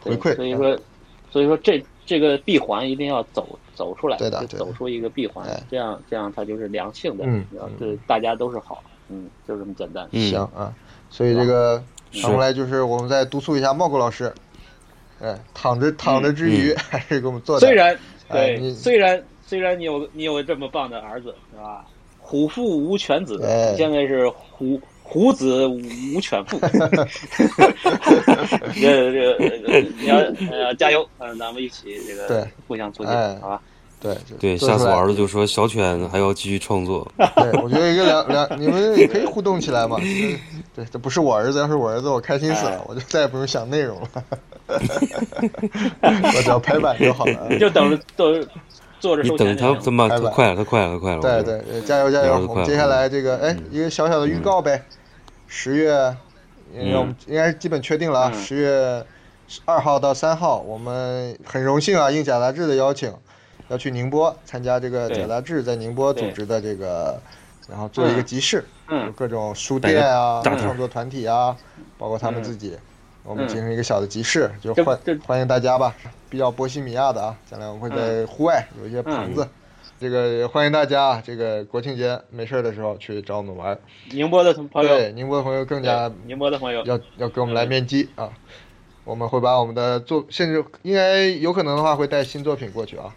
B: 回
D: 对
B: 馈。
D: 所以
B: 嗯
D: 说，所以说这这个闭环一定要走走出来，
B: 对的
D: 就
B: 对的
D: 走出一个闭环
B: 哎，
D: 这样这样它就是良性的
B: 嗯，
D: 然后对大家都是好，嗯，就这么简单。
C: 嗯
B: 行啊，所以这个
C: 是
B: 反过来就是我们再督促一下茂谷老师，哎，躺着躺着之
C: 嗯
B: 余、 *laughs* 还是给我们做点
D: 虽然
B: 哎
D: 对，
B: 你
D: 虽然虽然你有你有这么棒的儿子是吧？虎父无犬子
B: 哎，
D: 现在是虎虎子无犬
B: *laughs*
D: 父。这这这你要呃加油，嗯，咱们一起这
B: 对
D: 个互相促进，
B: 哎
D: 好吧？
B: 对就
C: 对，
B: 做
C: 下
B: 出
C: 次
B: 来
C: 我儿子就说小犬还要继续创作。
B: 对，我觉得一个两两，你们也可以互动起来嘛。就是对，这不是我儿子，要是我儿子，我开心死了
D: 哎，
B: 我就再也不用想内容了， *laughs* 我只要排版就好了。啊
D: 就等着都坐着
C: 你
D: 收
C: 等
D: 钱就
C: 他
D: 行了
C: 他妈
B: 拜
C: 他
B: 拜
C: 快了，他快了，他快了。我
B: 对
C: 觉得
B: 对，对加油加油！
C: 聊
B: 我
C: 得快嗯
B: 们接下来这个，哎，一个小小的预告呗。十月，因为我
C: 嗯
B: 们应该是基本确定了啊。
D: 嗯
B: 十月二号到三号，我们很荣幸啊，应贾杂志的邀请，要去宁波参加这个
D: 对
B: 贾杂志在宁波组织的这个，然后做一个
D: 嗯
B: 集市，有
D: 嗯，
B: 各种书
C: 摆个
B: 店啊、
C: 大摊儿
B: 创作团体啊，包括他们
D: 嗯
B: 自己，我们
D: 嗯
B: 进行一个小的集市，就
D: 这
B: 欢
D: 这嗯
B: 欢迎大家吧。比较波西米亚的啊，将来我们会在户外有一些棚子，这个也欢迎大家啊，这个国庆节没事儿的时候去找我们玩儿。
D: 宁波的同朋友，
B: 对，宁波的朋友更加
D: 对宁波的 *laughs* 朋友，
B: 要要给我们来面基啊，我们会把我们的作，甚至应该有可能的话会带新作品过去啊。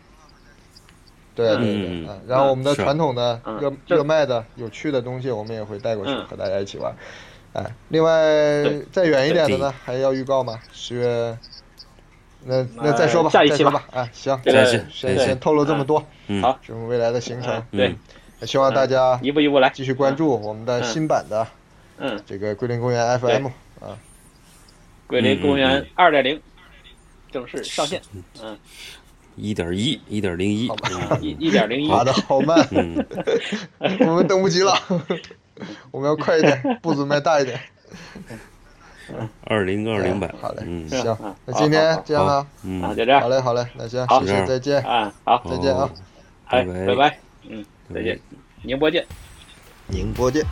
B: 对对对，
C: 嗯
B: 啊然后我们的
C: 是
B: 传统的
D: 嗯
B: 热
D: 这
B: 热卖的有趣的东西，我们也会带过去
D: 嗯
B: 和大家一起玩。哎，另外
D: 对
B: 再远一点的呢，还要预告吗？十月，那那再说吧，
D: 呃下一
B: 再
D: 期
B: 说
D: 吧
B: 吧。啊，行，
D: 这
C: 个
B: 先
C: 对
B: 先透露这么多，
C: 嗯
D: 好
B: 是我们未来的行程
D: 嗯，对
C: 嗯，
B: 希望大家
D: 一步一步来，
B: 继续关注我们的
D: 嗯
B: 新版的
D: 嗯，
B: 这个桂林公园 FM 啊。
D: 桂林公
C: 嗯
D: 园
C: 嗯
D: 二点零正式上线，嗯，
C: 一点一，一点零一
B: 好。吧
C: 嗯
D: 啊一一点零一，
B: 爬的好
D: *laughs*
B: 慢，
C: 嗯，
B: 我们等不及了，我们要快一点，步子迈大一点。哎
C: 二零二零版。
B: 好嘞
C: 嗯，
D: 是
B: 行
D: 嗯，
B: 那今天
D: 好
B: 这样
C: 好
B: 了，，
D: 啊，
C: 嗯，
D: 就这样
B: 好，嘞，好嘞，那行，
D: 好
B: 谢谢，再见，
D: 啊，好，
B: 再见啊
C: 好，
D: 哎，
C: 拜
D: 拜
C: 拜
D: 拜，嗯，再见，宁波见。
B: 宁波见。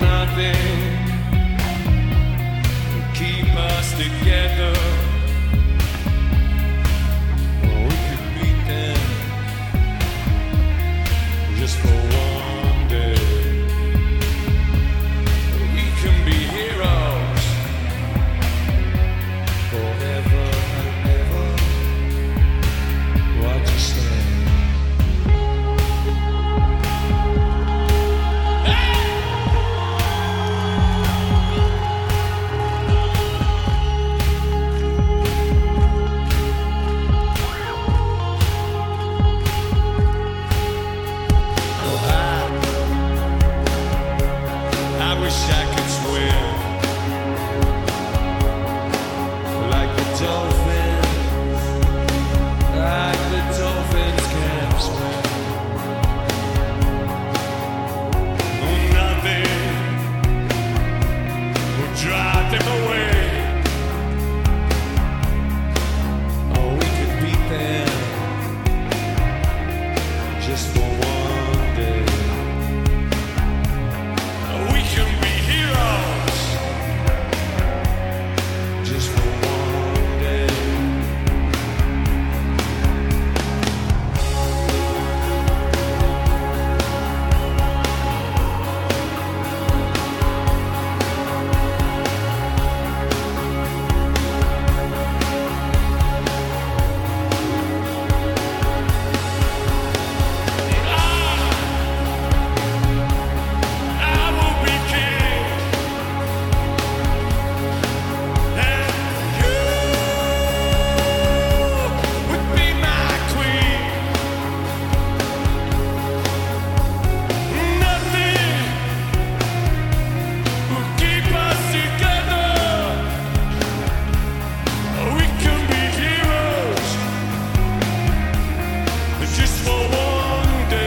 F: loving keep us together. Or we could beat them just for one day. We can be heroes forever and ever. Watch us stand. I I wish I could swim like the dolphins, like the dolphins can swim. Oh, nothing will drive them away. Oh, we could beat them just for one day. We can be heroes just for one day. Ah! I will be king, and you would be my queen. Nothing will keep us together. We can be heroes, just for one day.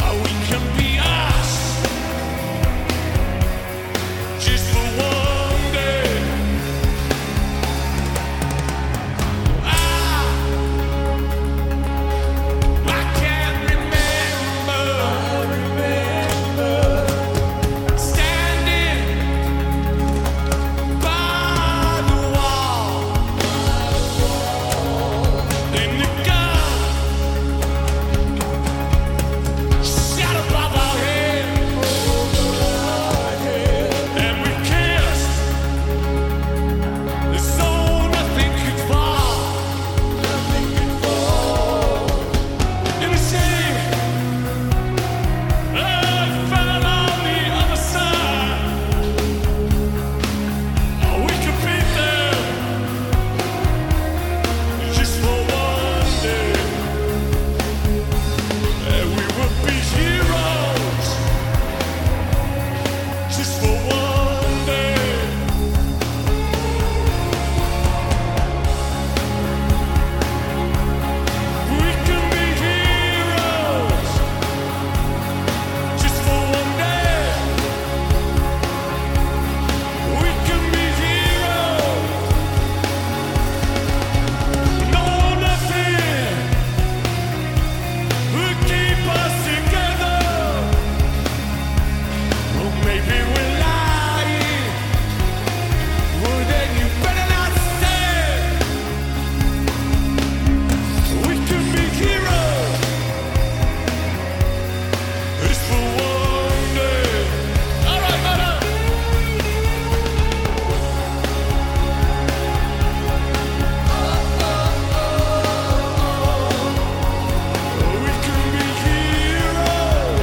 F: Oh, we can be us just for one day. I, Ah. I can't remember standing by the wall in the gun. Shot above our heads, and we kissed. And so nothing could fall. Nothing could fall. In the shade, I found on the other side. Oh, we could beat them just for one day. And we will be heroes just for one day. We can be heroes just for one day. We can be heroes. No nothing. Who keep us together? Well, maybe we're lying. Well, then you better not stay. We can be heroes. It's for one day. All right, brother. We can be heroes.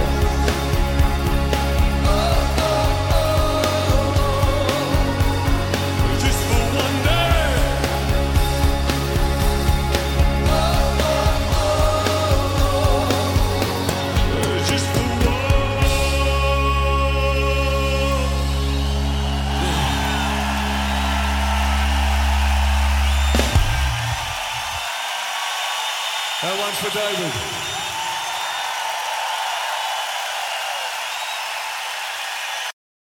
F: Just for one day. Just for one. That one's for David.